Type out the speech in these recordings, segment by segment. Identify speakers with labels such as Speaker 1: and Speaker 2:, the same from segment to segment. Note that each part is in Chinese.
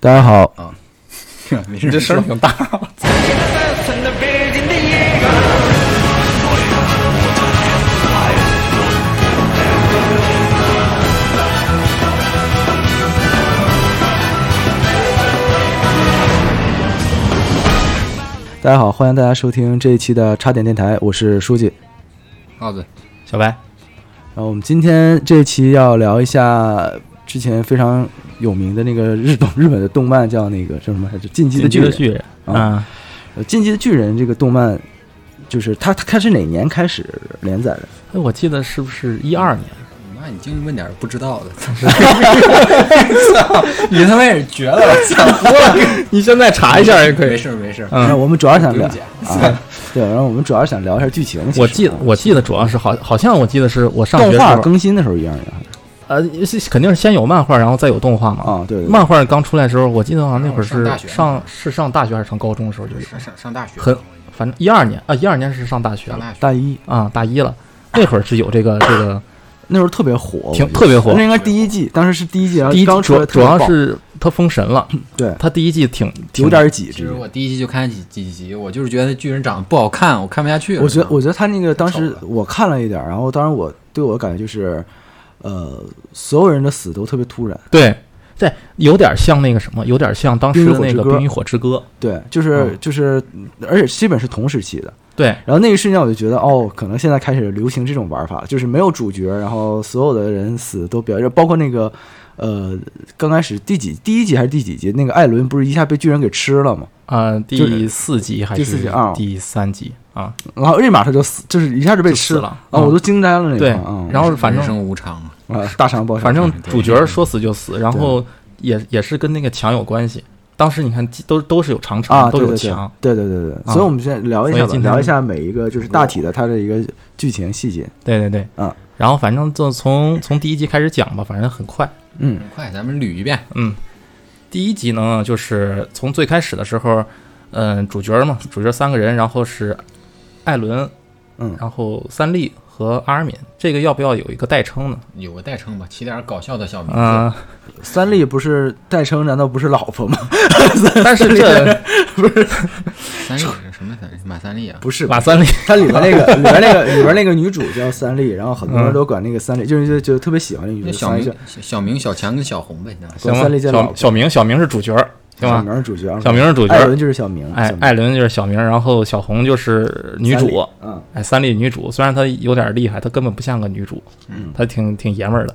Speaker 1: 大家好，
Speaker 2: 啊
Speaker 3: 你
Speaker 2: 你
Speaker 3: 是
Speaker 2: 这声儿挺大。
Speaker 1: 大家好，欢迎大家收听这一期的插点电台，我是书记。
Speaker 3: 耗子，
Speaker 2: 小白，
Speaker 1: 然后我们今天这一期要聊一下之前非常有名的那个日动日本 的动漫，叫那个叫什么来着？《进击的巨人》
Speaker 2: 巨人
Speaker 1: 啊。
Speaker 2: 啊，
Speaker 1: 呃《进击的巨人》这个动漫，就是它它它是哪年开始连载的？
Speaker 2: 哎，我记得是不是一 二年？
Speaker 3: 那你净问点不知 道的，操！你他妈也是绝了，我操！
Speaker 2: 你现在查一下也可
Speaker 3: 没
Speaker 2: 以。
Speaker 3: 事没事，
Speaker 1: 然后
Speaker 2: 嗯，
Speaker 1: 我们主要想
Speaker 3: 不
Speaker 1: 聊
Speaker 3: 用讲。
Speaker 1: 啊，对，然后我们主要想聊一下剧情。其实
Speaker 2: 我记得
Speaker 1: 啊
Speaker 2: 我记得主要是好，好像我记得是我上学
Speaker 1: 动
Speaker 2: 的时
Speaker 1: 画
Speaker 2: 候，
Speaker 1: 更新的时候一样一样
Speaker 2: 呃，是肯定是先有漫画，然后再有动画嘛。
Speaker 1: 啊，对对对，
Speaker 2: 漫画刚出来的时候，我记得好像那会儿
Speaker 3: 上
Speaker 2: 是
Speaker 3: 大学
Speaker 2: 上是上大学还是上高中的时候就有，
Speaker 3: 上上上大学，
Speaker 2: 很反正一二年啊，一二年是上大学
Speaker 3: 上
Speaker 2: 了
Speaker 3: 大学，
Speaker 1: 大一
Speaker 2: 啊，大一了。那会儿是有这个这个
Speaker 1: 那时候特别火，
Speaker 2: 挺
Speaker 1: 我觉得
Speaker 2: 特别火
Speaker 1: 那应该第一季，当时是第一季，然后
Speaker 2: 第一
Speaker 1: 刚
Speaker 2: 季
Speaker 1: 出
Speaker 2: 主
Speaker 1: 来特
Speaker 2: 主
Speaker 1: 别
Speaker 2: 要
Speaker 1: 爆
Speaker 2: 是他封神了，
Speaker 1: 对，
Speaker 2: 他第一季挺挺
Speaker 1: 有点挤，
Speaker 3: 其
Speaker 1: 这
Speaker 3: 实
Speaker 1: 个
Speaker 3: 我第一集就看几几集，我就是觉得巨人长得不好看，我看不下去了。
Speaker 1: 我觉
Speaker 2: 啊
Speaker 1: 得，我觉得他那个当时
Speaker 3: 丑了
Speaker 1: 我看了一点儿，然后当时我对我的感觉就是，呃，所有人的死都特别突然。
Speaker 2: 对，对，有点像那个什么，有点像当时的那个《
Speaker 1: 冰
Speaker 2: 冰
Speaker 1: 与
Speaker 2: 与火之歌》。
Speaker 1: 对，就是、
Speaker 2: 嗯
Speaker 1: 就是，而且基本是同时期的。
Speaker 2: 对，
Speaker 1: 然后那一瞬间我就觉得，哦，可能现在开始流行这种玩法了，就是没有主角，然后所有的人死都比较，包括那个，呃，刚开始第几第一集还是第几集，那个艾伦不是一下被巨人给吃了吗？
Speaker 2: 呃，
Speaker 1: 啊就
Speaker 2: 第
Speaker 1: 是
Speaker 2: 四集还
Speaker 1: 第四
Speaker 2: 是
Speaker 1: 集啊
Speaker 2: 第三集啊？
Speaker 1: 然后立马他就死，就是一下就被
Speaker 2: 就
Speaker 1: 吃
Speaker 2: 死了
Speaker 1: 啊！我
Speaker 2: 嗯
Speaker 1: 都惊呆了那
Speaker 2: 对
Speaker 1: 块儿啊，
Speaker 2: 然后反
Speaker 3: 人
Speaker 2: 正
Speaker 3: 生无常啊，
Speaker 1: 啊大肠包小肠，
Speaker 2: 反正
Speaker 3: 对
Speaker 2: 主角说死就死，然后也也是跟那个墙有关系。当时你看都都是有长
Speaker 1: 啊，
Speaker 2: 城，都
Speaker 1: 对
Speaker 2: 有
Speaker 1: 对对
Speaker 2: 墙。，
Speaker 1: 对对对对，
Speaker 2: 啊
Speaker 1: 所以我们现在聊一
Speaker 2: 所以
Speaker 1: 下吧，
Speaker 2: 今天
Speaker 1: 聊一下每一个就是大体的它的一个剧情细节。
Speaker 2: 对对对，
Speaker 1: 嗯。
Speaker 2: 然后反正就从从第一集开始讲吧，反正很快。
Speaker 1: 嗯
Speaker 3: 很快咱们捋一遍。
Speaker 2: 嗯，第一集呢，就是从最开始的时候，嗯、主角嘛，主角三个人，然后是艾伦，
Speaker 1: 嗯
Speaker 2: 然后三笠和阿尔敏，这个要不要有一个代称呢？
Speaker 3: 有个代称吧，起点搞笑的小名字。
Speaker 2: 嗯、
Speaker 1: 三笠不是代称，难道不是老婆吗？
Speaker 2: 但是这
Speaker 3: 三立是什么三立？马三立啊？
Speaker 1: 不是，
Speaker 2: 马三笠，
Speaker 1: 它里边那个里边那 个里边那个女主叫三笠，然后很多人
Speaker 2: 嗯
Speaker 1: 都管那个三笠，就是就就特别喜欢那个女
Speaker 3: 那
Speaker 1: 主
Speaker 3: 小
Speaker 1: 三笠
Speaker 3: 明、，小小明、小强跟小红呗，那
Speaker 2: 行
Speaker 1: 管三
Speaker 2: 吗？
Speaker 1: 笠叫老
Speaker 2: 小
Speaker 1: 婆，
Speaker 2: 小明，小明是主角，行
Speaker 1: 小
Speaker 2: 吗？
Speaker 1: 明是主角，
Speaker 2: 小明是主
Speaker 1: 艾伦
Speaker 2: 角，
Speaker 1: 就是小明，
Speaker 2: 哎
Speaker 1: 小，明
Speaker 2: 艾伦就是小明，然后小红就是女
Speaker 1: 三笠
Speaker 2: 主，
Speaker 1: 嗯
Speaker 2: 哎，三笠女主，虽然她有点厉害，她根本不像个女主，
Speaker 3: 嗯
Speaker 2: 她挺挺爷们儿的。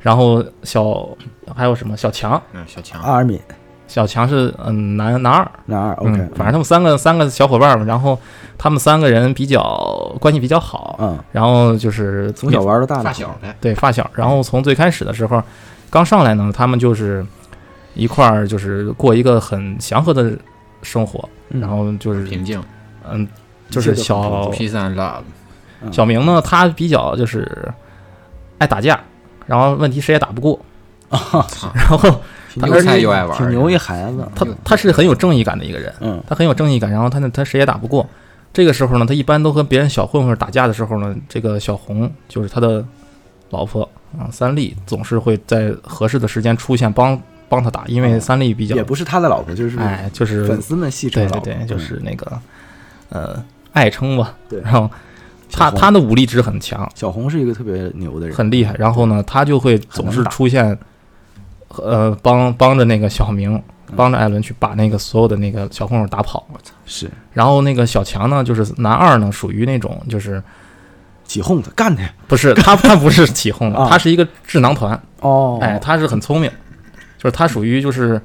Speaker 2: 然后小还有什么小强，
Speaker 3: 嗯，小强
Speaker 2: 啊
Speaker 1: 阿尔敏
Speaker 2: 小强是嗯男男二
Speaker 1: 男二，OK，
Speaker 2: 嗯反正他们三个三个小伙伴嘛，然后他们三个人比较关系比较好，
Speaker 1: 嗯，
Speaker 2: 然后就是
Speaker 1: 从小玩到大
Speaker 3: 发
Speaker 1: 的，
Speaker 3: 小呗，
Speaker 2: 对发小，然后从最开始的时候，刚上来呢，他们就是一块儿就是过一个很祥和的生活，
Speaker 1: 嗯
Speaker 2: 然后就是啊
Speaker 3: 平静。
Speaker 2: 嗯，就是
Speaker 1: 一切都很
Speaker 2: 小
Speaker 3: 披散了，
Speaker 1: 嗯
Speaker 2: 小明呢，他比较就是爱打架，然后问题谁也打不过，
Speaker 3: 啊
Speaker 2: 然后
Speaker 1: 挺
Speaker 3: 又菜又爱玩
Speaker 1: 挺牛一孩子，
Speaker 2: 他他是很有正义感的一个人，
Speaker 1: 嗯
Speaker 2: 他很有正义感，然后他呢，他谁也打不过。这个时候呢，他一般都和别人小混混打架的时候呢，这个小红就是他的老婆啊，三笠总是会在合适的时间出现帮帮他打，因为三笠比较
Speaker 1: 也不是他的老婆，就是
Speaker 2: 哎，就是
Speaker 1: 粉丝们戏称
Speaker 2: 对
Speaker 1: 老
Speaker 2: 对
Speaker 1: 婆
Speaker 2: 对，就
Speaker 1: 嗯
Speaker 2: 是那个呃爱称吧。
Speaker 1: 对
Speaker 2: 然后他
Speaker 1: 小红
Speaker 2: 他的武力值很强，
Speaker 1: 小红是一个特别牛的人，
Speaker 2: 很厉害，然后呢，他就会总是出现呃帮帮着那个小明，
Speaker 1: 嗯
Speaker 2: 帮着艾伦去把那个所有的那个小混混打跑。
Speaker 1: 是
Speaker 2: 然后那个小强呢，就是男二呢，属于那种就是
Speaker 1: 起哄的，干他呀！
Speaker 2: 不是 他他不是起哄
Speaker 1: 啊
Speaker 2: 的，他是一个智囊团，
Speaker 1: 哦
Speaker 2: 哎，他是很聪明，就是他属于就是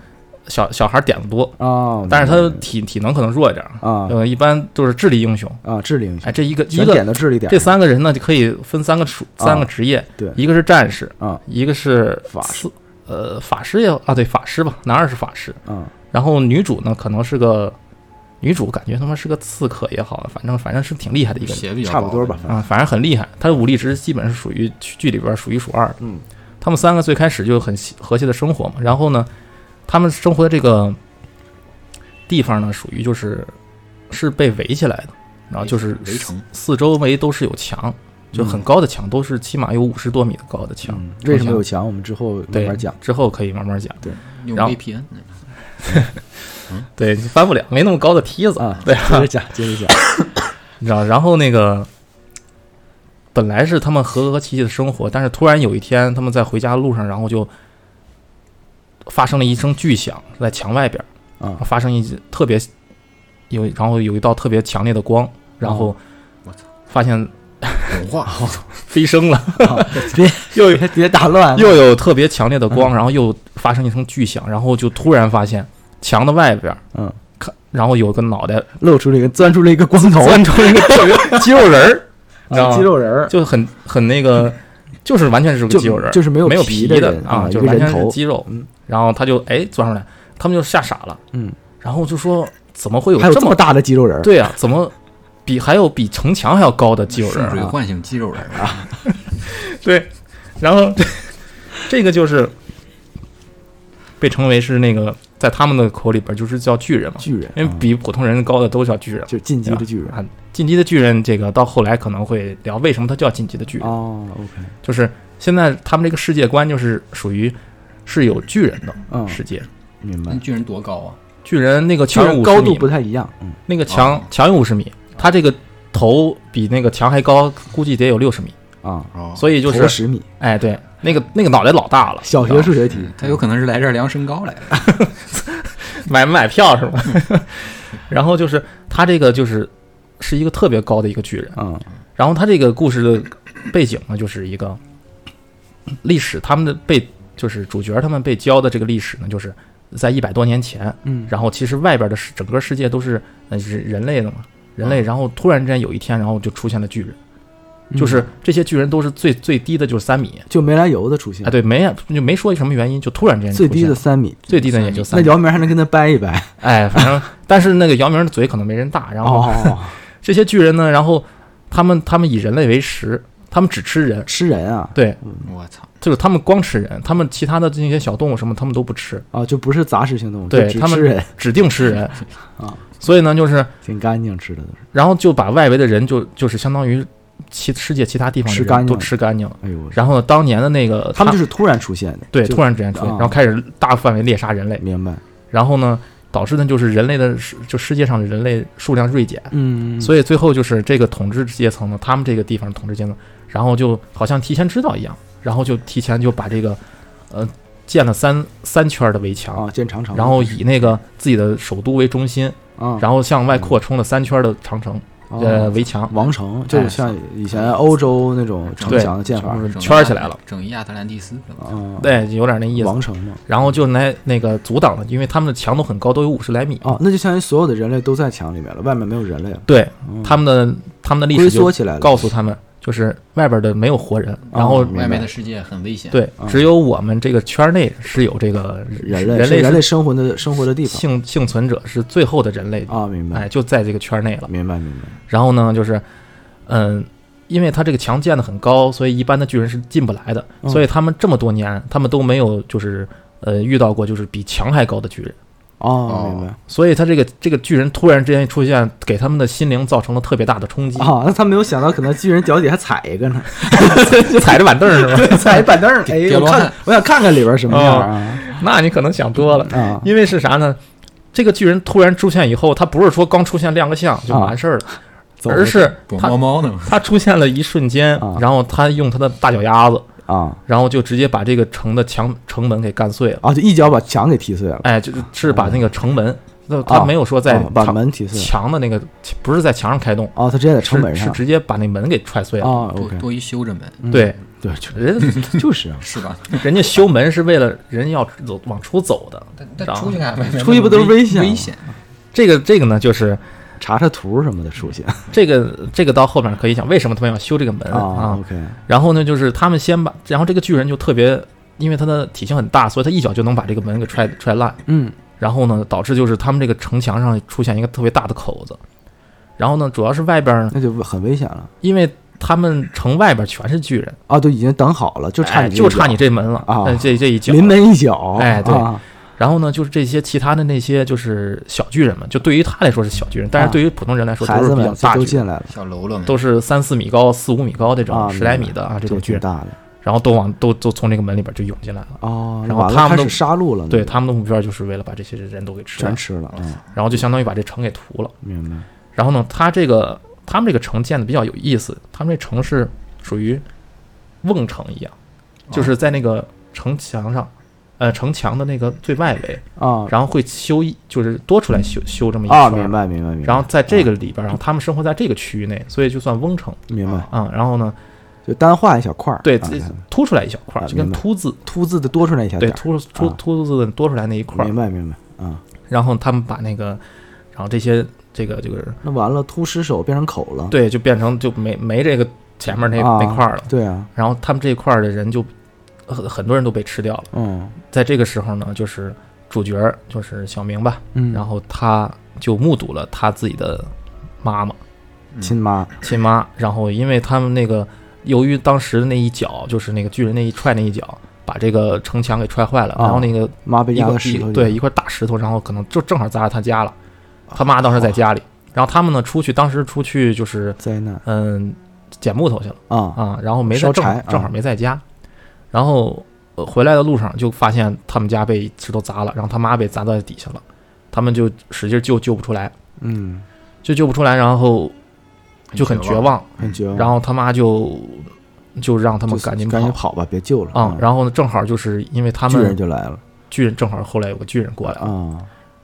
Speaker 2: 小小孩点子多，
Speaker 1: 哦，
Speaker 2: 但是他体体能可能弱一点，
Speaker 1: 啊
Speaker 2: 呃，一般都是智力英雄，
Speaker 1: 啊，智力英雄
Speaker 2: 哎，，这一个一
Speaker 1: 全
Speaker 2: 个
Speaker 1: 点到智力点
Speaker 2: 这三个人呢就可以分三个属
Speaker 1: 啊
Speaker 2: 三个职业，
Speaker 1: 对
Speaker 2: 一个是战士，
Speaker 1: 啊
Speaker 2: 一个是
Speaker 1: 法师
Speaker 2: 师，呃，法师也啊对法师吧，男二是法师，
Speaker 1: 啊
Speaker 2: 然后女主呢可能是个。女主感觉他妈是个刺客也好，反正反正是挺厉害的一个人，
Speaker 3: 鞋比较
Speaker 1: 差不多
Speaker 3: 薄
Speaker 1: 吧，
Speaker 3: 的
Speaker 1: 反正
Speaker 2: 啊，反正很厉害。他的武力值基本是属于剧里边数一数二的。
Speaker 1: 嗯，
Speaker 2: 他们三个最开始就很喜和谐的生活嘛，然后呢，他们生活的这个地方呢，属于就是是被围起来的，然后啊就是
Speaker 3: 围城，
Speaker 2: 四周围都是有墙，就很高的墙，都是起码有五十多米的高的墙。
Speaker 1: 嗯嗯为什么有墙？我们之后慢
Speaker 2: 对
Speaker 1: 慢讲，
Speaker 2: 之后可以慢慢讲。
Speaker 3: 用
Speaker 2: 然后
Speaker 3: VPN 呢
Speaker 2: 对，就翻不了，没那么高的梯子
Speaker 1: 啊，
Speaker 2: 对
Speaker 1: 接
Speaker 2: 啊
Speaker 1: 着，讲，接 着讲，
Speaker 2: 你知道？然后那个本来是他们和和气气的生活，但是突然有一天，他们在回家的路上，然后就发生了一声巨响，在墙外边
Speaker 1: 啊
Speaker 2: 儿发生一特别有，然后有一道特别强烈的光，然后
Speaker 1: 哦
Speaker 3: 我操，
Speaker 2: 发现
Speaker 3: 融化，
Speaker 2: 飞升了，
Speaker 1: 啊别嗯
Speaker 2: 又
Speaker 1: 别别打乱，
Speaker 2: 又有特别强烈的光，然后又发生一声巨响，然后就突然发现墙的外边，
Speaker 1: 嗯，
Speaker 2: 看，然后有个脑 袋
Speaker 1: 露出了一个钻出了一个光头，
Speaker 2: 钻出了 一个特别肌肉人儿，你知道
Speaker 1: 啊
Speaker 2: 吗
Speaker 1: 肌肉人儿，
Speaker 2: 就很很那个，就是完全是个
Speaker 1: 就
Speaker 2: 肌肉人儿，
Speaker 1: 就是没有
Speaker 2: 没有
Speaker 1: 皮的
Speaker 2: 的
Speaker 1: 人
Speaker 2: 啊，
Speaker 1: 啊
Speaker 2: 就
Speaker 1: 一个
Speaker 2: 完
Speaker 1: 人
Speaker 2: 全是
Speaker 1: 头
Speaker 2: 肌肉
Speaker 1: 嗯。
Speaker 2: 然后他就哎钻出来，他们就吓傻了，
Speaker 1: 嗯，
Speaker 2: 然后就说怎么会有
Speaker 1: 还有
Speaker 2: 这
Speaker 1: 这么大的肌肉人儿，
Speaker 2: 对啊？怎么比还有比城墙还要高的肌肉人
Speaker 3: 肾
Speaker 2: 儿
Speaker 3: 水
Speaker 2: 啊？
Speaker 3: 唤醒肌肉人啊，
Speaker 2: 对，然后这个就是被称为是那个在他们的口里边就是叫巨人嘛，
Speaker 1: 巨人，
Speaker 2: 因为比普通人高的都叫巨人
Speaker 1: 啊。就是进击的巨人
Speaker 2: 啊，进击的巨人这个到后来可能会聊为什么它叫进击的巨人，
Speaker 1: 哦，OK，
Speaker 2: 就是现在他们这个世界观就是属于是有巨人的
Speaker 1: 嗯，
Speaker 2: 世界，
Speaker 1: 明
Speaker 3: 那
Speaker 1: 白，
Speaker 3: 巨人多高啊？
Speaker 2: 巨人那个
Speaker 1: 巨
Speaker 2: 墙有
Speaker 1: 人
Speaker 2: 50
Speaker 1: 高度
Speaker 2: 米
Speaker 1: 不太一样，嗯，
Speaker 2: 那个墙
Speaker 3: 啊
Speaker 2: 墙有五十米，他这个头比那个墙还高，估计得有六十米，
Speaker 1: 啊，
Speaker 3: 哦，
Speaker 2: 所以就
Speaker 1: 头
Speaker 2: 是啊
Speaker 1: 十米，
Speaker 2: 哎对，那个那个脑袋老大了，
Speaker 1: 小
Speaker 2: 你知道吗
Speaker 1: 学数学题，
Speaker 3: 他有可能是来这儿量身高来的，
Speaker 2: 买不买票是吧？ 然后就是他这个就是是一个特别高的一个巨人，
Speaker 1: 嗯
Speaker 2: 然后他这个故事的背景呢，就是一个历史，他们的被就是主角他们被教的这个历史呢，就是在一百多年前，
Speaker 1: 嗯，
Speaker 2: 然后其实外边的世整个世界都是呃人人类的嘛，人类，然后突然之间有一天，然后就出现了巨人，
Speaker 1: 啊嗯
Speaker 2: 就是这些巨人都是最最低的就是三米，
Speaker 1: 就没来由的出现
Speaker 2: 啊，，对，没就没说什么原因，就突然之间
Speaker 1: 嗯
Speaker 2: 就
Speaker 1: 最
Speaker 2: 出
Speaker 1: 低
Speaker 2: 现
Speaker 1: 的
Speaker 2: 了
Speaker 1: 三米，
Speaker 2: 最低的也就
Speaker 1: 那
Speaker 2: 三米，
Speaker 1: 姚明还能跟他掰一掰，
Speaker 2: 哎，反 正但是那个姚明的嘴可能没人 大，然后
Speaker 1: 哦，
Speaker 2: 这些巨人呢，然后他们他们以人类为食，他们只吃人，
Speaker 1: 吃人啊，
Speaker 2: 对，
Speaker 3: 我操，
Speaker 2: 就是他们光吃人，他们其他的这些小动物什么他们都不吃，
Speaker 1: 啊，就不是杂食性动物，
Speaker 2: 对
Speaker 1: 就只
Speaker 2: 他们
Speaker 1: 吃人，
Speaker 2: 指定吃人
Speaker 1: 啊，
Speaker 2: 所以呢，就是
Speaker 1: 挺干净吃的都是，
Speaker 2: 然后就把外围的人就就是相当于其世界其他地方的
Speaker 1: 吃干
Speaker 2: 人
Speaker 1: 净
Speaker 2: 都
Speaker 1: 了
Speaker 2: 吃干净了。
Speaker 1: 哎呦，
Speaker 2: 然后呢，当年的那个
Speaker 1: 他们就是突然出现的，
Speaker 2: 对
Speaker 1: 就
Speaker 2: 突然之间出现，
Speaker 1: 啊嗯
Speaker 2: 然后开始大范围猎杀人类，
Speaker 1: 明白，
Speaker 2: 然后呢，导致呢就是人类的世就世界上的人类数量锐减，
Speaker 1: 嗯，
Speaker 2: 所以最后就是这个统治阶层呢，他们这个地方的统治阶层，然后就好像提前知道一样，然后就提前就把这个呃建了三三圈的围墙，
Speaker 1: 啊，建长城，
Speaker 2: 嗯然后以那个自己的首都为中心，
Speaker 1: 啊，
Speaker 2: 然后向外扩充了三圈的长城
Speaker 1: 哦
Speaker 2: 呃围墙，
Speaker 1: 王城，就像以前欧洲那种城墙的建法，
Speaker 2: 对
Speaker 3: 整一
Speaker 2: 圈儿起来了，
Speaker 3: 整一亚特兰蒂斯，
Speaker 1: 嗯，
Speaker 2: 对，有点那意思。
Speaker 1: 王城嘛，
Speaker 2: 然后就来那个阻挡了，因为他们的墙都很高，都有五十来米。
Speaker 1: 哦，那就相当于所有的人类都在墙里面了，外面没有人类了，
Speaker 2: 对
Speaker 1: 嗯
Speaker 2: 他们的他们的历
Speaker 1: 龟
Speaker 2: 史就
Speaker 1: 缩起来啊了，
Speaker 2: 告诉他们，就是外边的没有活人，然后
Speaker 1: 明白
Speaker 3: 外面的世界很危险，，
Speaker 2: 对
Speaker 1: 嗯，
Speaker 2: 只有我们这个圈内是有这个
Speaker 1: 人类
Speaker 2: 类
Speaker 1: 是人
Speaker 2: 类
Speaker 1: 类生活的生活的地方
Speaker 2: 幸幸存者是最后的人类，
Speaker 1: 啊，明
Speaker 2: 哎，
Speaker 1: 白，
Speaker 2: 就在这个圈内了。
Speaker 1: 明白，明白，
Speaker 2: 然后呢，就是嗯，因为他这个墙建的很高，所以一般的巨人是进不来的，
Speaker 1: 嗯
Speaker 2: 所以他们这么多年，他们都没有就是呃遇到过就是比墙还高的巨人。
Speaker 1: 哦，明白，
Speaker 2: 所以他这个这个巨人突然之间出现，给他们的心灵造成了特别大的冲击。
Speaker 1: 啊， 那他没有想到，可能巨人脚底还踩一个 呢，
Speaker 2: 就踩着板凳是吧？
Speaker 1: 踩板凳，哎，
Speaker 3: 叠
Speaker 1: 我
Speaker 3: 罗汉
Speaker 1: 看我想看看里边什么样啊，
Speaker 2: 那你可能想多了，
Speaker 1: 啊，
Speaker 2: 因为是啥呢？这个巨人突然出现以后，他不是说刚出现亮个相就完事儿了，
Speaker 1: 啊走
Speaker 2: 而是
Speaker 3: 躲
Speaker 2: 他
Speaker 3: 猫猫呢嘛，
Speaker 2: 他出现了一瞬间，
Speaker 1: 啊
Speaker 2: 然后他用他的大脚丫子，
Speaker 1: 啊
Speaker 2: 然后就直接把这个城的墙城门给干碎了。
Speaker 1: 啊，就一脚把墙给踢碎了，
Speaker 2: 哎，就是是把那个城门，那他
Speaker 1: 啊
Speaker 2: 没有说在
Speaker 1: 啊把
Speaker 2: 墙
Speaker 1: 门踢碎了，
Speaker 2: 墙的那个，不是在墙上开动，
Speaker 1: 哦，他直接在城
Speaker 2: 是
Speaker 1: 门
Speaker 2: 是
Speaker 1: 上，
Speaker 2: 直接把那门给踹碎了。
Speaker 1: 啊
Speaker 3: 多
Speaker 1: ，OK，
Speaker 3: 多一修着门，
Speaker 1: 嗯
Speaker 2: 对，
Speaker 1: 对，就
Speaker 2: 人
Speaker 1: 就是啊。
Speaker 3: 是吧？
Speaker 2: 人家修门是为了人要走往出走的。
Speaker 3: 但但
Speaker 2: 然后
Speaker 3: 出去干嘛？
Speaker 1: 出去不都是危险吗
Speaker 3: 危险，
Speaker 2: 这个这个呢，就是
Speaker 1: 查查图什么的 出现
Speaker 2: 这个这个到后面可以讲为什么他们要修这个门啊。
Speaker 1: ，OK，
Speaker 2: 然后呢，就是他们先把，然后这个巨人就特别，因为他的体型很大，所以他一脚就能把这个门给踹踹烂。
Speaker 1: 嗯，
Speaker 2: 然后呢，导致就是他们这个城墙上出现一个特别大的口子。然后呢，主要是外边儿呢，
Speaker 1: 那就很危险了
Speaker 2: 因为他们城外边全是巨人，
Speaker 1: 啊，都已经等好了，就差
Speaker 2: 哎
Speaker 1: 你这
Speaker 2: 就
Speaker 1: 一脚，
Speaker 2: 差你这门了
Speaker 1: 啊
Speaker 2: 呃这这一脚。
Speaker 1: 临门一脚，
Speaker 2: 哎对
Speaker 1: 啊
Speaker 2: 然后呢，就是这些其他的那些就是小巨人们，就对于他来说是小巨人，但是
Speaker 1: 啊
Speaker 2: 对于普通人来说
Speaker 1: 孩
Speaker 2: 都
Speaker 1: 子
Speaker 2: 是比较
Speaker 1: 们就
Speaker 2: 大
Speaker 1: 都
Speaker 2: 巨人，
Speaker 1: 进来了，
Speaker 3: 小喽啰们，
Speaker 2: 都是三四米高、四五五米高这种
Speaker 1: 啊
Speaker 2: 十来米的啊这
Speaker 1: 就
Speaker 2: 种巨
Speaker 1: 挺
Speaker 2: 人。
Speaker 1: 大的，
Speaker 2: 然后都往都都从这个门里边就涌进来了。
Speaker 1: 哦，
Speaker 2: 然后
Speaker 1: 完了
Speaker 2: 他们
Speaker 1: 开
Speaker 2: 都
Speaker 1: 始杀戮了，
Speaker 2: 对他们的目标就是为了把这些人都给吃了
Speaker 1: 嗯全，吃了，嗯，
Speaker 2: 然后就相当于把这城给屠了。
Speaker 1: 明白，
Speaker 2: 然后呢，他这个他们这个城建的比较有意思，他们这城是属于瓮城一样，
Speaker 1: 啊
Speaker 3: 啊
Speaker 2: 就是在那个城墙上，呃，城墙的那个最外围，
Speaker 1: 啊
Speaker 2: 然后会修一就是多出来修修这么一
Speaker 1: 啊，
Speaker 2: 圈
Speaker 1: 明
Speaker 2: 儿。
Speaker 1: 白明白明白，
Speaker 2: 然后在这个里边儿，然后他们生活在这个区域内，所以就算瓮城
Speaker 1: 明白，
Speaker 2: 啊、然后呢，
Speaker 1: 就单画一小块儿，
Speaker 2: 对，
Speaker 1: 啊
Speaker 2: 这凸出来一小块儿，
Speaker 1: 啊
Speaker 2: 就跟
Speaker 1: 明白
Speaker 2: 凸字，
Speaker 1: 凸字的多出来一小
Speaker 2: 对，
Speaker 1: 点儿，
Speaker 2: 凸凸
Speaker 1: 啊
Speaker 2: 凸字多出来那一块儿
Speaker 1: 明。白明白，啊，
Speaker 2: 然后他们把那个，然后这些这个这个，
Speaker 1: 那完了，秃尸首变成口了，
Speaker 2: 对，就变成就没没这个前面那
Speaker 1: 啊
Speaker 2: 那块儿了。
Speaker 1: 对啊，
Speaker 2: 然后他们这一块儿的人就很很多人都被吃掉了。
Speaker 1: 嗯
Speaker 2: 在这个时候呢，就是主角儿就是小明吧，
Speaker 1: 嗯，
Speaker 2: 然后他就目睹了他自己的 妈妈
Speaker 1: 亲妈，
Speaker 2: 亲妈，然后因为他们那个由于当时那一脚就是那个巨人那一踹那一脚，把这个城墙给踹坏了，
Speaker 1: 啊
Speaker 2: 然后那个
Speaker 1: 妈被
Speaker 2: 一
Speaker 1: 压
Speaker 2: 个
Speaker 1: 到
Speaker 2: 一
Speaker 1: 石头
Speaker 2: 个
Speaker 1: 里，
Speaker 2: 对一块大石头，然后可能就正好砸到他家了，他妈当时
Speaker 1: 哦
Speaker 2: 在家里，然后他们呢出去，当时出去就是
Speaker 1: 灾难
Speaker 2: 嗯捡木头去了。
Speaker 1: 啊，
Speaker 2: 啊，然后没在
Speaker 1: 烧
Speaker 2: 正好
Speaker 1: 柴
Speaker 2: 正好
Speaker 1: 啊
Speaker 2: 没在家，然后、呃回来的路上就发现他们家被石头砸了，然后他妈被砸在底下了，他们就使劲救救不出来，
Speaker 1: 嗯，
Speaker 2: 就救不出来，然后就很绝
Speaker 3: 啊
Speaker 2: 望，
Speaker 1: 很绝望，
Speaker 2: 然后他妈就就让他
Speaker 1: 就
Speaker 2: 们
Speaker 1: 是
Speaker 2: 赶紧
Speaker 1: 赶紧
Speaker 2: 跑
Speaker 1: 跑吧，别救了
Speaker 2: 啊、然后呢，正好就是因为他
Speaker 1: 巨人
Speaker 2: 们
Speaker 1: 就来了
Speaker 2: 巨人正好后来有个巨人过来，
Speaker 1: 啊，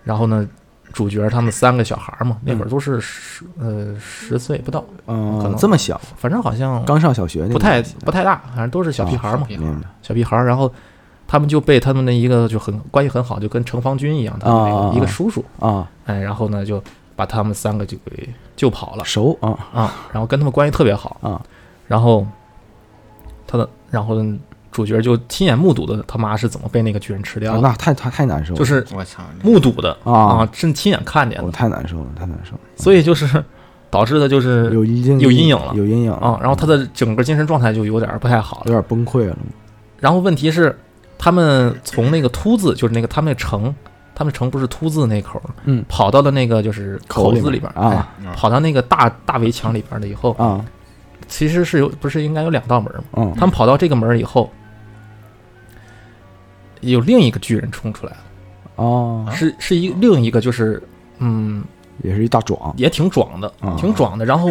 Speaker 2: 然后呢。主角他们三个小孩嘛，那会儿
Speaker 1: 嗯
Speaker 2: 都是十呃十岁不到，
Speaker 1: 嗯，
Speaker 2: 可能
Speaker 1: 这么小，
Speaker 2: 反正好像
Speaker 1: 刚啊上小学那个
Speaker 2: 不太
Speaker 1: 年纪
Speaker 2: 不太大，反正都是小屁孩嘛。嗯
Speaker 3: 小屁
Speaker 1: 明白
Speaker 2: 小屁孩儿，然后他们就被他们的一个就很关系很好，就跟程方军一样，他们那个、
Speaker 1: 啊啊啊
Speaker 2: 一个叔叔，
Speaker 1: 啊，
Speaker 2: 哎，然后呢就把他们三个就给救跑了
Speaker 1: 熟啊
Speaker 2: 啊，然后跟他们关系特别好
Speaker 1: 啊，
Speaker 2: 然后他的然后主角就亲眼目睹的他妈是怎么被那个巨人吃掉
Speaker 1: 啊
Speaker 2: 的，
Speaker 1: 那太太太难受了，
Speaker 2: 就是
Speaker 3: 我操，
Speaker 2: 目睹的
Speaker 1: 啊
Speaker 2: 啊，真亲眼看见
Speaker 1: 我
Speaker 2: 的，
Speaker 1: 太难受了，太难受了，
Speaker 2: 所以就是导致的就是
Speaker 1: 有阴
Speaker 2: 呃有阴影了
Speaker 1: 有阴影嗯
Speaker 2: 啊，然后他的整个精神状态就有点儿不太好
Speaker 1: 有
Speaker 2: 了，
Speaker 1: 点崩溃了，
Speaker 2: 然后问题是，他们从那个凸字，就是那个他们那城，他们城不是凸字那口儿吗，
Speaker 1: 嗯
Speaker 2: 跑到了那个就是口
Speaker 1: 里
Speaker 2: 字
Speaker 1: 面
Speaker 2: 里边儿
Speaker 1: 啊，
Speaker 2: 哎跑到那个大大围墙里边儿了以后，
Speaker 1: 啊
Speaker 2: 其实是有不是应该有两道门吗？
Speaker 1: 嗯
Speaker 2: 他们跑到这个门儿以后，有另一个巨人冲出来了，
Speaker 1: 哦，
Speaker 2: 是是一另一个就是嗯
Speaker 1: 也是一大壮，
Speaker 2: 也挺壮的
Speaker 1: 啊，
Speaker 2: 挺壮的，然后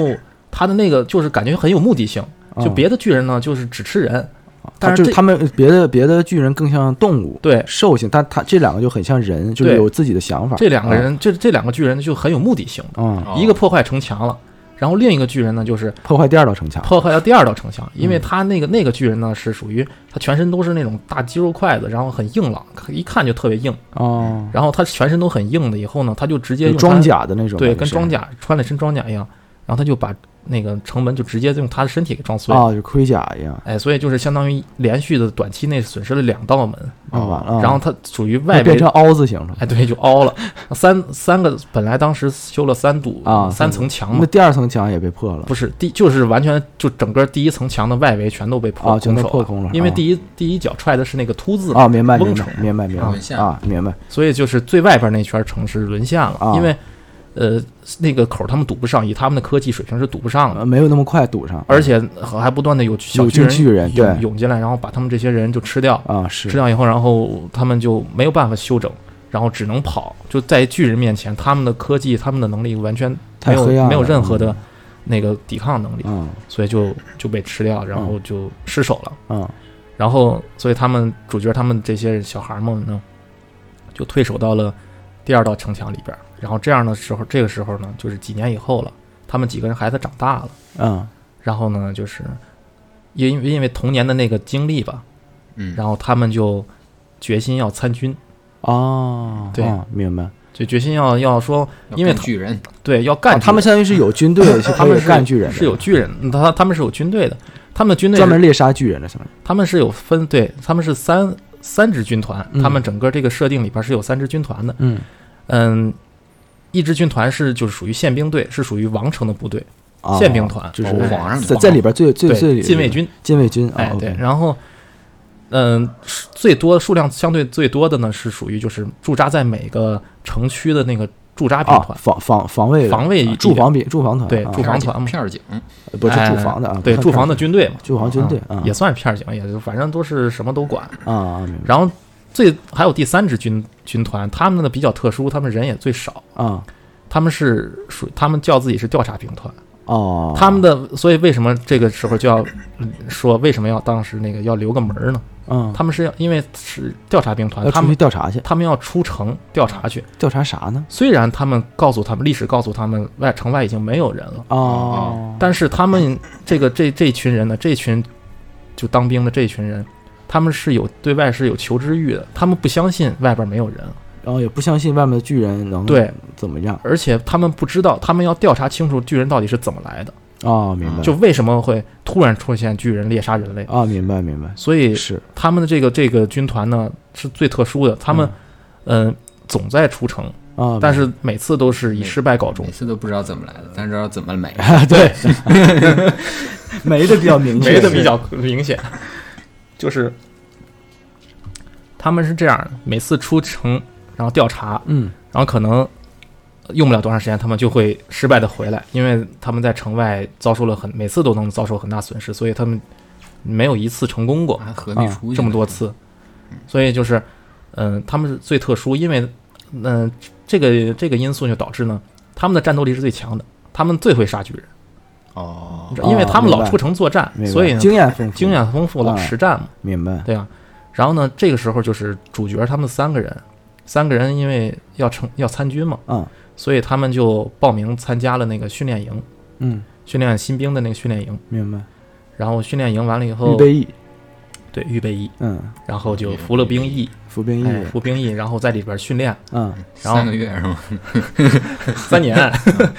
Speaker 2: 他的那个就是感觉很有目的性，就
Speaker 1: 啊
Speaker 2: 别的巨人呢就是只吃人，但
Speaker 1: 他
Speaker 2: 是
Speaker 1: 就是
Speaker 2: 这
Speaker 1: 他们别的别的巨人更像动物，
Speaker 2: 对
Speaker 1: 兽性，但他这两个就很像人，就是
Speaker 2: 对
Speaker 1: 有自己的想法。
Speaker 2: 这两个人这这两个巨人就很有目的性。
Speaker 1: 啊，嗯，
Speaker 3: 哦
Speaker 2: 一个破坏城墙了，然后另一个巨人呢，就是
Speaker 1: 破坏第二道城墙
Speaker 2: 破坏了第二道城墙，
Speaker 1: 嗯
Speaker 2: 因为他那个那个巨人呢是属于他全身都是那种大肌肉块子，然后很硬朗，一看就特别硬，
Speaker 1: 哦，
Speaker 2: 然后他全身都很硬的，以后呢，他就直接
Speaker 1: 有
Speaker 2: 用他
Speaker 1: 装甲的那种感觉
Speaker 2: 对，
Speaker 1: 是，
Speaker 2: 跟装甲穿了一身装甲一样，然后他就把那个城门就直接用他的身体给撞碎了。
Speaker 1: 啊，就盔甲一样，
Speaker 2: 哎，所以就是相当于连续的短期内损失了两道门，
Speaker 1: 啊，完了，
Speaker 2: 然后他属于外
Speaker 1: 会变
Speaker 2: 围
Speaker 1: 成凹字形了。
Speaker 2: 哎，对，就凹了三三个，本来当时修了三堵
Speaker 1: 啊
Speaker 2: 三层墙嘛
Speaker 1: 那，第二层墙也被破了
Speaker 2: 不是第就是完全就整个第一层墙的外围全都被破
Speaker 1: 啊，全都
Speaker 2: 空手
Speaker 1: 破
Speaker 2: 了，
Speaker 1: 空了，
Speaker 2: 因为
Speaker 1: 啊
Speaker 2: 第一第一脚踹的是那个凸字，
Speaker 1: 啊，明白
Speaker 2: 翁
Speaker 1: 明白
Speaker 2: 城
Speaker 1: 明白明
Speaker 3: 沦
Speaker 1: 白
Speaker 3: 陷
Speaker 1: 啊，明白
Speaker 2: 所以就是最外边那圈城市沦陷了，
Speaker 1: 啊
Speaker 2: 因为呃那个口他们堵不上，以他们的科技水平是堵不上
Speaker 1: 啊，
Speaker 2: 的，
Speaker 1: 没有那么快堵上，
Speaker 2: 嗯而且还不断的有小
Speaker 1: 有
Speaker 2: 巨人
Speaker 1: 进巨人对
Speaker 2: 涌涌进来，然后把他们这些人就吃掉，
Speaker 1: 啊
Speaker 2: 吃
Speaker 1: 是
Speaker 2: 掉以后，然后他们就没有办法休整。然后只能跑，就在巨人面前，他们的科技、他们的能力完全没
Speaker 1: 太
Speaker 2: 有
Speaker 1: 黑暗了，
Speaker 2: 没有任何的
Speaker 1: 嗯
Speaker 2: 那个抵抗能力。
Speaker 1: 嗯
Speaker 2: 所以就就被吃掉，然后就失手了。
Speaker 1: 嗯
Speaker 2: 然后，所以他们主角他们这些小孩们呢，呃就退守到了呃第二道城墙里边儿。然后这样的时候，这个时候呢，就是几年以后了，他们几个人孩子长大了。
Speaker 1: 嗯
Speaker 2: 然后呢，就是因为因为童年的那个经历吧，
Speaker 3: 嗯，
Speaker 2: 然后他们就决心要参军，
Speaker 1: 哦，
Speaker 2: 对
Speaker 1: 啊明白。
Speaker 2: 就决心要要说
Speaker 3: 要
Speaker 2: 因为
Speaker 3: 干
Speaker 2: 他
Speaker 3: 巨人
Speaker 2: 对要干
Speaker 1: 啊，
Speaker 2: 巨人、
Speaker 1: 他们相当于是有军队，是
Speaker 2: 他
Speaker 1: 可
Speaker 2: 们
Speaker 1: 以
Speaker 2: 是
Speaker 1: 干巨人的，
Speaker 2: 是有巨人，他他们是有军队的，他们的军队是
Speaker 1: 专门猎杀巨人的，相当于
Speaker 2: 他们是有分，对，他们是三三支军团，
Speaker 1: 嗯
Speaker 2: 他们整个这个设定里边是有三支军团的。
Speaker 1: 嗯
Speaker 2: 嗯，一支军团是就是属于宪兵队，是属于王城的部队，
Speaker 1: 啊
Speaker 2: 宪兵团哦
Speaker 1: 就是
Speaker 3: 保护皇上的
Speaker 1: 在在里边最最最
Speaker 2: 对禁卫军，
Speaker 1: 禁卫军啊
Speaker 2: 哎，对，
Speaker 1: ，OK
Speaker 2: 然后。嗯，是最多数量相对最多的呢，是属于就是驻扎在每个城区的那个驻扎兵
Speaker 1: 啊，
Speaker 2: 团，
Speaker 1: 防防防卫
Speaker 2: 防卫
Speaker 1: 驻防兵驻防团，
Speaker 2: 对
Speaker 1: 啊
Speaker 2: 驻防团嘛
Speaker 3: 片儿警，
Speaker 1: 呃不是
Speaker 2: 哎
Speaker 1: 驻防的啊，
Speaker 2: 对
Speaker 1: 不
Speaker 2: 驻
Speaker 1: 算
Speaker 2: 防的军队嘛，
Speaker 1: 驻防军队
Speaker 2: 嗯
Speaker 1: 啊
Speaker 2: 也算是片儿警，也就反正都是什么都管。
Speaker 1: 啊啊明白
Speaker 2: 然后最还有第三支军军团，他们呢比较特殊，他们人也最少，
Speaker 1: 啊
Speaker 2: 他们是属他们叫自己是调查兵团，
Speaker 1: 哦，
Speaker 2: 他们的所以为什么这个时候就要嗯说为什么要当时那个要留个门儿呢？
Speaker 1: 嗯，啊
Speaker 2: 他们是要因为是调查兵团，
Speaker 1: 要
Speaker 2: 他
Speaker 1: 出去
Speaker 2: 们
Speaker 1: 调查去，
Speaker 2: 他们要出城调查去。
Speaker 1: 调查啥呢？
Speaker 2: 虽然他们告诉他们历史告诉他们外城外已经没有人了，
Speaker 1: 哦，
Speaker 2: 但是他们这个这这群人呢，这群就当兵的这群人，他们是有对外是有求知欲的，他们不相信外边没有人，
Speaker 1: 然哦后也不相信外面的巨人能
Speaker 2: 对，
Speaker 1: 怎么样
Speaker 2: 而且他们不知道，他们要调查清楚巨人到底是怎么来的，
Speaker 1: 哦，明白
Speaker 2: 就为什么会突然出现巨人猎杀人类，
Speaker 1: 啊，明白明白，
Speaker 2: 所以
Speaker 1: 是
Speaker 2: 他们的这个这个军团呢是最特殊的，他们嗯、呃总在出城，
Speaker 1: 啊，
Speaker 2: 但是每次都是以失败告终
Speaker 3: 每。次都不知道怎么来的，但知道怎么没。
Speaker 2: 对，
Speaker 1: 没的比较明确，
Speaker 2: 没的比较明显，嗯就是他们是这样的，每次出城然后调查，
Speaker 1: 嗯
Speaker 2: 然后可能用不了多长时间，他们就会失败的回来，因为他们在城外遭受了很每次都能遭受很大损失，所以他们没有一次成功过
Speaker 3: 还何必出去呢
Speaker 2: 这么多？次，所以就是嗯、他们是最特殊，因为嗯、这个这个因素就导致呢，他们的战斗力是最强的，他们最会杀巨人，
Speaker 3: 哦，
Speaker 2: 因为他们
Speaker 1: 明
Speaker 2: 老
Speaker 1: 白
Speaker 2: 出城作战，
Speaker 1: 明白
Speaker 2: 所以呢
Speaker 1: 经验丰富，
Speaker 2: 经验丰富了，
Speaker 1: 啊
Speaker 2: 实战嘛，
Speaker 1: 明白
Speaker 2: 对啊。然后呢，这个时候就是主角他们三个人，三个人因为要成要参军嘛，
Speaker 1: 嗯
Speaker 2: 所以他们就报名参加了那个训练营，
Speaker 1: 嗯，
Speaker 2: 训练新兵的那个训练营。
Speaker 1: 明白
Speaker 2: 然后训练营完了以后，
Speaker 1: 预备役，
Speaker 2: 对预备役，
Speaker 1: 嗯，
Speaker 2: 然后就服了兵役，
Speaker 1: 服兵
Speaker 2: 哎，
Speaker 1: 役，
Speaker 2: 服兵役，然后在里边训练
Speaker 1: 嗯
Speaker 2: 然后
Speaker 3: 三个月是吗？
Speaker 2: 三 年。
Speaker 1: 嗯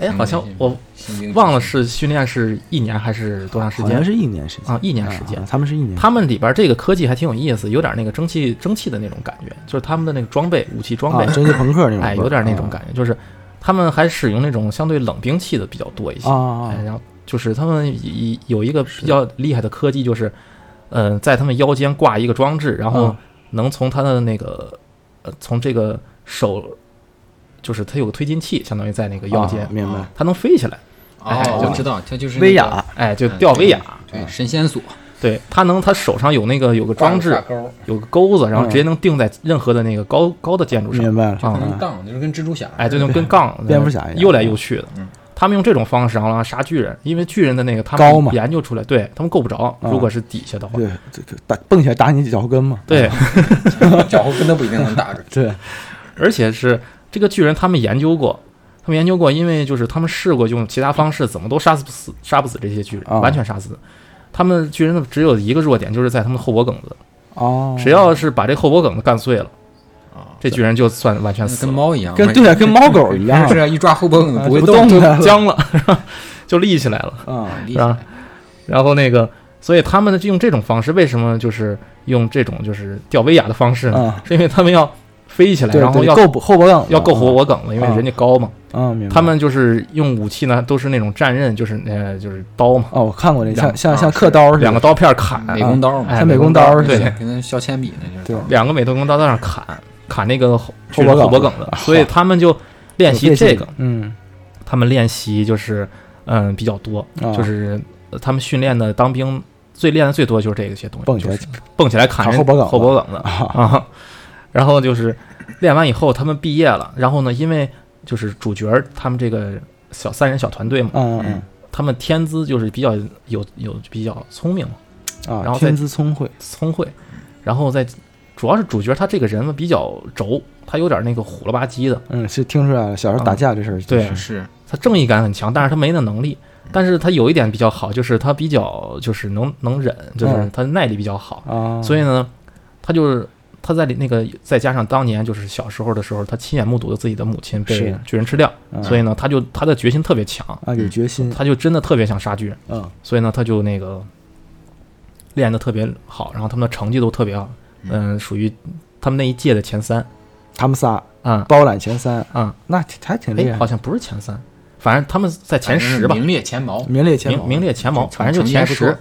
Speaker 2: 哎，好像我
Speaker 3: 新兵
Speaker 2: 忘了是训练是一年还是多长时
Speaker 1: 好像
Speaker 2: 间
Speaker 1: 是一年时间
Speaker 2: 啊？一年时间
Speaker 1: 啊。他们是一年，
Speaker 2: 他们里边这个科技还挺有意思，有点那个蒸汽蒸汽的那种感觉，就是他们的那个装备、武器装备
Speaker 1: 啊，蒸汽朋克那种味儿，啊
Speaker 2: 哎，有点那种感觉，就是他们还使用那种相对冷兵器的比较多一些。
Speaker 1: 啊啊
Speaker 2: 哎，
Speaker 1: 啊
Speaker 2: 然后就是他们以有一个比较厉害的科技，就是，呃，在他们腰间挂一个装置，然后
Speaker 1: 啊
Speaker 2: 能从他的那个，呃，从这个手，就是它有个推进器，相当于在那个腰间
Speaker 1: 啊，明白
Speaker 2: 它能飞起来，哎
Speaker 3: 哦，
Speaker 2: 就
Speaker 3: 我知道，他就是那个
Speaker 1: 威亚，
Speaker 2: 哎，就吊威亚，
Speaker 3: 对，神仙锁，
Speaker 2: 对，它能，它手上有那个有个装置，有个钩子，然后直接能定在任何的那个高高的建筑上
Speaker 1: 嗯明，白了嗯
Speaker 2: 啊
Speaker 3: 能荡，就是跟蜘蛛侠似的，
Speaker 2: 哎，就能跟杠
Speaker 1: 蝙蝠侠一样
Speaker 2: 悠来悠去的
Speaker 3: 嗯。
Speaker 2: 他们用这种方式，然后让他杀巨人，因为巨人的那个他
Speaker 1: 高嘛
Speaker 2: 们研究出来，对他们够不着。
Speaker 1: 啊
Speaker 2: 如果是底下的话，
Speaker 1: 对，这个打蹦起来打你脚后跟嘛，。
Speaker 2: 对，
Speaker 3: 脚后跟都不一定能打着
Speaker 1: 对，
Speaker 2: 而且是这个巨人，他们研究过，他们研究过，因为就是他们试过用其他方式，怎么都杀死不死杀不死这些巨人，
Speaker 1: 啊
Speaker 2: 完全杀死。他们巨人只有一个弱点，就是在他们的后脖梗子，
Speaker 1: 哦，
Speaker 2: 只要是把这后脖梗子干碎了，这巨人就算完全
Speaker 3: 那
Speaker 2: 哦死
Speaker 3: 跟
Speaker 2: 了，
Speaker 3: 猫一样，
Speaker 1: 跟对啊，跟猫 狗一样
Speaker 3: 是啊一抓后脖梗不会
Speaker 1: 不
Speaker 3: 动
Speaker 1: 动
Speaker 3: 就
Speaker 1: 的
Speaker 2: 僵了， 就立起来了。
Speaker 1: 啊，
Speaker 3: 立起
Speaker 2: 是吧
Speaker 3: 来？
Speaker 2: 然后那个，所以他们用这种方式，为什么就是用这种就是吊威亚的方式呢？
Speaker 1: 嗯
Speaker 2: 是因为他们要飞起来，
Speaker 1: 对，
Speaker 2: 然后
Speaker 1: 对
Speaker 2: 要
Speaker 1: 够后脖梗，
Speaker 2: 要够活我梗了，因为
Speaker 1: 啊
Speaker 2: 人家高嘛。
Speaker 1: 啊，明白
Speaker 2: 他们就是用武器呢，都是那种战刃，就是呃就是刀嘛，
Speaker 1: 哦，我看过那
Speaker 2: 两
Speaker 1: 像像
Speaker 3: 啊
Speaker 1: 像
Speaker 3: 是嗯
Speaker 1: 刻刀似的，
Speaker 2: 两个刀片砍，
Speaker 3: 美工刀嘛，
Speaker 2: 哎
Speaker 1: 像美工刀似
Speaker 2: 对
Speaker 1: 的，
Speaker 3: 跟那削铅笔那就是
Speaker 1: 对
Speaker 3: 刀。
Speaker 2: 两个美特工刀在那砍砍那个后巨人
Speaker 1: 后
Speaker 2: 后
Speaker 1: 脖
Speaker 2: 脖
Speaker 1: 梗
Speaker 2: 梗的，所以他们就练习
Speaker 1: 有
Speaker 2: 这个，
Speaker 1: 嗯，
Speaker 2: 他们练习就是嗯比较多，
Speaker 1: 啊
Speaker 2: 就是呃他们训练的当兵最练的最多就是这些东西，
Speaker 1: 蹦起来
Speaker 2: 就是蹦起来砍
Speaker 1: 砍
Speaker 2: 人
Speaker 1: 后脖梗
Speaker 2: 后脖梗的
Speaker 1: 啊
Speaker 2: 啊。然后就是练完以后，他们毕业了。然后呢，因为就是主角儿他们这个小三人小团队嘛，
Speaker 1: 嗯嗯
Speaker 2: 他们天资就是比较有有比较聪明嘛，
Speaker 1: 嗯啊，
Speaker 2: 然后再
Speaker 1: 天资聪慧，
Speaker 2: 聪慧。然后在主要是主角他这个人嘛比较轴，他有点那个虎了吧唧的，
Speaker 1: 嗯，是听出来了，小时候打架这事儿，
Speaker 2: 啊对
Speaker 3: 是
Speaker 2: 他正义感很强，但是他没那能力。但是他有一点比较好，就是他比较就是能能忍，就是
Speaker 1: 嗯
Speaker 2: 他耐力比较好。
Speaker 1: 啊，
Speaker 2: 所以呢，他就是他在里那个再加上当年就是小时候的时候，他亲眼目睹了自己的母亲被
Speaker 1: 是
Speaker 2: 巨人吃掉，
Speaker 1: 嗯
Speaker 2: 所以呢，他就他的决心特别强，
Speaker 1: 啊，有决心，
Speaker 2: 他就真的特别想杀巨人，
Speaker 1: 嗯
Speaker 2: 所以呢，他就那个练得特别好，然后他们的成绩都特别好，嗯，属于他们那一届的前三
Speaker 1: 他们仨
Speaker 2: 啊
Speaker 1: 包揽前三，
Speaker 2: 啊，
Speaker 1: 那挺还挺
Speaker 2: 哎、
Speaker 1: 厉害
Speaker 2: 好，像不是前三，反正他们在前十吧，
Speaker 3: 名列前茅。
Speaker 1: 名列前茅，
Speaker 2: 名名列前茅，
Speaker 3: 成
Speaker 2: 反正就
Speaker 3: 成绩
Speaker 2: 前
Speaker 3: 还不
Speaker 2: 十
Speaker 3: 错。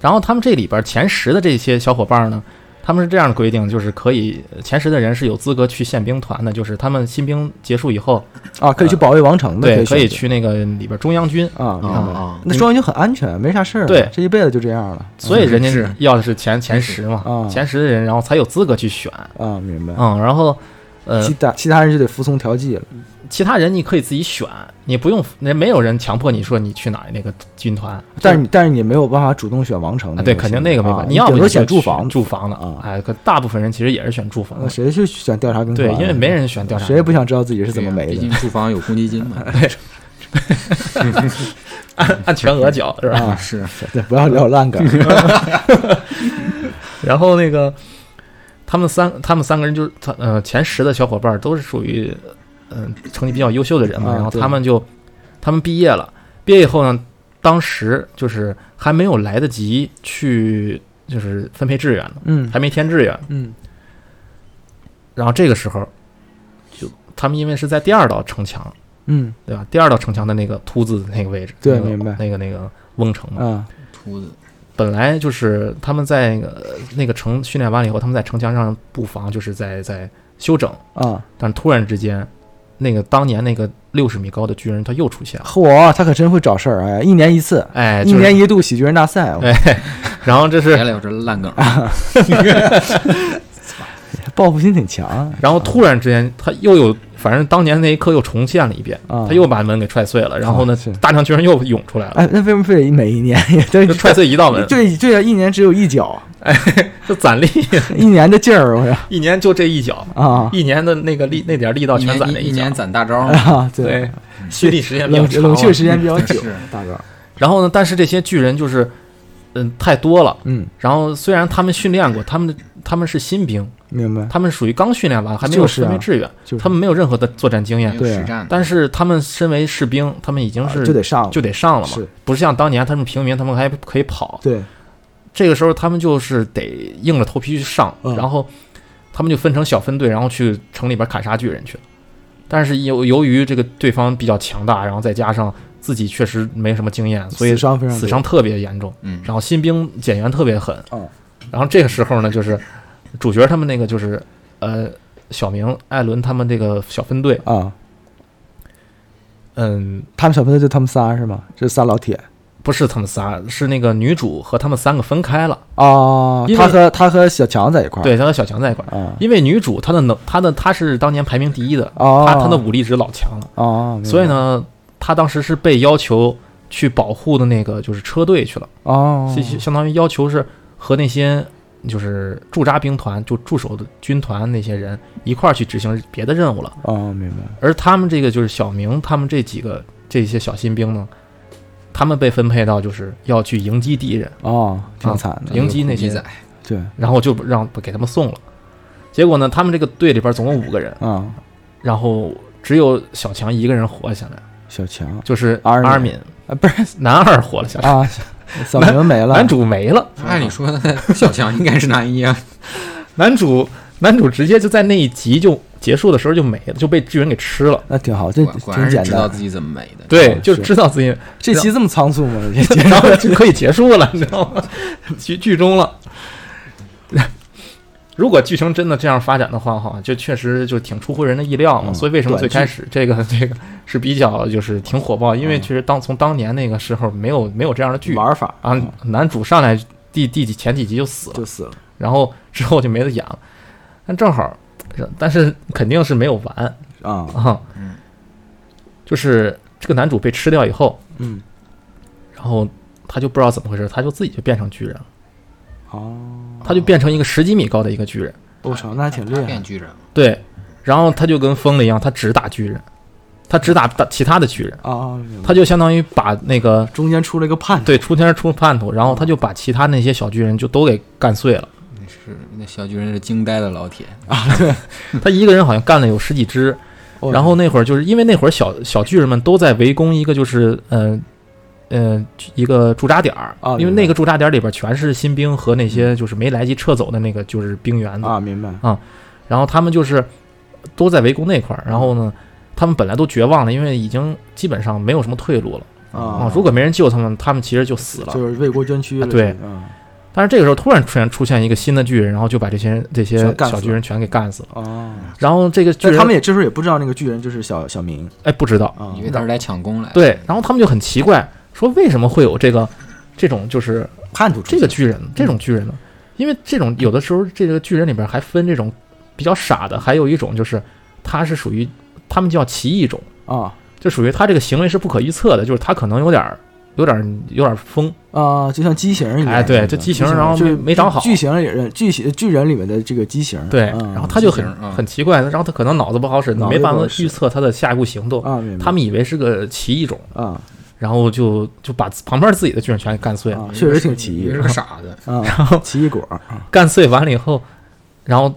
Speaker 2: 然后他们这里边前十的这些小伙伴呢，他们是这样的规定，就是可以前十的人是有资格去宪兵团的，就是他们新兵结束以后，
Speaker 1: 啊，可以去保卫王城的，
Speaker 2: 对，可
Speaker 1: 可
Speaker 2: 以去那个里边中央军。
Speaker 1: 啊，明
Speaker 3: 啊
Speaker 1: 白。
Speaker 3: 啊，
Speaker 1: 那双鱼就很安全，没啥事儿，
Speaker 2: 对
Speaker 1: 这一辈子就这样了嗯
Speaker 2: 所以人家
Speaker 3: 是
Speaker 2: 要的是前前十嘛
Speaker 1: 啊，
Speaker 2: 前十的人，然后才有资格去选，
Speaker 1: 啊，明白。
Speaker 2: 嗯，然后，呃，
Speaker 1: 其他其他人就得服从调剂了
Speaker 2: 其他人你可以自己选，你不用，那没有人强迫你说你去哪儿那个军团，
Speaker 1: 但是你但是你没有办法主动选王城
Speaker 2: 啊，
Speaker 1: 那
Speaker 2: 对，
Speaker 1: 个
Speaker 2: 肯定
Speaker 1: 行
Speaker 2: 那个没
Speaker 1: 啊
Speaker 2: 法，
Speaker 1: 你
Speaker 2: 要
Speaker 1: 顶
Speaker 2: 么
Speaker 1: 多
Speaker 2: 就
Speaker 1: 选
Speaker 2: 住
Speaker 1: 住房
Speaker 2: 住房的
Speaker 1: 啊嗯
Speaker 2: 哎，可大部分人其实也是选住房
Speaker 1: 那
Speaker 2: 的，
Speaker 1: 谁去选调查兵团？
Speaker 2: 对，因为没人选调查，啊
Speaker 1: 谁也不想知道自己是怎么没
Speaker 3: 对呀毕
Speaker 1: 的
Speaker 3: 竟住房有公积金嘛，
Speaker 2: 按按全额缴是吧？
Speaker 1: 啊！
Speaker 3: 是
Speaker 1: 对，不要聊烂梗
Speaker 2: 啊然后那个他们三他们三个人就是他呃前十的小伙伴都是属于嗯、呃成绩比较优秀的人嘛，
Speaker 1: 啊
Speaker 2: 然后
Speaker 1: 对
Speaker 2: 他们就他们毕业了，毕业以后呢，当时就是还没有来得及去就是分配志愿呢，
Speaker 1: 嗯
Speaker 2: 还没填志愿，
Speaker 1: 嗯
Speaker 2: 然后这个时候就他们因为是在第二道城墙。
Speaker 1: 嗯
Speaker 2: 对吧？第二道城墙的那个凸字的那个位置，
Speaker 1: 对
Speaker 2: 那个
Speaker 1: 明白
Speaker 2: 那个那个翁城嘛，
Speaker 1: 啊
Speaker 3: 秃子，
Speaker 2: 本来就是他们在那个那个城训练完了以后，他们在城墙上布防，就是在在休整，
Speaker 1: 啊！
Speaker 2: 但突然之间，那个当年那个六十米高的巨人他又出现了，
Speaker 1: 嚯，他可真会找事儿哎！一年一次，
Speaker 2: 哎，
Speaker 1: 一
Speaker 2: 就是
Speaker 1: 年一度喜剧人大赛，我
Speaker 2: 哎然后这
Speaker 3: 别
Speaker 2: 是，
Speaker 3: 聊这烂梗，
Speaker 1: 报复心挺强啊
Speaker 2: 然后突然之间他又有，反正当年那一刻又重现了一遍，
Speaker 1: 啊！
Speaker 2: 他又把门给踹碎了，然后呢
Speaker 1: 是，
Speaker 2: 大量巨人又涌出来了，
Speaker 1: 哎，那为什么非得每一年也都
Speaker 2: 就踹碎一道门，
Speaker 1: 对对啊，一年只有一脚，
Speaker 2: 就攒力，
Speaker 1: 一年的劲儿，我说
Speaker 2: 一年就这一脚，
Speaker 1: 啊
Speaker 2: 一年的那个力那点力道
Speaker 3: 一
Speaker 2: 全攒
Speaker 3: 年
Speaker 2: 那
Speaker 3: 一一
Speaker 2: 脚
Speaker 3: 年。攒大招嘛，
Speaker 1: 啊，
Speaker 2: 对，蓄力时间比较
Speaker 1: 冷
Speaker 2: 长啊
Speaker 1: 冷却时间比 较久
Speaker 3: 是，
Speaker 1: 大哥，
Speaker 2: 然后呢，但是这些巨人就是，嗯，太多了。
Speaker 1: 嗯，
Speaker 2: 然后虽然他们训练过，他们他们是新兵，
Speaker 1: 明白，
Speaker 2: 他们属于刚训练完，还没有
Speaker 1: 就是啊
Speaker 2: 分配志愿，
Speaker 1: 就是
Speaker 2: 他们没有任何的作战经
Speaker 3: 没
Speaker 2: 验。
Speaker 3: 有
Speaker 1: 对
Speaker 3: 实战，
Speaker 2: 啊但是他们身为士兵，他们已经
Speaker 1: 啊
Speaker 2: 是、
Speaker 1: 就得上了，
Speaker 2: 就得上了嘛，
Speaker 1: 是
Speaker 2: 不是像当年他们平民，他们还可以跑。
Speaker 1: 对，
Speaker 2: 这个时候他们就是得硬着头皮去上，
Speaker 1: 嗯
Speaker 2: 然后他们就分成小分队，然后去城里边砍杀巨人去了。但是由由于这个对方比较强大，然后再加上自己确实没什么经验，所以
Speaker 1: 死伤非啊常
Speaker 2: 死
Speaker 1: 多
Speaker 2: 伤特别严重，
Speaker 3: 嗯，
Speaker 2: 然后新兵减员特别狠。
Speaker 1: 嗯
Speaker 2: 然后这个时候呢，就是主角他们那个就是呃，小明、艾伦他们这个呃小分队，
Speaker 1: 啊。
Speaker 2: 嗯，
Speaker 1: 他们小朋友就他们仨是吗？这仨老铁
Speaker 2: 不是他们仨，是那个女主和他们三个分开了，
Speaker 1: 哦，
Speaker 2: 因为
Speaker 1: 他和他和小强在一块儿，
Speaker 2: 对，她和小强在一块儿。
Speaker 1: 啊，
Speaker 2: 因为女主她的能，她的她是当年排名第一的，
Speaker 1: 哦，
Speaker 2: 她她的武力值老强了，
Speaker 1: 哦，明白
Speaker 2: 所以呢，她当时是被要求去保护的那个就是车队去了，
Speaker 1: 哦
Speaker 2: 就，相当于要求是和那些就是驻扎兵团就驻守的军团那些人一块儿去执行别的任务了。
Speaker 1: 哦，明白
Speaker 2: 而他们这个就是小明，他们这几个这些小新兵呢，他们被分配到就是要去迎击敌人，
Speaker 1: 哦，
Speaker 2: 啊
Speaker 1: 挺惨的，
Speaker 2: 迎击那
Speaker 3: 逼
Speaker 2: 些
Speaker 3: 仔，
Speaker 1: 对
Speaker 2: 然后就让给他们送了。结果呢，他们这个队里边总共五个人，
Speaker 1: 啊，
Speaker 2: 然后只有小强一个人活了下来，
Speaker 1: 小强
Speaker 2: 就是
Speaker 1: 阿尔敏
Speaker 2: 阿尔敏，
Speaker 1: 啊，不是
Speaker 2: 男二活了下来，
Speaker 1: 啊，小明没了，
Speaker 2: 男主没了，
Speaker 3: 按理说小强应该是男一啊，
Speaker 2: 男主男主直接就在那一集就结束的时候就没了，就被巨人给吃了。
Speaker 1: 那挺好，这
Speaker 3: 果果然
Speaker 1: 挺
Speaker 3: 是
Speaker 1: 简
Speaker 3: 知道
Speaker 1: 单
Speaker 3: 自。己怎么美的，
Speaker 2: 对，
Speaker 1: 哦
Speaker 2: 就是知道 自己，
Speaker 1: 这期这么仓促吗？这期
Speaker 2: 然后就可以结束 了，你知道吗？剧剧终了。 如果剧情真的这样发展的话，哈，就确实就挺出乎人的意料嘛。
Speaker 1: 嗯
Speaker 2: 所以为什么最
Speaker 1: 短剧
Speaker 2: 开始这个 这个是比较就是挺火爆，因为
Speaker 1: 嗯
Speaker 2: 其实当从当年那个时候没有没有这样的剧
Speaker 1: 玩法
Speaker 2: 啊，男主上来第第几前几集就死了，
Speaker 1: 就死了
Speaker 2: 然后之后就没得演了。但正好，但是肯定是没有完
Speaker 1: 啊，
Speaker 2: 啊
Speaker 3: 嗯，
Speaker 2: 就是这个男主被吃掉以后，
Speaker 1: 嗯，
Speaker 2: 然后他就不知道怎么回事，他就自己就变成巨人了。
Speaker 1: 哦，
Speaker 2: 他就变成一个十几米高的一个巨人，
Speaker 1: 我操，那还挺厉
Speaker 3: 他
Speaker 1: 害
Speaker 3: 变巨人了，
Speaker 2: 对，然后他就跟疯了一样，他只打巨人，他只打打其他的巨人，
Speaker 1: 啊！明白
Speaker 2: 他就相当于把那个
Speaker 1: 中间出了一个叛徒，
Speaker 2: 对出天出叛徒，然后他就把其他那些小巨人就都给干碎了，
Speaker 3: 那是那小巨人是惊呆的老铁，
Speaker 1: 嗯
Speaker 2: 他一个人好像干了有十几只，
Speaker 1: 哦
Speaker 2: 然后那会儿就是因为那会儿小小巨人们都在围攻一个就是嗯。呃，一个驻扎点儿
Speaker 1: 啊，
Speaker 2: 因为
Speaker 1: 明白
Speaker 2: 那个驻扎点里边全是新兵和那些就是没来及撤走的那个就是兵员子
Speaker 1: 啊，明白
Speaker 2: 然后他们就是都在围攻那块儿，然后呢，他们本来都绝望了，因为已经基本上没有什么退路了
Speaker 1: 啊
Speaker 2: 哦如果没人救他们，他们其实就死了。
Speaker 1: 就是为国捐躯了，
Speaker 2: 啊对
Speaker 1: 嗯
Speaker 2: 但是这个时候突然出现出现一个新的巨人，然后就把这些人这些
Speaker 1: 全干死
Speaker 2: 小巨人全给干死了。
Speaker 1: 哦，
Speaker 2: 嗯然后这个巨
Speaker 1: 但
Speaker 2: 人
Speaker 1: 他们也这时候也不知道那个巨人就是小小明
Speaker 2: 哎不知道，
Speaker 1: 啊
Speaker 3: 以，为他是来抢功来。，
Speaker 2: 对，然后他们就很奇怪，说为什么会有这个这种就是
Speaker 1: 叛徒出
Speaker 2: 这
Speaker 1: 现
Speaker 2: 个巨人这种巨人呢？因为这种有的时候这个巨人里边还分这种比较傻的，还有一种就是他是属于他们叫奇异种，
Speaker 1: 啊
Speaker 2: 就属于他这个行为是不可预测的，就是他可能有点儿有点儿有点儿疯，
Speaker 1: 啊，就像畸形一样。
Speaker 2: 哎对
Speaker 1: 是吧
Speaker 2: 这畸形然后
Speaker 1: 就是
Speaker 2: 没没长好
Speaker 1: 巨型里人巨型巨人里面的这个畸形。
Speaker 2: 对，
Speaker 1: 嗯
Speaker 2: 然后他就很
Speaker 3: 畸形嗯
Speaker 2: 很奇怪，然后他可能脑子不好使，
Speaker 1: 脑子
Speaker 2: 没办
Speaker 1: 不
Speaker 2: 法
Speaker 1: 好使
Speaker 2: 预测他的下一步行动，
Speaker 1: 啊，明白
Speaker 2: 他们以为是个奇异种，
Speaker 1: 啊
Speaker 2: 然后就就把旁边自己的巨人全给干碎了，
Speaker 1: 啊，确实挺奇
Speaker 3: 以
Speaker 1: 异
Speaker 3: 为是 个傻子。
Speaker 1: 啊，奇异果啊
Speaker 2: 干碎完了以后，然后，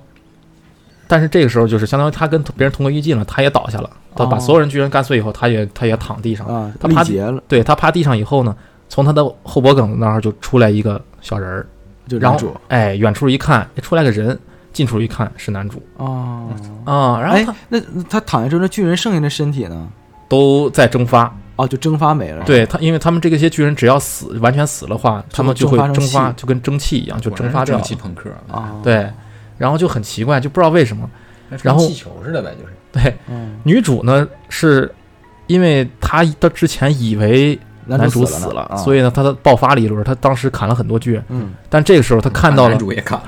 Speaker 2: 但是这个时候就是相当于他跟别人同归于尽了，他也倒下了，他把
Speaker 1: 哦
Speaker 2: 所有人巨人干碎以后，他也他也躺地上了，
Speaker 1: 啊，
Speaker 2: 他
Speaker 1: 力
Speaker 2: 趴
Speaker 1: 竭了，
Speaker 2: 对他趴地上以后呢，从他的后脖梗那儿就出来一个小人儿，
Speaker 1: 就
Speaker 2: 然
Speaker 1: 忍住
Speaker 2: 后哎，远处一看，哎出来个人，近处一看是男主
Speaker 1: 哦。
Speaker 2: 啊、然
Speaker 1: 哎
Speaker 2: 后他，
Speaker 1: 那那他躺下之后，那巨人剩下的身体呢？
Speaker 2: 都在蒸发，
Speaker 1: 哦，就蒸发没了。
Speaker 2: 对他，因为他们这个些巨人只要死完全死的话，他们就会
Speaker 1: 蒸
Speaker 2: 蒸
Speaker 1: 发
Speaker 2: 发，
Speaker 1: 成
Speaker 2: 就跟蒸汽一样，就
Speaker 3: 果然
Speaker 2: 蒸发
Speaker 3: 是蒸
Speaker 2: 掉了。
Speaker 3: 汽朋克，
Speaker 1: 啊，，
Speaker 2: 对，然后就很奇怪，就不知道为什么。然后
Speaker 3: 气球似的呗，就是
Speaker 2: 对，
Speaker 1: 嗯，
Speaker 2: 女主呢是因为她她之前以为男主
Speaker 1: 死
Speaker 2: 死
Speaker 1: 了呢，啊
Speaker 2: 所
Speaker 1: 以
Speaker 2: 以呢她的爆发了一轮，她当时砍了很多巨人，
Speaker 1: 嗯，
Speaker 2: 但这个时候她看到
Speaker 3: 男
Speaker 2: 了，
Speaker 3: 主也 砍了，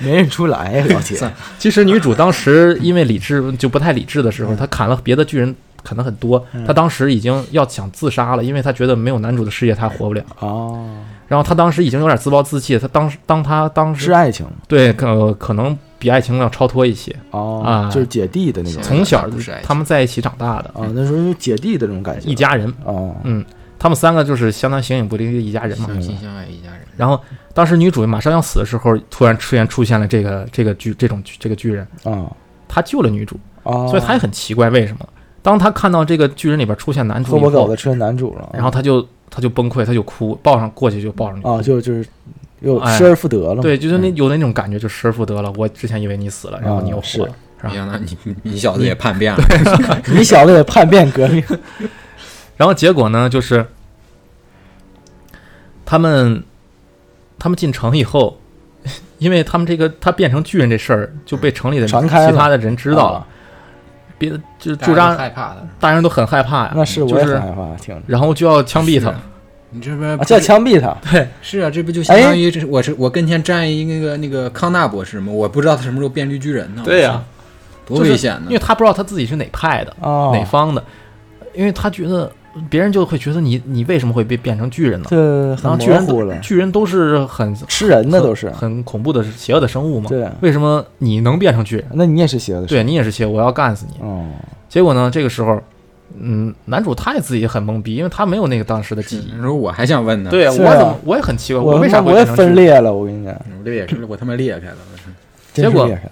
Speaker 1: 没认出 来，老铁
Speaker 3: 算
Speaker 2: 其实女主当时因为理智就不太理智的时候，她砍了别的巨人。砍的很多，
Speaker 3: 嗯
Speaker 2: 她当时已经要想自杀了，因为她觉得没有男主的世界她活不了。
Speaker 1: 哦，
Speaker 2: 然后她当时已经有点自暴自弃，她当时当她当时
Speaker 1: 是
Speaker 3: 啊
Speaker 1: 爱情
Speaker 2: 对，可可能比爱情要超脱一些。
Speaker 1: 哦，
Speaker 2: 啊
Speaker 1: 就是姐弟的那种
Speaker 3: 对
Speaker 2: 从小
Speaker 3: 那嗯不是爱情
Speaker 2: 他们在一起长大的，
Speaker 1: 啊，那时候就姐弟的那种感觉，
Speaker 2: 一家人，
Speaker 1: 哦，
Speaker 2: 嗯，他们三个就是相当形影不离的一家人嘛。
Speaker 3: 相亲相爱一家人。
Speaker 2: 然后当时女主马上要死的时候，突然出现出现了这个这个巨这种巨这个巨人，
Speaker 1: 啊，
Speaker 2: 他救了女主，
Speaker 1: 哦，
Speaker 2: 嗯所以他也很奇怪为什么。当他看到这个巨人里边出现男主
Speaker 1: 后
Speaker 2: 以
Speaker 1: 脖梗
Speaker 2: 后
Speaker 1: 子，吃了男主了，
Speaker 2: 然后他就他就崩溃，他就哭，抱上过去就抱上去。
Speaker 1: 啊，就就是又
Speaker 2: 哎
Speaker 1: 失而复得了嘛，
Speaker 2: 对，就是那有那种感觉，就失而复得了。我之前以为你死了，然后你又活了，然
Speaker 3: 没
Speaker 2: 后
Speaker 3: 想到哎你你小子也叛变了，
Speaker 1: 你小子也叛变革命
Speaker 2: 然后结果呢，就是他们他们进城以后，因为他们这个他变成巨人这事儿就被城里的
Speaker 1: 传开了嗯哦
Speaker 2: 其他的人知道了，，别的就驻
Speaker 3: 大家都
Speaker 2: 扎
Speaker 3: 害怕了。
Speaker 2: 大人都很害怕呀，
Speaker 1: 啊那是
Speaker 2: 哎就
Speaker 1: 我也
Speaker 2: 是
Speaker 1: 很害怕，听着
Speaker 2: 然后就要枪毙他
Speaker 3: 是啊你这边
Speaker 1: 啊，就要枪毙他，
Speaker 3: 是啊，这不就
Speaker 2: 哎
Speaker 3: 相当于这是我是我跟前站一那个那个康纳博士吗？我不知道他什么时候变绿巨人呢。
Speaker 2: 对呀、
Speaker 3: 我操，多危险呢
Speaker 2: 因为！他不知道他自己是哪派的、
Speaker 1: 哦，
Speaker 2: 哪方的，因为他觉得别人就会觉得你你为什么会被变成巨人呢？
Speaker 1: 这
Speaker 2: 然
Speaker 1: 很
Speaker 2: 后巨
Speaker 1: 模
Speaker 2: 人
Speaker 1: 糊了，
Speaker 2: 巨人都是很
Speaker 1: 吃人的
Speaker 2: 很
Speaker 1: 都是，
Speaker 2: 很恐怖的邪恶的生物嘛，
Speaker 1: 对，
Speaker 2: 为什么你能变成巨人？
Speaker 1: 那你也是邪恶的，，
Speaker 2: 对你也是邪，我要干死你。
Speaker 1: 哦，
Speaker 2: 结果呢，这个时候，嗯，男主他也自己也很懵逼，因为他没有那个当时的记忆。
Speaker 3: 你说我还想问呢，
Speaker 2: 对我
Speaker 1: 是
Speaker 2: 怎
Speaker 1: 啊
Speaker 2: 么我也很奇怪，
Speaker 1: 我
Speaker 2: 为
Speaker 1: 他
Speaker 2: 啥
Speaker 1: 妈
Speaker 2: 会
Speaker 1: 我也
Speaker 2: 变成
Speaker 1: 分
Speaker 2: 这样？
Speaker 1: 裂了，我跟你讲，
Speaker 3: 我裂开了，我他妈裂开了！我操
Speaker 1: 真是
Speaker 2: 结果
Speaker 1: 厉害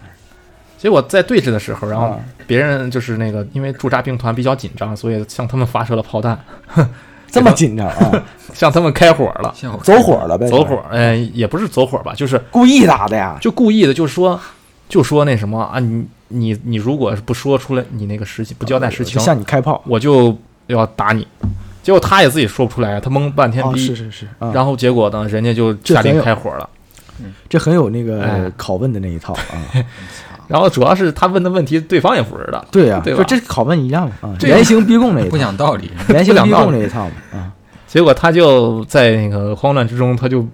Speaker 2: 结果在对峙的时候，然后
Speaker 1: 啊
Speaker 2: 别人就是那个因为驻扎兵团比较紧张，所以向他们发射了炮弹，
Speaker 1: 这么紧张啊，
Speaker 2: 向他们开火了，
Speaker 3: 像我
Speaker 1: 走火了呗，
Speaker 2: 走火，哎，也不是走火吧，就是
Speaker 1: 故意打的呀，
Speaker 2: 就故意的，就是说，就说那什么啊，你你你如果是不说出来你那个实情，不交代实情
Speaker 1: 啊就，呃向你开炮，
Speaker 2: 我就要打你。结果他也自己说不出来，他懵半天
Speaker 1: 哦，
Speaker 2: 逼
Speaker 1: 是，是是，啊
Speaker 2: 然后结果呢，人家就
Speaker 1: 这
Speaker 2: 下
Speaker 1: 很
Speaker 2: 令
Speaker 1: 有啊
Speaker 2: 开火了。
Speaker 1: 这很有那个
Speaker 2: 哎
Speaker 1: 拷问的那一套啊，
Speaker 2: 然后主要是他问的问题，对方也不知道。
Speaker 1: 对呀，
Speaker 2: 对啊
Speaker 1: 就
Speaker 2: 吧
Speaker 1: 这拷问一样嘛啊，
Speaker 2: 这
Speaker 1: 原形逼供那一
Speaker 3: 不
Speaker 1: 套，
Speaker 3: 讲道理，
Speaker 1: 原形
Speaker 2: 不讲
Speaker 1: 逼
Speaker 2: 道
Speaker 1: 供
Speaker 2: 理
Speaker 1: 那一套嘛啊，
Speaker 2: 结果他就在那个慌乱之中，他就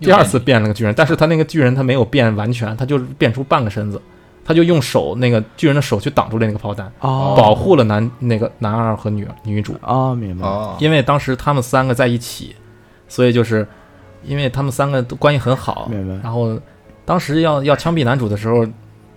Speaker 2: 第二次变了个巨人，但是他那个巨人他没有变完全，他就变出半个身子，他就用手那个巨人的手去挡住了那个炮弹，
Speaker 1: 哦，
Speaker 2: 保护了男那个男二和女女主，
Speaker 1: 啊，明白，
Speaker 3: 哦，
Speaker 2: 因为当时他们三个在一起，所以就是因为他们三个都关系很好，
Speaker 1: 明白
Speaker 2: 然后当时要要枪毙男主的时候，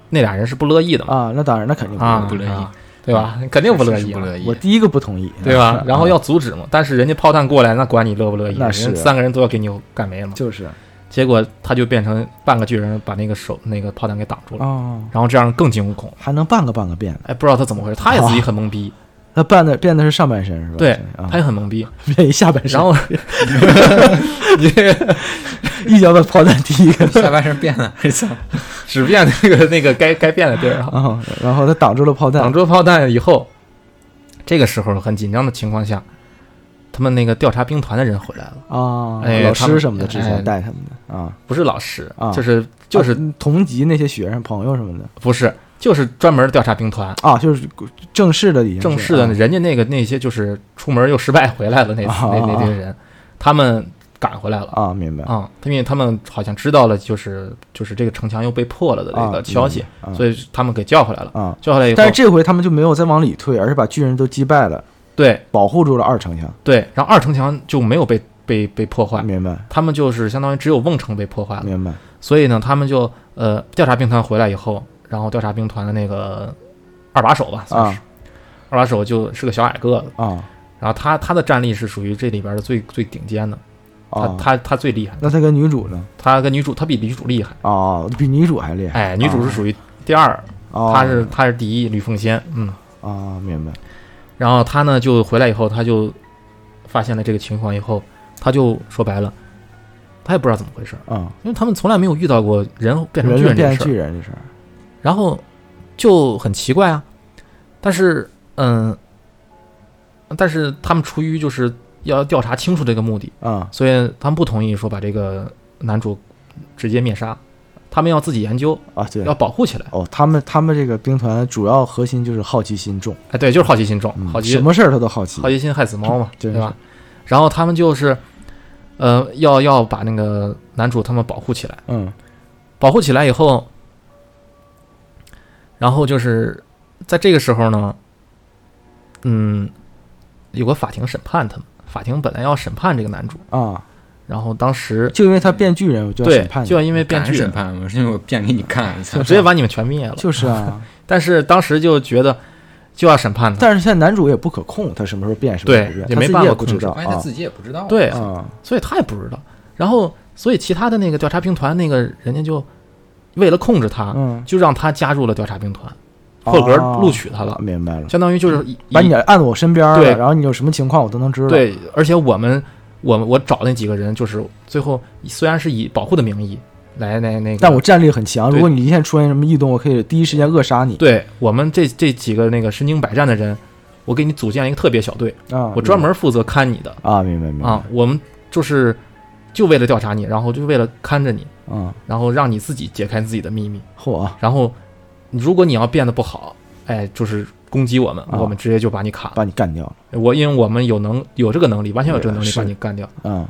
Speaker 2: 那俩人是不乐意的嘛，
Speaker 1: 啊，那当然，那肯定不
Speaker 2: 啊，
Speaker 3: 不乐意
Speaker 2: 啊对吧？肯定
Speaker 3: 又
Speaker 2: 不乐意
Speaker 3: 不
Speaker 2: 啊，
Speaker 3: 乐意
Speaker 1: 我。第一个不同意，
Speaker 2: 对吧
Speaker 1: 啊？
Speaker 2: 然后要阻止嘛，但是人家炮弹过来，那管你乐不乐意，
Speaker 1: 那
Speaker 2: 人
Speaker 1: 是
Speaker 2: 家三个人都要给你干没了嘛。
Speaker 1: 就是
Speaker 2: 结果他就变成半个巨人，把那个手那个炮弹给挡住了，
Speaker 1: 哦，
Speaker 2: 然后这样更惊无恐。
Speaker 1: 还能半个半个变，
Speaker 2: 哎，不知道他怎么回事，他也自己很懵逼，
Speaker 1: 那变的变的是上半身是吧？
Speaker 2: 对
Speaker 1: 啊
Speaker 2: 他，也很懵逼。
Speaker 1: 变一下半身，
Speaker 2: 然后 你这个
Speaker 1: 一脚把炮弹踢一个
Speaker 3: 下半身变 了，
Speaker 2: 只变那个那个该该变的地儿啊，
Speaker 1: 啊，然后他挡住了炮弹
Speaker 2: 挡，住炮弹以后，这个时候很紧张的情况下，他们那个调查兵团的人回来了，
Speaker 1: 啊，
Speaker 2: 哎
Speaker 1: 老
Speaker 2: 他
Speaker 1: 师
Speaker 2: 们
Speaker 1: 什么的之
Speaker 3: 哎
Speaker 1: 前带他们的啊，
Speaker 2: 不是老师，
Speaker 1: 啊
Speaker 2: 就是就是、
Speaker 1: 啊同级那些学生朋友什么的
Speaker 2: 不是就是专门调查兵团，
Speaker 1: 啊，就是正式的已经是
Speaker 2: 正式的，人家那个那些就是出门又失败回来了那、
Speaker 1: 啊
Speaker 2: 那那那些人，他们赶回来了。
Speaker 1: 啊，啊明白
Speaker 2: 啊、因为他们好像知道了，就是就是这个城墙又被破了的这个消息，，
Speaker 1: 啊明白
Speaker 2: 所以他们给叫回来了。
Speaker 1: 啊啊，
Speaker 2: 叫回来以后，
Speaker 1: 但是这回他们就没有再往里退，而是把巨人都击败了，
Speaker 2: 对
Speaker 1: 保护住了二城墙，
Speaker 2: 对，然后二城墙就没有被被被破坏，
Speaker 1: 明白
Speaker 2: 他们就是相当于只有瓮城被破坏了。
Speaker 1: 明白
Speaker 2: 所以呢，他们就呃调查兵团回来以后，然后调查兵团的那个二把手吧，算是、
Speaker 1: 啊
Speaker 2: 二把手就是个小矮个子，
Speaker 1: 啊
Speaker 2: 然后他他的战力是属于这里边的最最顶尖的，他
Speaker 1: 啊，
Speaker 2: 他他最厉害，
Speaker 1: 那他跟女主呢？
Speaker 2: 他跟女主他比女主厉害，
Speaker 1: 哦，比女主还厉害，
Speaker 2: 哎，女主是属于第二，
Speaker 1: 哦
Speaker 2: 他是他是第一，吕奉先，嗯，
Speaker 1: 啊，明白
Speaker 2: 然后他呢就回来以后，他就发现了这个情况以后，他就说白了，他也不知道怎么回事，
Speaker 1: 啊，
Speaker 2: 因为他们从来没有遇到过人变成
Speaker 1: 人
Speaker 2: 巨
Speaker 1: 是
Speaker 2: 人这
Speaker 1: 变
Speaker 2: 事儿
Speaker 1: 巨，人这事儿
Speaker 2: 然后就很奇怪啊。但是，嗯，但是他们出于就是要调查清楚这个目的，
Speaker 1: 啊
Speaker 2: 所以他们不同意说把这个男主直接灭杀，他们要自己研究，
Speaker 1: 啊，对
Speaker 2: 要。保护起来。
Speaker 1: 哦，他们他们这个兵团主要核心就是好奇心重，
Speaker 2: 哎，对，就是好奇心重
Speaker 1: 嗯，
Speaker 2: 好奇
Speaker 1: 什么事儿他都好奇
Speaker 2: 好奇心害死猫嘛，
Speaker 1: 真
Speaker 2: 对吧？然后他们就是，呃，要要把那个男主他们保护起来。
Speaker 1: 嗯
Speaker 2: 保护起来以后，然后就是在这个时候呢，嗯，有个法庭审判他们。法庭本来要审判这个男主，
Speaker 1: 啊，
Speaker 2: 然后当时
Speaker 1: 就因为他变巨人，我就要
Speaker 2: 对
Speaker 1: 审判你
Speaker 2: 就要因为变
Speaker 3: 敢
Speaker 2: 巨
Speaker 3: 审
Speaker 2: 人，
Speaker 3: 判我是因为我变给你看，操
Speaker 2: 直接把你们全灭了。
Speaker 1: 就是 啊，
Speaker 2: 但是当时就觉得就要审判他，
Speaker 1: 但是现在男主也不可控，他什么时候变什么时候
Speaker 2: 对
Speaker 1: 不变，
Speaker 2: 也
Speaker 1: 他
Speaker 2: 没
Speaker 1: 自己
Speaker 2: 办法
Speaker 1: 也不
Speaker 2: 控
Speaker 1: 知
Speaker 2: 制
Speaker 1: 道
Speaker 3: 关键他
Speaker 1: 啊
Speaker 3: 自己也不知道，，
Speaker 2: 对，
Speaker 1: 啊
Speaker 2: 所以他也不知道。然后，所以其他的那个调查兵团那个人家就为了控制他，
Speaker 1: 嗯，
Speaker 2: 就让他加入了调查兵团，破格
Speaker 1: 哦
Speaker 2: 录取他了，
Speaker 1: 明白了，
Speaker 2: 相当于就是以
Speaker 1: 把你按到我身边儿了
Speaker 2: 对
Speaker 1: 然后你有什么情况我都能知道，，
Speaker 2: 对，而且我们我们我找那几个人，就是最后虽然是以保护的名义来来那个，
Speaker 1: 但我战力很强，
Speaker 2: 对
Speaker 1: 如果你一旦出现什么异动，我可以第一时间扼杀你
Speaker 2: 对我们这这几个那个身经百战的人，我给你组建了一个特别小队，
Speaker 1: 啊，
Speaker 2: 我专门负责看你的
Speaker 1: 啊，明白明白
Speaker 2: 啊，我们就是就为了调查你，然后就为了看着你，
Speaker 1: 啊，
Speaker 2: 然后让你自己解开自己的秘密，
Speaker 1: 嚯
Speaker 2: 然后如果你要变得不好，哎，就是。攻击我们，
Speaker 1: 啊
Speaker 2: 我们直接就把你砍了。
Speaker 1: 把你干掉了，
Speaker 2: 我因为我们有能有这个能力，完全有这个能力
Speaker 1: 是
Speaker 2: 把你干掉。
Speaker 1: 嗯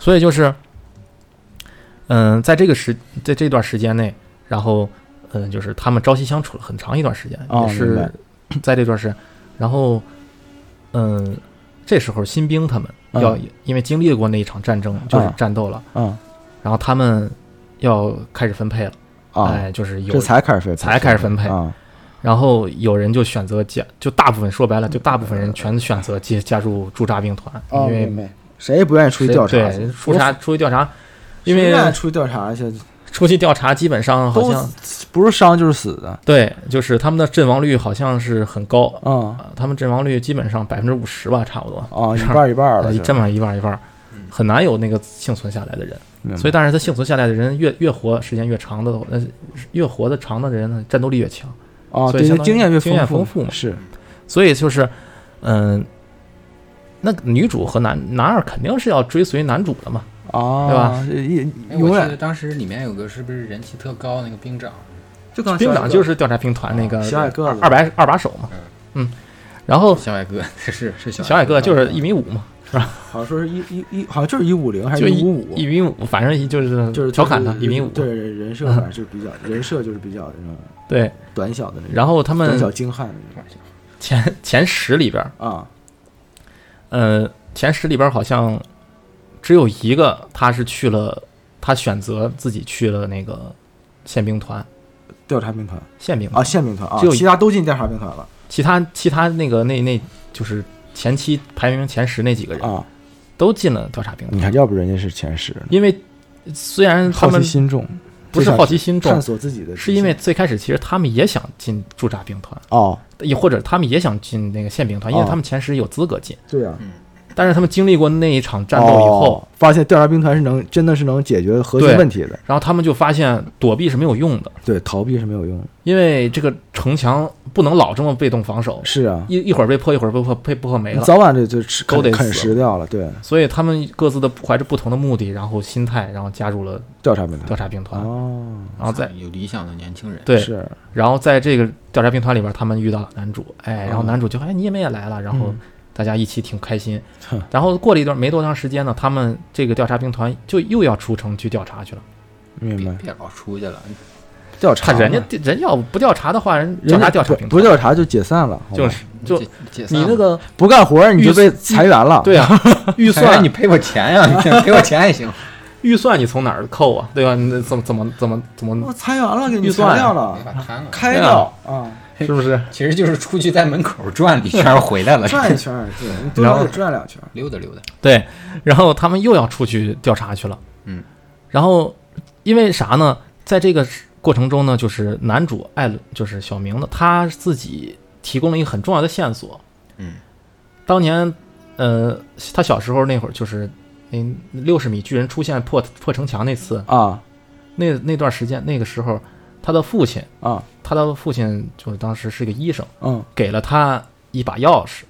Speaker 2: 所以就是，嗯、在这个时在这段时间内，然后嗯、呃就是他们朝夕相处了很长一段时间，
Speaker 1: 哦
Speaker 2: 也
Speaker 1: 明
Speaker 2: 是
Speaker 1: 白
Speaker 2: 在这段时间，然后嗯、这时候新兵他们要、因为经历过那一场战争，就是
Speaker 1: 嗯
Speaker 2: 战斗了，
Speaker 1: 嗯
Speaker 2: 然后他们要开始分配了，
Speaker 1: 啊，
Speaker 2: 哎，就是有
Speaker 1: 这才开始分配
Speaker 2: 才开始分配，
Speaker 1: 啊
Speaker 2: 然后有人就选择加，就大部分说白了，就大部分人全选择加加入驻扎兵团，
Speaker 1: 啊，
Speaker 2: 因为
Speaker 1: 嗯明白，谁也不愿意出去
Speaker 2: 谁
Speaker 1: 调查去，
Speaker 2: 对出查出去调查。因
Speaker 1: 谁
Speaker 2: 为
Speaker 1: 愿意出去调查去，
Speaker 2: 出去调查，基本上好
Speaker 1: 都
Speaker 2: 像
Speaker 1: 不是伤就是死的，
Speaker 2: 对，就是他们的阵亡率好像是很高，
Speaker 1: 嗯
Speaker 2: 啊他们阵亡率基本上百分之五十吧，差不多，
Speaker 1: 啊，一半儿一半儿了
Speaker 2: 呃
Speaker 1: 就，
Speaker 2: 这 么一半儿一半儿，很难有那个幸存下来的人。
Speaker 1: 明白
Speaker 2: 所以，但是他幸存下来的人越越活时间越长的，呃，越活得长的人呢，战斗力越强。
Speaker 1: 啊，
Speaker 2: 所以
Speaker 1: 对，就
Speaker 2: 相当于
Speaker 1: 经验越
Speaker 2: 经验
Speaker 1: 丰
Speaker 2: 丰富嘛
Speaker 1: 是
Speaker 2: 所以就是，嗯、那个女主和男男二肯定是要追随男主的嘛，
Speaker 1: 啊，
Speaker 2: 对吧
Speaker 1: 这一？
Speaker 3: 哎我
Speaker 1: 永
Speaker 3: 记得
Speaker 1: 远
Speaker 3: 当时里面有个是不是人气特高那个兵长，
Speaker 1: 就刚
Speaker 2: 兵长就是调查兵团啊那个
Speaker 1: 小矮个子
Speaker 2: 二百二把手嘛，嗯，然后
Speaker 3: 小矮个 啊是是小
Speaker 2: 小矮个就是一
Speaker 3: 米，
Speaker 2: 米五嘛，
Speaker 1: 好像说是一一一，好像就是一五零还
Speaker 2: 就是一
Speaker 1: 五五，
Speaker 2: 一米五，反正就是
Speaker 1: 就是
Speaker 2: 调侃他
Speaker 1: 就是
Speaker 2: 一米五，
Speaker 1: 对人人设反正就是 比较人设就是比较那种
Speaker 2: 对，
Speaker 1: 短小的那种，
Speaker 2: 然后他
Speaker 1: 短小
Speaker 2: 们
Speaker 1: 精悍的那种
Speaker 2: 前 前十里边儿，
Speaker 1: 啊
Speaker 2: 呃，前十里边儿好像只有一个他是去了，他选择自己去了那个宪兵团，
Speaker 1: 调查兵团
Speaker 2: 宪兵团
Speaker 1: 啊宪兵团啊，
Speaker 2: 只有一
Speaker 1: 其他都进调查兵团了
Speaker 2: 其他其他那个那那就是前期排名前十那几个人
Speaker 1: 啊，
Speaker 2: 都进了调查兵
Speaker 1: 你
Speaker 2: 团，
Speaker 1: 看要不人家是前十呢，
Speaker 2: 因为虽然他
Speaker 1: 好奇
Speaker 2: 们
Speaker 1: 心重，
Speaker 2: 不是
Speaker 1: 就想
Speaker 2: 好奇心重
Speaker 1: 探，索自己的极限，
Speaker 2: 是因为最开始其实他们也想进驻扎兵团，
Speaker 1: 哦
Speaker 2: 也或者他们也想进那个宪兵团，因为
Speaker 1: 哦
Speaker 2: 他们前十有资格进。
Speaker 1: 对啊。
Speaker 2: 但是他们经历过那一场战斗以后，
Speaker 1: 哦发现调查兵团是能真的是能解决核心
Speaker 2: 对
Speaker 1: 问题的，
Speaker 2: 然后他们就发现躲避是没有用的，
Speaker 1: 对，逃避是没有用的。
Speaker 2: 因为这个城墙不能老这么被动防守，
Speaker 1: 是嗯啊，
Speaker 2: 一一会儿被破，一会儿被破，被破没了。
Speaker 1: 早晚这就吃
Speaker 2: 都得
Speaker 1: 啃啃
Speaker 2: 死
Speaker 1: 食掉了。对，
Speaker 2: 所以他们各自的怀着不同的目的，然后心态，然后加入了
Speaker 1: 调查兵团
Speaker 2: 调查兵团，
Speaker 1: 哦，
Speaker 2: 然后在
Speaker 3: 有理想的年轻人，
Speaker 2: 对，
Speaker 1: 是
Speaker 2: 然后在这个调查兵团里边，他们遇到了男主，哎，然后
Speaker 1: 嗯
Speaker 2: 男主就哎你们也来了，然后
Speaker 1: 嗯
Speaker 2: 大家一起挺开心
Speaker 1: 哼。
Speaker 2: 然后过了一段没多长时间呢，他们这个调查兵团就又要出城去调查去了。
Speaker 1: 明
Speaker 3: 别
Speaker 1: 白。
Speaker 3: 别老出去了，
Speaker 1: 调
Speaker 2: 他
Speaker 1: 查
Speaker 2: 人家
Speaker 1: 嘛
Speaker 2: 人家要不调查的话，人
Speaker 1: 人
Speaker 2: 叫
Speaker 1: 家
Speaker 2: 啥调查
Speaker 1: 不
Speaker 2: 兵
Speaker 1: 不
Speaker 2: 团？
Speaker 1: 调查就解散了，好
Speaker 2: 就
Speaker 1: 吧
Speaker 2: 是就
Speaker 3: 解解散
Speaker 2: 你那
Speaker 3: 了
Speaker 2: 个
Speaker 1: 不干活儿你就
Speaker 2: 预
Speaker 1: 被裁员了。
Speaker 2: 对啊， 预
Speaker 3: 反正
Speaker 2: 算
Speaker 3: 你赔我钱 呀、你赔我钱也行，
Speaker 2: 预算你从哪儿扣啊？对吧？你怎么怎么怎么怎么
Speaker 1: 我裁员了，给你
Speaker 2: 预
Speaker 1: 裁
Speaker 2: 算
Speaker 1: 掉
Speaker 3: 没
Speaker 1: 了，
Speaker 3: 法摊了。
Speaker 1: 开
Speaker 2: 对啊
Speaker 1: 掉啊，
Speaker 2: 是不是？
Speaker 3: 其实就是出去在门口转了一圈，回来了，
Speaker 1: 转一圈儿，对，你多
Speaker 2: 哎然
Speaker 1: 少
Speaker 2: 后
Speaker 1: 得转两圈儿。
Speaker 3: 溜达溜达。
Speaker 2: 对，然后他们又要出去调查去了。
Speaker 3: 嗯，
Speaker 2: 然后因为啥呢？在这个过程中呢，就是男主艾伦，就是小明呢，他自己提供了一个很重要的线索。
Speaker 3: 嗯，
Speaker 2: 当年，呃，他小时候那会儿就是。那六十米巨人出现破破城墙那次，
Speaker 1: 啊
Speaker 2: 那那段时间，那个时候，他的父亲，
Speaker 1: 啊
Speaker 2: 他的父亲就是当时是个医生，
Speaker 1: 嗯
Speaker 2: 给了他一把钥匙，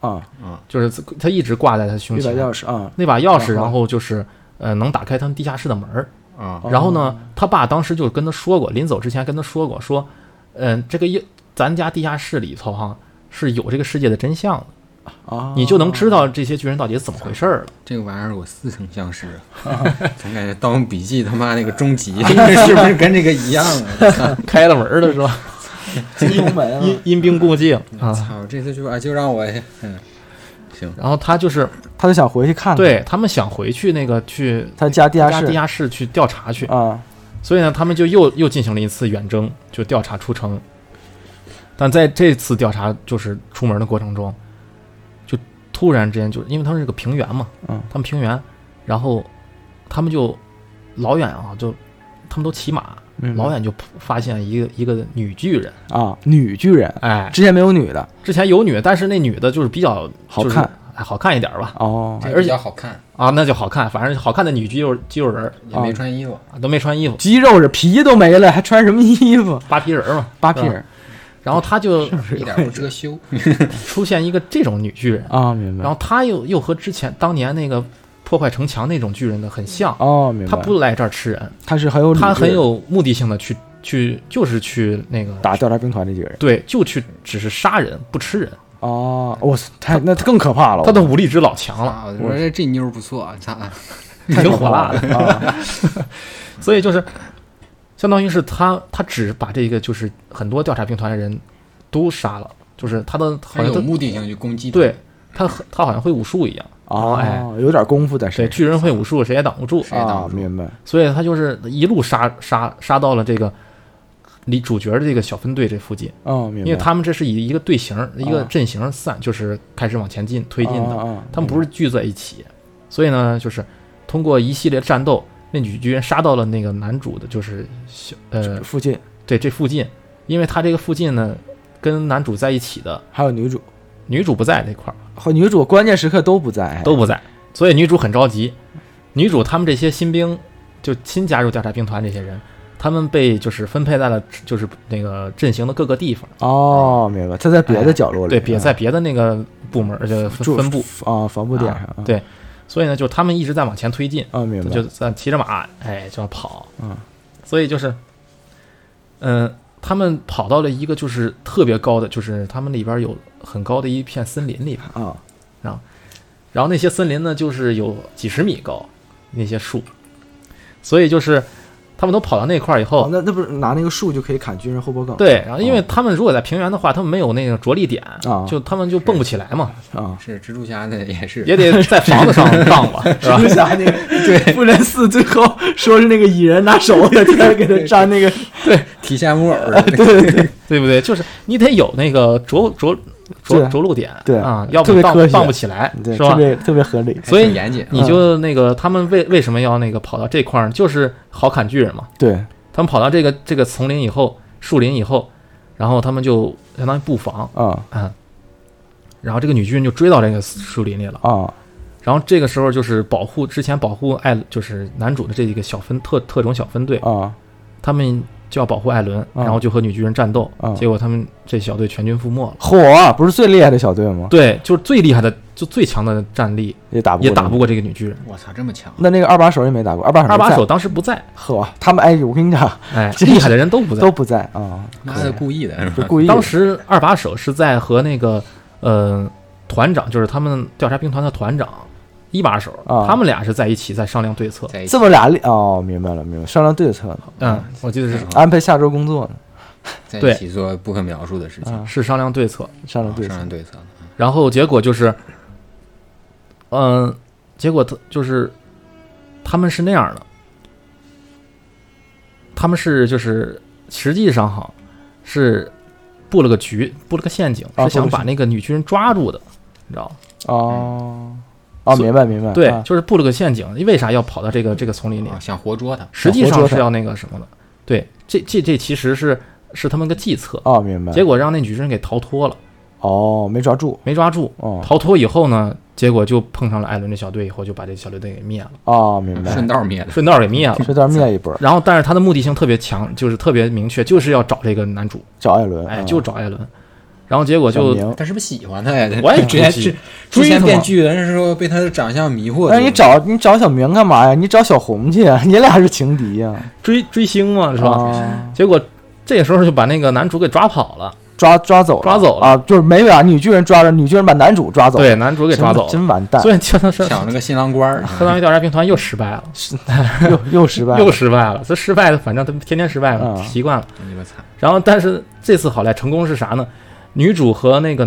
Speaker 1: 啊，
Speaker 3: 嗯，
Speaker 2: 就是他一直挂在他胸
Speaker 1: 一把
Speaker 2: 前，
Speaker 1: 钥匙啊，
Speaker 2: 那把钥匙，
Speaker 1: 然后
Speaker 2: 然后就是呃能打开他们地下室的门儿。
Speaker 3: 啊、
Speaker 1: 哦
Speaker 2: 然后呢，他爸当时就跟他说过，临走之前跟他说过，说，嗯、这个一咱家地下室里头哈、是有这个世界的真相的，
Speaker 1: 啊，
Speaker 2: 你就能知道这些巨人到底是怎么回 事儿了。
Speaker 3: 这个玩意儿我似曾相识， 总感觉《盗墓笔记》他妈那个终极 是不是跟这个一样 啊？
Speaker 2: 开了门儿了 是吧？
Speaker 1: 金龙 门
Speaker 2: 因
Speaker 1: 啊，
Speaker 2: 因兵固计
Speaker 3: 我
Speaker 2: 啊。
Speaker 3: 操，这次就把就让我，嗯，行，
Speaker 2: 然后他就是
Speaker 1: 他就想回去看看，
Speaker 2: 对他们想回去那个去
Speaker 1: 他家地
Speaker 2: 他
Speaker 1: 下
Speaker 2: 家地
Speaker 1: 室
Speaker 2: 下室去调查去，
Speaker 1: 啊，
Speaker 2: 所以呢，他们就又又进行了一次远征，就调查出城。但在这次调查就是出门的过程中，就突然之间就因为他们是个平原嘛，
Speaker 1: 嗯，
Speaker 2: 他们平原，然后他们就老远啊，就他们都骑马，
Speaker 1: 明白
Speaker 2: 嗯老远就发现一个一个女巨人，
Speaker 1: 啊，女巨人，
Speaker 2: 哎，
Speaker 1: 之前没有女的
Speaker 2: 之前有女，但是那女的就是比较
Speaker 1: 好
Speaker 2: 就是
Speaker 1: 看
Speaker 2: 哎，好看一点吧，
Speaker 1: 哦
Speaker 3: 这，
Speaker 2: 而且
Speaker 3: 个比较好看，
Speaker 2: 啊，那就好看，反正好看的女肌肉肌肉人儿
Speaker 3: 也没穿衣服，
Speaker 2: 啊，都没穿衣服，
Speaker 1: 肌肉是皮都没了，还穿什么衣服？
Speaker 2: 扒皮人儿嘛，
Speaker 1: 扒皮
Speaker 2: 是吧
Speaker 1: 人
Speaker 2: 然后他就
Speaker 3: 一点不遮 羞。
Speaker 2: 出现一个这种女巨人，
Speaker 1: 啊，明白。
Speaker 2: 然后他又又和之前当年那个破坏城墙那种巨人的很像，
Speaker 1: 哦，明白。
Speaker 2: 他不来这儿吃人，
Speaker 1: 他是很有理
Speaker 2: 他很
Speaker 1: 智
Speaker 2: 有目的性的去去就是去那个
Speaker 1: 打调查兵团这几个人
Speaker 2: 对，就去只是杀人不吃人，
Speaker 1: 哦，我操，太那更可怕了，
Speaker 2: 他的武力值老强了，
Speaker 3: 啊，我说这这妞儿不错，啊，咋？
Speaker 1: 太
Speaker 2: 挺
Speaker 1: 可
Speaker 2: 火
Speaker 1: 怕
Speaker 2: 辣
Speaker 1: 了
Speaker 2: 的，
Speaker 1: 啊！
Speaker 2: 所以就是相当于是他他只把这个就是很多调查兵团的人都杀了，就是他的好
Speaker 3: 他
Speaker 2: 像
Speaker 3: 有
Speaker 2: 都
Speaker 3: 目的性去攻击，，
Speaker 2: 对他很他好像会武术一样，哎
Speaker 1: 哦，有点功夫在
Speaker 2: 对
Speaker 1: 身
Speaker 2: 巨人会武术谁也挡不住，
Speaker 3: 谁也挡
Speaker 1: 啊，
Speaker 3: 不住
Speaker 1: 明白
Speaker 2: 所以他就是一路杀杀杀到了这个离主角的这个小分队这附近，
Speaker 1: 哦，明
Speaker 2: 因
Speaker 1: 白。
Speaker 2: 为他们这是以一个队形、一个阵型散，就是开始往前进推进的，
Speaker 1: 啊，
Speaker 2: 他们不是聚在一起，所以呢，就是通过一系列战斗，那女巨人杀到了那个男主的，就是小呃
Speaker 1: 是附近
Speaker 2: 对这附近，因为他这个附近呢跟男主在一起的
Speaker 1: 还有女主
Speaker 2: 女主不在这块儿
Speaker 1: 和女主关键时刻都不在，
Speaker 2: 都不在，所以女主很着急，女主他们这些新兵就新加入调查兵团这些人。他们被就是分配在了就是那个阵型的各个地方，
Speaker 1: 哦，明白。他在别的
Speaker 2: 哎
Speaker 1: 角落里，
Speaker 2: 对，别在别的那个部门儿就
Speaker 1: 住
Speaker 2: 分分布，
Speaker 1: 啊防部点上啊
Speaker 2: 啊，对，所以呢，就是他们一直在往前推进，
Speaker 1: 啊，明
Speaker 2: 他
Speaker 1: 白
Speaker 2: 就在骑着马，哎，就要跑，
Speaker 1: 嗯，
Speaker 2: 所以就是，嗯、他们跑到了一个就是特别高的，就是他们里边有很高的一片森林里边，
Speaker 1: 啊，
Speaker 2: 然后那些森林呢，就是有几十米高那些树，所以就是他们都跑到那块儿以后
Speaker 1: 哦，，那那不是拿那个树就可以砍军人后脖梗？
Speaker 2: 对，然后因为
Speaker 1: 哦
Speaker 2: 他们如果在平原的话，他们没有那个着力点，
Speaker 1: 啊
Speaker 2: 就他们就蹦不起来嘛，
Speaker 1: 啊，
Speaker 3: 是蜘蛛侠的也是，
Speaker 2: 也得在房子上荡吧，是吧
Speaker 1: 蜘？蛛侠那个对复联四最后说是那个蚁人拿手在天上给他粘那个
Speaker 3: 提线木偶儿的，
Speaker 2: 对不对？就是你得有那个着着
Speaker 1: 对
Speaker 2: 着着陆点，
Speaker 1: 对
Speaker 2: 啊，要
Speaker 1: 特
Speaker 2: 不
Speaker 1: 别科
Speaker 2: 荡
Speaker 1: 学
Speaker 2: 荡不起来，
Speaker 1: 对，
Speaker 2: 是
Speaker 1: 特
Speaker 2: 吧？
Speaker 1: 别特别合理，
Speaker 2: 所以
Speaker 3: 严谨，啊
Speaker 2: 你就那个他们为为什么要那个跑到这块儿呢？就是好砍巨人嘛。
Speaker 1: 对，
Speaker 2: 他们跑到这个这个丛林以后，树林以后，然后他们就相当于布防，
Speaker 1: 啊
Speaker 2: 啊，然后这个女巨人就追到这个树林里了。
Speaker 1: 啊
Speaker 2: 然后这个时候就是保护之前保护艾就是男主的这一个小分特特种小分队，
Speaker 1: 啊
Speaker 2: 他们就要保护艾伦，
Speaker 1: 嗯
Speaker 2: 然后就和女巨人战斗
Speaker 1: 嗯，
Speaker 2: 结果他们这小队全军覆没了。
Speaker 1: 嚯，啊不是最厉害的小队吗？
Speaker 2: 对，就是最厉害的，就最强的战力
Speaker 1: 也打不
Speaker 2: 也打不
Speaker 1: 过。
Speaker 2: 过这个女巨人。
Speaker 3: 我操，这么强！啊
Speaker 1: 那那个二把手也没打过，二把手没
Speaker 2: 二把
Speaker 1: 在
Speaker 2: 手当时不在，
Speaker 1: 嚯，他们哎，我跟你讲，
Speaker 2: 哎，
Speaker 1: 真是
Speaker 2: 厉害的人都不在嗯
Speaker 1: 都。不在啊，
Speaker 3: 妈的，故意的是
Speaker 1: 就
Speaker 3: 吧？
Speaker 1: 故意的。
Speaker 2: 当时二把手是在和那个呃团长，就是他们调查兵团的团长一把手
Speaker 1: 啊，
Speaker 2: 他们俩是在一起在商量对策。
Speaker 3: 在一起
Speaker 1: 这么俩力哦，明白了，明白了，商量对策呢，
Speaker 2: 嗯，我记得是
Speaker 1: 安排下周工作呢，
Speaker 3: 在
Speaker 2: 对
Speaker 3: 一起做不可描述的事情，
Speaker 1: 啊，
Speaker 2: 是商量对策，
Speaker 1: 商量
Speaker 3: 哦
Speaker 1: 对策
Speaker 3: 商，量对策呢。
Speaker 2: 然后结果就是，嗯、结果他就是他们是那样的，他们是就是实际上哈是布了个局，布了个陷阱，
Speaker 1: 啊
Speaker 2: 是
Speaker 1: 布了
Speaker 2: 想
Speaker 1: 个
Speaker 2: 把那个女巨人抓住的，你知道吗？
Speaker 1: 哦，哦，
Speaker 2: 嗯所
Speaker 1: 明白明白，
Speaker 2: 对，
Speaker 1: 啊
Speaker 2: 就是布了个陷阱，为啥要跑到这个这个丛林里
Speaker 3: 啊？想活捉他，
Speaker 2: 实际
Speaker 1: 活捉
Speaker 2: 上是
Speaker 1: 他
Speaker 2: 要那个什么的，对，这这这其实是是他们个计策，
Speaker 1: 哦，明白，
Speaker 2: 结果让那女巨人给逃脱了，
Speaker 1: 哦，没抓住，
Speaker 2: 没抓住。
Speaker 1: 哦，
Speaker 2: 逃脱以后呢，结果就碰上了艾伦这小队，以后就把这小队队给灭了，
Speaker 1: 哦，明白，
Speaker 3: 顺道灭的。
Speaker 2: 顺道给 灭了。
Speaker 1: 这段灭一波，
Speaker 2: 然后，但是他的目的性特别强，就是特别明确，就是要找这个男主，
Speaker 1: 找艾伦，
Speaker 2: 哎，
Speaker 1: 啊
Speaker 2: 就找艾伦。然后结果
Speaker 1: 小
Speaker 2: 就
Speaker 1: 明
Speaker 3: 他是不是喜欢他呀？
Speaker 2: 我也
Speaker 3: 之前
Speaker 2: 估计
Speaker 3: 之之前
Speaker 2: 追他
Speaker 3: 变
Speaker 2: 嘛
Speaker 3: 巨人的时候被他的长相迷惑住了。
Speaker 1: 那哎你找你找小明干嘛呀？你找小红去啊，你俩是情敌呀、
Speaker 2: 追追星嘛，是吧？
Speaker 1: 啊
Speaker 2: 结果这时候就把那个男主给抓跑了，
Speaker 1: 抓抓走了，
Speaker 2: 抓走了
Speaker 1: 啊！就是没把女巨人抓着，女巨人把男主抓走，
Speaker 2: 对，，男主给
Speaker 1: 给
Speaker 2: 抓走了。
Speaker 1: 真完蛋，
Speaker 2: 所以相当
Speaker 3: 抢
Speaker 2: 相
Speaker 3: 了个新郎官儿，
Speaker 2: 当于调查兵团又失败了，
Speaker 1: 又又失败了，
Speaker 2: 又失败了。这失败了，反正他们天天失败嘛，
Speaker 1: 嗯
Speaker 2: 习惯了。
Speaker 3: 你们惨！
Speaker 2: 然后，但是这次好赖成功是啥呢？女主和那个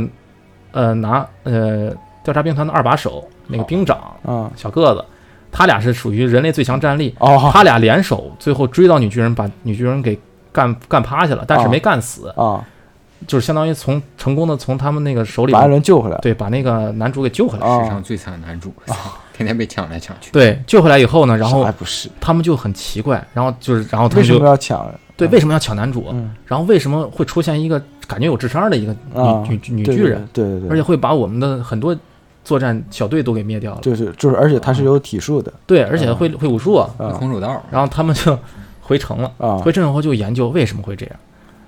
Speaker 2: 呃拿呃调查兵团的二把手那个兵长
Speaker 1: 嗯，
Speaker 2: 小个子，他俩是属于人类最强战力，
Speaker 1: 哦
Speaker 2: 他俩联手最后追到女巨人，把女巨人给干干趴下了，但是
Speaker 1: 哦
Speaker 2: 没干死，
Speaker 1: 啊，
Speaker 2: 就是相当于从成功的从他们那个手里
Speaker 1: 把艾伦救回来了，
Speaker 2: 对把那个男主给救回来。
Speaker 1: 啊
Speaker 3: 史上，最惨男主， 天天被抢来抢去。
Speaker 2: 对，救回来以后呢，然
Speaker 1: 啥
Speaker 2: 后
Speaker 1: 也不是，
Speaker 2: 他们就很奇怪，然后就是，然后他
Speaker 1: 为
Speaker 2: 们
Speaker 1: 什么
Speaker 2: 就
Speaker 1: 要抢？
Speaker 2: 对为什么要抢男主？
Speaker 1: 嗯
Speaker 2: 然后为什么会出现一个感觉有智商的一个女、
Speaker 1: 啊
Speaker 2: 女女
Speaker 1: 对
Speaker 2: 巨人，，
Speaker 1: 对对对对，
Speaker 2: 而且会把我们的很多作战小队都给灭掉了。
Speaker 1: 就是就是，而且他是有体术的
Speaker 2: 对，而且会嗯会武术，
Speaker 3: 那
Speaker 1: 啊
Speaker 3: 空手道，
Speaker 2: 然后他们就回城了。
Speaker 1: 啊
Speaker 2: 回城以后就研究为什么会这样。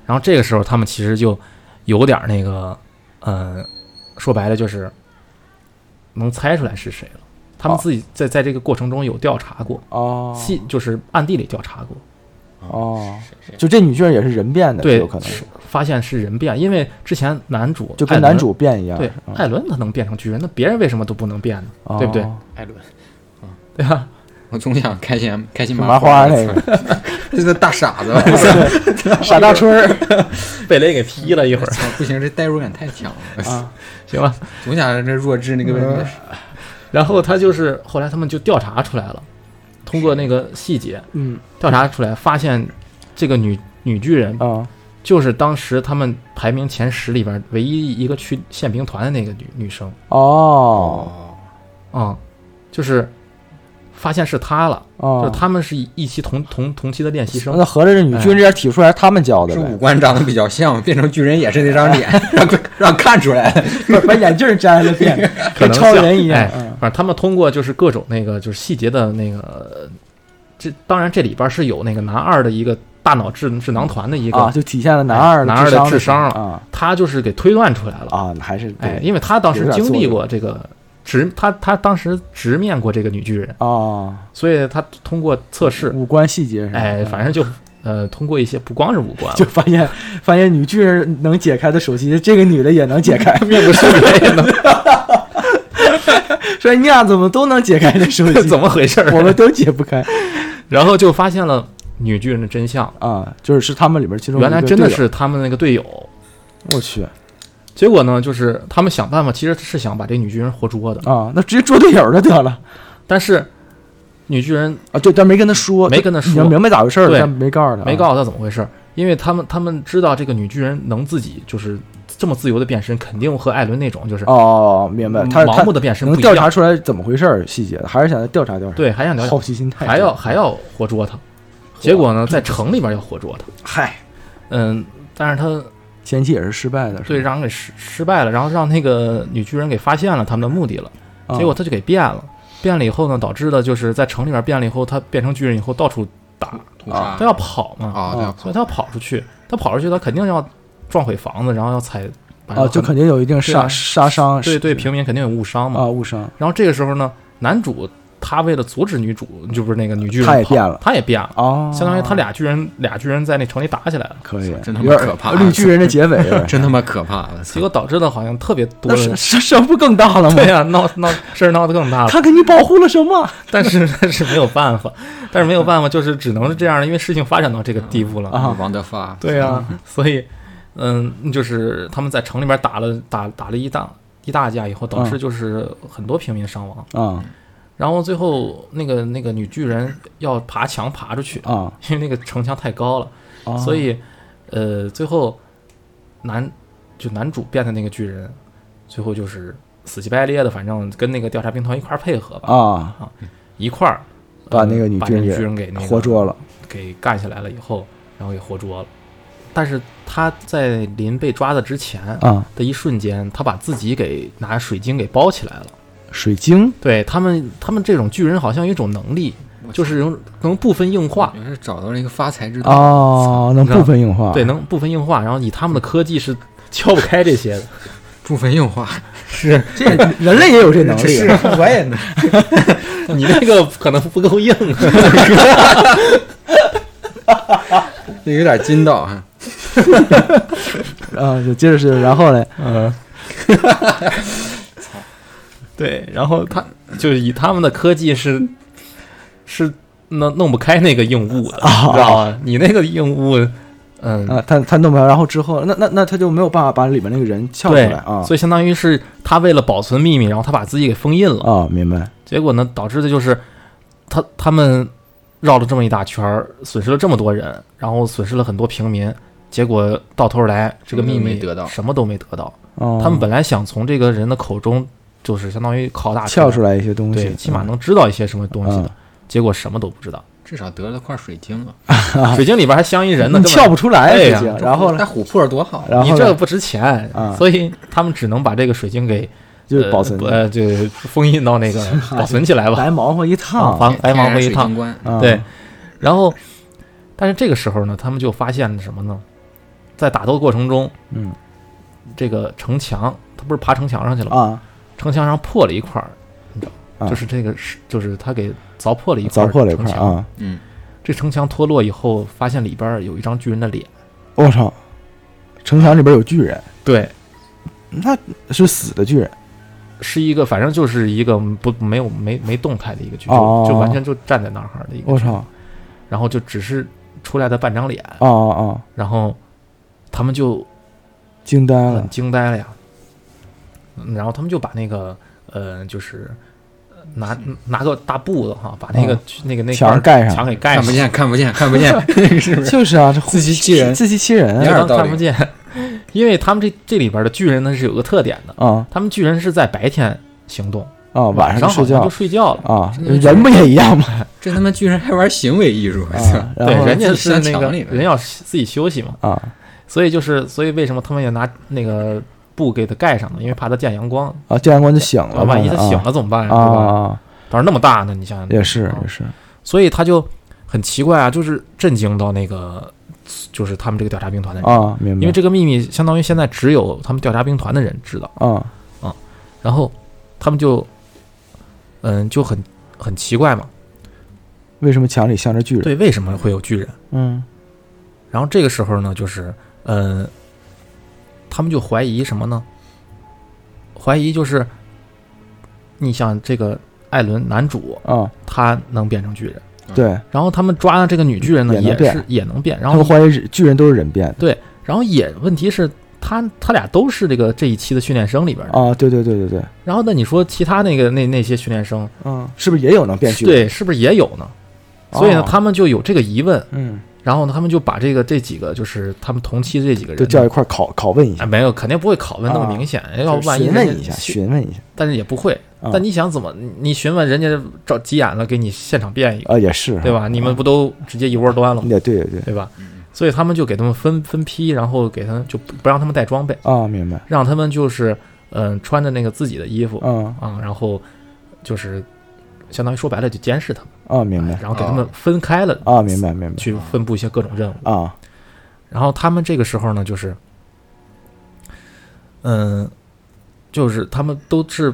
Speaker 2: 然后这个时候他们其实就有点那个，呃，说白了就是能猜出来是谁了。他们
Speaker 1: 哦
Speaker 2: 自己在在这个过程中有调查过，
Speaker 1: 哦
Speaker 2: 细就是暗地里调查过，
Speaker 1: 哦，
Speaker 3: 是
Speaker 1: 就这女巨人也是人变的，
Speaker 2: 对
Speaker 1: 有可能
Speaker 2: 是发现是人变，因为之前男主
Speaker 1: 就跟
Speaker 2: 艾伦
Speaker 1: 男主变一样，
Speaker 2: 对
Speaker 1: 嗯
Speaker 2: 艾伦他能变成巨人，那别人为什么都不能变呢？对不对？
Speaker 1: 哦
Speaker 3: 艾伦。
Speaker 2: 对吧？
Speaker 3: 啊我总想开心啊开心
Speaker 1: 麻
Speaker 3: 花
Speaker 1: 花那个
Speaker 3: 个，这个大傻子吧，啊
Speaker 1: 傻大春儿
Speaker 2: 被雷给劈了一会儿，
Speaker 3: 操不行，这代入感太强了，
Speaker 1: 啊，
Speaker 2: 行吧。
Speaker 3: 总想着这弱智那个问题。
Speaker 2: 然后他就是后来他们就调查出来了，通过那个细节，
Speaker 1: 嗯
Speaker 2: 调查出来，发现这个女女巨人
Speaker 1: 啊
Speaker 2: 就是当时他们排名前十里边唯一一个去宪兵团的那个女女生
Speaker 1: 哦
Speaker 2: 啊、就是发现是她了，就
Speaker 1: 哦
Speaker 2: 是，他们是一期同同同期的练习生
Speaker 1: 那，合着这女军这点体术还是他们教的
Speaker 3: 是五
Speaker 1: 呗？
Speaker 3: 官长得比 较像，变成巨人也是那张脸，让让看出来。
Speaker 1: 不是把眼镜摘了变，
Speaker 2: 可
Speaker 1: 跟
Speaker 2: 能
Speaker 1: 超
Speaker 2: 像
Speaker 1: 人一样
Speaker 2: 哎。
Speaker 1: 嗯
Speaker 2: 反正他们通过就是各种那个就是细节的那个，这当然这里边是有那个男二的一个大脑智智囊团的一个，
Speaker 1: 啊，就体现了男二
Speaker 2: 哎男二的智商了
Speaker 1: 啊
Speaker 2: 他就是给推断出来了。
Speaker 1: 啊，还是
Speaker 2: 哎，
Speaker 1: 对
Speaker 2: 因为他当时
Speaker 1: 有点
Speaker 2: 经历
Speaker 1: 作用
Speaker 2: 过这个直，他他当时直面过这个女巨人，
Speaker 1: 啊，
Speaker 2: 所以他通过测试，
Speaker 1: 五官细节是吧？嗯
Speaker 2: 哎，反正就呃，通过一些不光是五官，
Speaker 1: 就发现 发现女巨人能解开的手机，这个女的也能解 开，
Speaker 2: 面部识别也能
Speaker 1: 说你俩怎么都能解开这手 机？
Speaker 2: 怎么回事
Speaker 1: 我
Speaker 2: 儿？
Speaker 1: 们都解不开
Speaker 2: 然后就发现了女巨人的真相，
Speaker 1: 啊，就是是他们里边其中一个
Speaker 2: 原来真的
Speaker 1: 队友
Speaker 2: 是他们那个队友。
Speaker 1: 我去
Speaker 2: 结果呢，就是他们想办法，其实是想把这女巨人活捉的，
Speaker 1: 啊，那直接捉队友就得了
Speaker 2: 但是女巨人
Speaker 1: 啊，对，但没跟他说，
Speaker 2: 没跟他说
Speaker 1: 已经明白咋回事了，
Speaker 2: 对
Speaker 1: 但没告诉他，啊
Speaker 2: 没告诉他怎么回事儿，因为他们他们知道这个女巨人能自己就是这么自由的变身，肯定和艾伦那种就是
Speaker 1: 哦，明白，他
Speaker 2: 嗯盲
Speaker 1: 他
Speaker 2: 目的变身
Speaker 1: 能
Speaker 2: 不一
Speaker 1: 调
Speaker 2: 样
Speaker 1: 查。出来怎么回事儿细节的，还是想再调查调查。
Speaker 2: 对，还想了解
Speaker 1: 好，奇心太
Speaker 2: 还要还要活捉他。结果呢，在城里边要活捉他，
Speaker 1: 嗨，
Speaker 2: 嗯，但是他
Speaker 1: 前期也是失败的，
Speaker 2: 对
Speaker 1: 是吧
Speaker 2: 让人给失失败了，然后让那个女巨人给发现了他们的目的了，
Speaker 1: 啊
Speaker 2: 结果他就给变了，变了以后呢，导致的就是在城里边变了以后，他变成巨人以后到处打，
Speaker 3: 屠
Speaker 1: 啊
Speaker 3: 杀
Speaker 2: 他要跑嘛，
Speaker 3: 啊，
Speaker 1: 啊
Speaker 3: 他要
Speaker 2: 所
Speaker 3: 跑
Speaker 2: 以他要跑出去，他跑出去，他肯定要撞毁房子，然后要踩，把
Speaker 1: 啊，
Speaker 2: 人
Speaker 1: 就
Speaker 2: 很
Speaker 1: 肯定有一定杀
Speaker 2: 对啊
Speaker 1: 杀伤，
Speaker 2: 对对平民肯定有误伤嘛。
Speaker 1: 啊误伤
Speaker 2: 然后这个时候呢，男主他为了阻止女主，就不是那个女巨
Speaker 1: 他
Speaker 2: 人跑，
Speaker 1: 也变了
Speaker 2: 他也变了，
Speaker 1: 哦，
Speaker 2: 相当于他俩巨人俩巨人在那城里打起来了，
Speaker 1: 可以，
Speaker 3: 真他
Speaker 1: 有
Speaker 3: 妈
Speaker 1: 点
Speaker 3: 可怕
Speaker 1: 绿巨人的结尾有 点
Speaker 3: 真他妈可怕！我操
Speaker 2: 结果导致了好像特别多
Speaker 1: 那伤
Speaker 2: 人
Speaker 1: 伤伤不更大了吗
Speaker 2: 对？啊呀、闹闹事儿闹得更大了，
Speaker 1: 他给你保护了什么？
Speaker 2: 但是 但是没有办法，但是没有办法，就是只能是这样了，因为事情发展到这个地步了。
Speaker 1: 啊
Speaker 3: 王德发，
Speaker 2: 对啊呀、所以嗯，就是他们在城里边打了打打了一大一大架以后，
Speaker 1: 嗯
Speaker 2: 导致就是很多平民伤亡。
Speaker 1: 啊
Speaker 2: 然后最后那个那个女巨人要爬墙爬出去，
Speaker 1: 啊！
Speaker 2: 因为那个城墙太高了，
Speaker 1: 啊
Speaker 2: 所以呃，最后男就男主变的那个巨人，最后就是死乞白咧的，反正跟那个调查兵团一块儿配合吧，
Speaker 1: 啊，
Speaker 2: 一块儿
Speaker 1: 把
Speaker 2: 呃
Speaker 1: 那个女
Speaker 2: 把
Speaker 1: 巨
Speaker 2: 那
Speaker 1: 人
Speaker 2: 个
Speaker 1: 也
Speaker 2: 巨人给那个
Speaker 1: 活捉了
Speaker 2: 给干起来了以后，然后给活捉了。但是他在临被抓的之前
Speaker 1: 啊！
Speaker 2: 的一瞬间，他把自己给拿水晶给包起来了。
Speaker 1: 水晶
Speaker 2: 对他们，他们这种巨人好像有一种能力，
Speaker 3: 我
Speaker 2: 就是能能部分硬化，
Speaker 3: 也是找到了一个发财之道。
Speaker 1: 哦，能部分硬化，
Speaker 2: 对，能部分硬化。然后以他们的科技是敲不开这些的。
Speaker 3: 部分硬化，
Speaker 1: 这人类也有这能力，
Speaker 3: 啊 我也能。
Speaker 2: 你那个可能不够硬，啊
Speaker 3: 这有点筋道啊，
Speaker 1: 啊，就接着是，然后嘞，
Speaker 2: 嗯， 对，然后他就是以他们的科技是是弄弄不开那个硬物的，你知道吧？你那个硬物，嗯，
Speaker 1: 啊，他他弄不了，然后之后，那那那他就没有办法把里面那个人撬出
Speaker 2: 对
Speaker 1: 来啊，
Speaker 2: 所以相当于是他为了保存秘密，然后他把自己给封印了。
Speaker 1: 啊，明白，
Speaker 2: 结果呢，导致的就是他他们绕了这么一大圈儿，损失了这么多人，然后损失了很多平民。结果到头来，这个
Speaker 3: 什么
Speaker 2: 秘
Speaker 3: 都
Speaker 2: 密
Speaker 3: 没得到
Speaker 2: 什么都没得到。
Speaker 1: 哦，
Speaker 2: 他们本来想从这个人的口中，就是相当于拷打
Speaker 1: 撬出来一些东西，啊
Speaker 2: 对，起码能知道一些什么东西的。
Speaker 1: 嗯
Speaker 2: 结果什么都不知道，
Speaker 3: 至少得了块水晶啊。
Speaker 2: 水晶里边还镶一人呢，
Speaker 1: 你
Speaker 2: 根 本
Speaker 1: 撬不出来
Speaker 2: 对
Speaker 1: 水
Speaker 2: 呀
Speaker 1: 晶，啊然后
Speaker 3: 那
Speaker 1: 呢，
Speaker 3: 琥珀多好，
Speaker 1: 然
Speaker 2: 你
Speaker 1: 后
Speaker 2: 这个
Speaker 1: 呢
Speaker 2: 不值钱
Speaker 1: 啊，
Speaker 2: 所以他们只能把这个水晶给
Speaker 1: 就是保存
Speaker 2: 呃，不呃，就封印到 那个保存起来吧，
Speaker 1: 白忙活一趟
Speaker 2: 啊，白白忙活一
Speaker 3: 天然水
Speaker 2: 趟
Speaker 3: 晶。棺，
Speaker 1: 啊
Speaker 2: 对，然后，但是这个时候呢，他们就发现了什么呢？在打斗过程中，
Speaker 1: 嗯
Speaker 2: 这个城墙，他不是爬城墙上去了吗？
Speaker 1: 啊，
Speaker 2: 城墙上破了一块儿，你知道，
Speaker 1: 啊
Speaker 2: 就是这个是，就是他给凿破了一块
Speaker 1: 凿
Speaker 2: 儿
Speaker 1: 破了一
Speaker 2: 城
Speaker 1: 块
Speaker 2: 墙。
Speaker 1: 啊，
Speaker 3: 嗯，
Speaker 2: 这城墙脱落以后，发现里边儿有一张巨人的脸。
Speaker 1: 我操，城墙里边有巨人，
Speaker 2: 对，
Speaker 1: 那是死的巨人
Speaker 2: 是一个，反正就是一个不没有没没动开的一个巨人，
Speaker 1: 哦
Speaker 2: 就完全就站在那儿的一个
Speaker 1: 我
Speaker 2: 巨人，
Speaker 1: 操！
Speaker 2: 然后就只是出来的半张脸，
Speaker 1: 哦哦
Speaker 2: 然后他们就
Speaker 1: 哦，惊呆
Speaker 2: 很
Speaker 1: 了！
Speaker 2: 惊呆了呀，嗯然后他们就把那个呃，就是呃拿拿个大布子哈，把那个、
Speaker 1: 嗯
Speaker 2: 那个那
Speaker 1: 墙
Speaker 2: 块
Speaker 1: 盖上
Speaker 2: 墙给盖
Speaker 3: 看不，
Speaker 2: 上
Speaker 3: 见，看不见，看不见，是 不是？
Speaker 1: 就是啊，这
Speaker 3: 自欺欺人
Speaker 1: 自欺欺人啊
Speaker 3: 有点
Speaker 2: 让
Speaker 3: 道理
Speaker 2: 看不见， 因为他们这这里边的巨人呢是有个特点的，
Speaker 1: 啊
Speaker 2: 他们巨人是在白天行动，
Speaker 1: 啊！
Speaker 2: 晚
Speaker 1: 上
Speaker 2: 好
Speaker 1: 睡
Speaker 2: 像
Speaker 1: 觉
Speaker 2: 就睡觉了。
Speaker 1: 啊，
Speaker 3: 嗯
Speaker 1: 人不也一样吗？
Speaker 3: 这他妈居然还玩行为艺术！我操
Speaker 1: 啊，然
Speaker 2: 对，
Speaker 1: 后
Speaker 2: 人家
Speaker 3: 自己
Speaker 2: 是
Speaker 3: 钻
Speaker 2: 那个
Speaker 3: 墙里了
Speaker 2: 人要自己休息嘛，
Speaker 1: 啊
Speaker 2: 所以就是所以为什么他们也拿那个布给他盖上呢？因为怕他见阳光，
Speaker 1: 啊！教官就醒
Speaker 2: 啊
Speaker 1: 了，
Speaker 2: 万一他醒
Speaker 1: 啊
Speaker 2: 了怎么办呀？
Speaker 1: 啊
Speaker 2: 对吧？
Speaker 1: 啊，啊
Speaker 2: 当时那么大呢，你想想
Speaker 1: 也是
Speaker 2: 啊
Speaker 1: 也是
Speaker 2: 所以他就很奇怪啊，就是震惊到那个，就是他们这个调查兵团的人，
Speaker 1: 啊，明白？
Speaker 2: 嗯因为这个秘密相当于现在只有他们调查兵团的人知道。
Speaker 1: 啊
Speaker 2: 然后他们就，嗯，就很很奇怪嘛，
Speaker 1: 为什么墙里镶着巨人？
Speaker 2: 对，为什么会有巨人？
Speaker 1: 嗯
Speaker 2: 然后这个时候呢，就是，嗯，他们就怀疑什么呢？怀疑就是，你像这个艾伦男主，
Speaker 1: 啊，
Speaker 2: 他能变成巨人，
Speaker 1: 对，
Speaker 2: 然后他们抓的这个女巨人呢，
Speaker 1: 嗯也能
Speaker 2: 也
Speaker 1: 变
Speaker 2: 是也能变，然
Speaker 1: 他
Speaker 2: 后
Speaker 1: 们怀疑是巨人都是人变的
Speaker 2: 然后也问题是他他俩都是这个这一期的训练生里边的。
Speaker 1: 啊！对对对对对，
Speaker 2: 然后那你说其他那个那那些训练生，
Speaker 1: 嗯，是不是也有能变巨人？
Speaker 2: 对，是不是也有呢？所以呢
Speaker 1: 哦，
Speaker 2: 他们就有这个疑问，
Speaker 1: 嗯，
Speaker 2: 然后呢，他们就把这个这几个就是他们同期的这几个人
Speaker 1: 就
Speaker 2: 呢，
Speaker 1: 叫一块儿拷拷问一
Speaker 2: 哎
Speaker 1: 下，
Speaker 2: 没有，肯定不会拷问那么
Speaker 1: 啊
Speaker 2: 明显，要
Speaker 1: 就是
Speaker 2: 哎万一
Speaker 1: 询
Speaker 2: 人家
Speaker 1: 问一下，询问一下
Speaker 2: 但是也不会。
Speaker 1: 啊
Speaker 2: 但你想怎么你你询问人家找急眼了，给你现场变一个，
Speaker 1: 啊，嗯也是
Speaker 2: 对吧？你们不都直接一窝端了吗？
Speaker 1: 也对也对
Speaker 2: 对吧？
Speaker 3: 嗯
Speaker 2: 所以他们就给他们分分批，然后给他们就不不让他们带装备。
Speaker 1: 啊，明白
Speaker 2: 让他们就是嗯、呃穿着那个自己的衣服
Speaker 1: 啊
Speaker 2: 啊，然后就是相当于说白了就监视他们。
Speaker 1: 啊啊，明白
Speaker 2: 然后给他们分开了
Speaker 1: 啊，明白明白
Speaker 2: 去分布一些各种任务。
Speaker 1: 啊，
Speaker 2: 然后他们这个时候呢，就是，嗯，就是他们都是，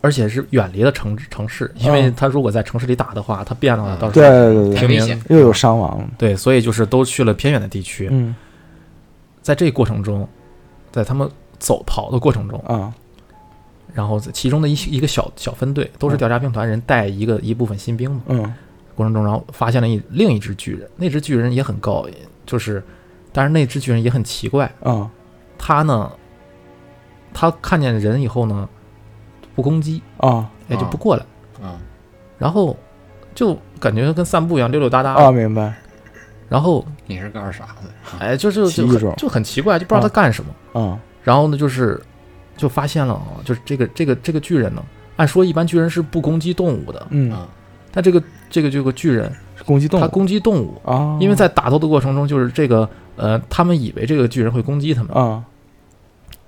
Speaker 2: 而且是远离了城城市，因为
Speaker 1: 嗯
Speaker 2: 他如果在城市里打的话，他变了，
Speaker 3: 嗯
Speaker 2: 到时
Speaker 1: 对
Speaker 2: 候
Speaker 1: 对对
Speaker 3: 太
Speaker 1: 对，
Speaker 3: 危
Speaker 2: 平
Speaker 3: 险
Speaker 2: 民，
Speaker 1: 又有伤亡了，
Speaker 2: 对，所以就是都去了偏远的地区。
Speaker 1: 嗯
Speaker 2: 在这个过程中，在他们走跑的过程中，
Speaker 1: 啊
Speaker 2: 然后其中的一一个小小分队都是调查兵团人带一个一部分新兵嘛，
Speaker 1: 嗯
Speaker 2: 过程中，然后发现了一另一只巨人，那只巨人也很高，就是，但是那只巨人也很奇怪，
Speaker 1: 啊
Speaker 2: 他呢，他看见人以后呢，不攻击，
Speaker 1: 啊
Speaker 2: 哎，就
Speaker 3: 啊
Speaker 2: 不过来，
Speaker 3: 啊，
Speaker 2: 然后就感觉跟散步一样溜溜达达，
Speaker 1: 啊，明白
Speaker 2: 然后
Speaker 3: 你是个二傻子，
Speaker 2: 哎，就就
Speaker 1: 奇
Speaker 2: 就
Speaker 1: 异种
Speaker 2: 很就很奇怪，就不知道他干什么。
Speaker 1: 啊
Speaker 2: 然后呢，就是就发现了啊，就是这个这个这个巨人呢，按说一般巨人是不攻击动物的，
Speaker 1: 嗯，
Speaker 3: 啊，
Speaker 2: 但这个这个这个巨人
Speaker 1: 是攻击动
Speaker 2: 他
Speaker 1: 物
Speaker 2: 攻击动物，
Speaker 1: 啊，
Speaker 2: 因为在打斗的过程中，就是这个呃，他们以为这个巨人会攻击他们，
Speaker 1: 啊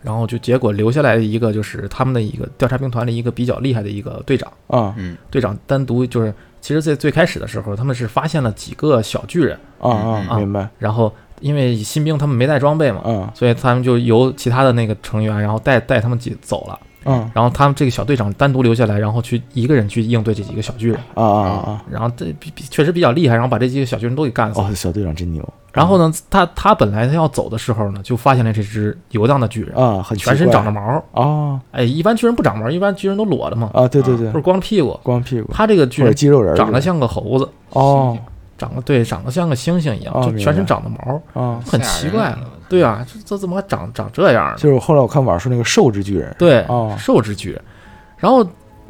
Speaker 2: 然后就结果留下来一个就是他们的一个调查兵团的一个比较厉害的一个队长，
Speaker 1: 啊
Speaker 3: 嗯
Speaker 2: 队长单独就是其实，在最开始的时候，他们是发现了几个小巨人，
Speaker 1: 啊
Speaker 2: 嗯
Speaker 1: 啊，明白
Speaker 2: 然后因为新兵他们没带装备嘛，
Speaker 1: 啊
Speaker 2: 所以他们就由其他的那个成员，然后带带他们几走了，
Speaker 1: 啊
Speaker 2: 然后他们这个小队长单独留下来，然后去一个人去应对这几个小巨人，
Speaker 1: 啊啊啊，
Speaker 2: 然后这比比确实比较厉害，然后把这几个小巨人都给干死了。
Speaker 1: 哦，小队长真牛
Speaker 2: 然后呢，他他本来他要走的时候呢，就发现了这只游荡的巨人，
Speaker 1: 啊，很
Speaker 2: 全身长着毛。
Speaker 1: 啊
Speaker 2: 哎，一般巨人不长毛，一般巨人都裸着嘛，
Speaker 1: 啊，对对对
Speaker 2: 不是，光着屁股。
Speaker 1: 光屁股
Speaker 2: 他这个
Speaker 1: 或
Speaker 2: 巨
Speaker 1: 者
Speaker 2: 人
Speaker 1: 肌肉人
Speaker 2: 长得像个猴子，
Speaker 1: 哦
Speaker 2: 长得对，长得像个猩猩一样，
Speaker 1: 哦
Speaker 2: 就
Speaker 1: 明白
Speaker 2: 全身长着毛，
Speaker 1: 啊，
Speaker 2: 很奇怪
Speaker 3: 吓人
Speaker 2: 了。对啊，这这怎么还长长这样呢？
Speaker 1: 就是我后来我看网上说那个兽之巨人
Speaker 2: 对，
Speaker 1: 哦
Speaker 2: 兽之巨人。然后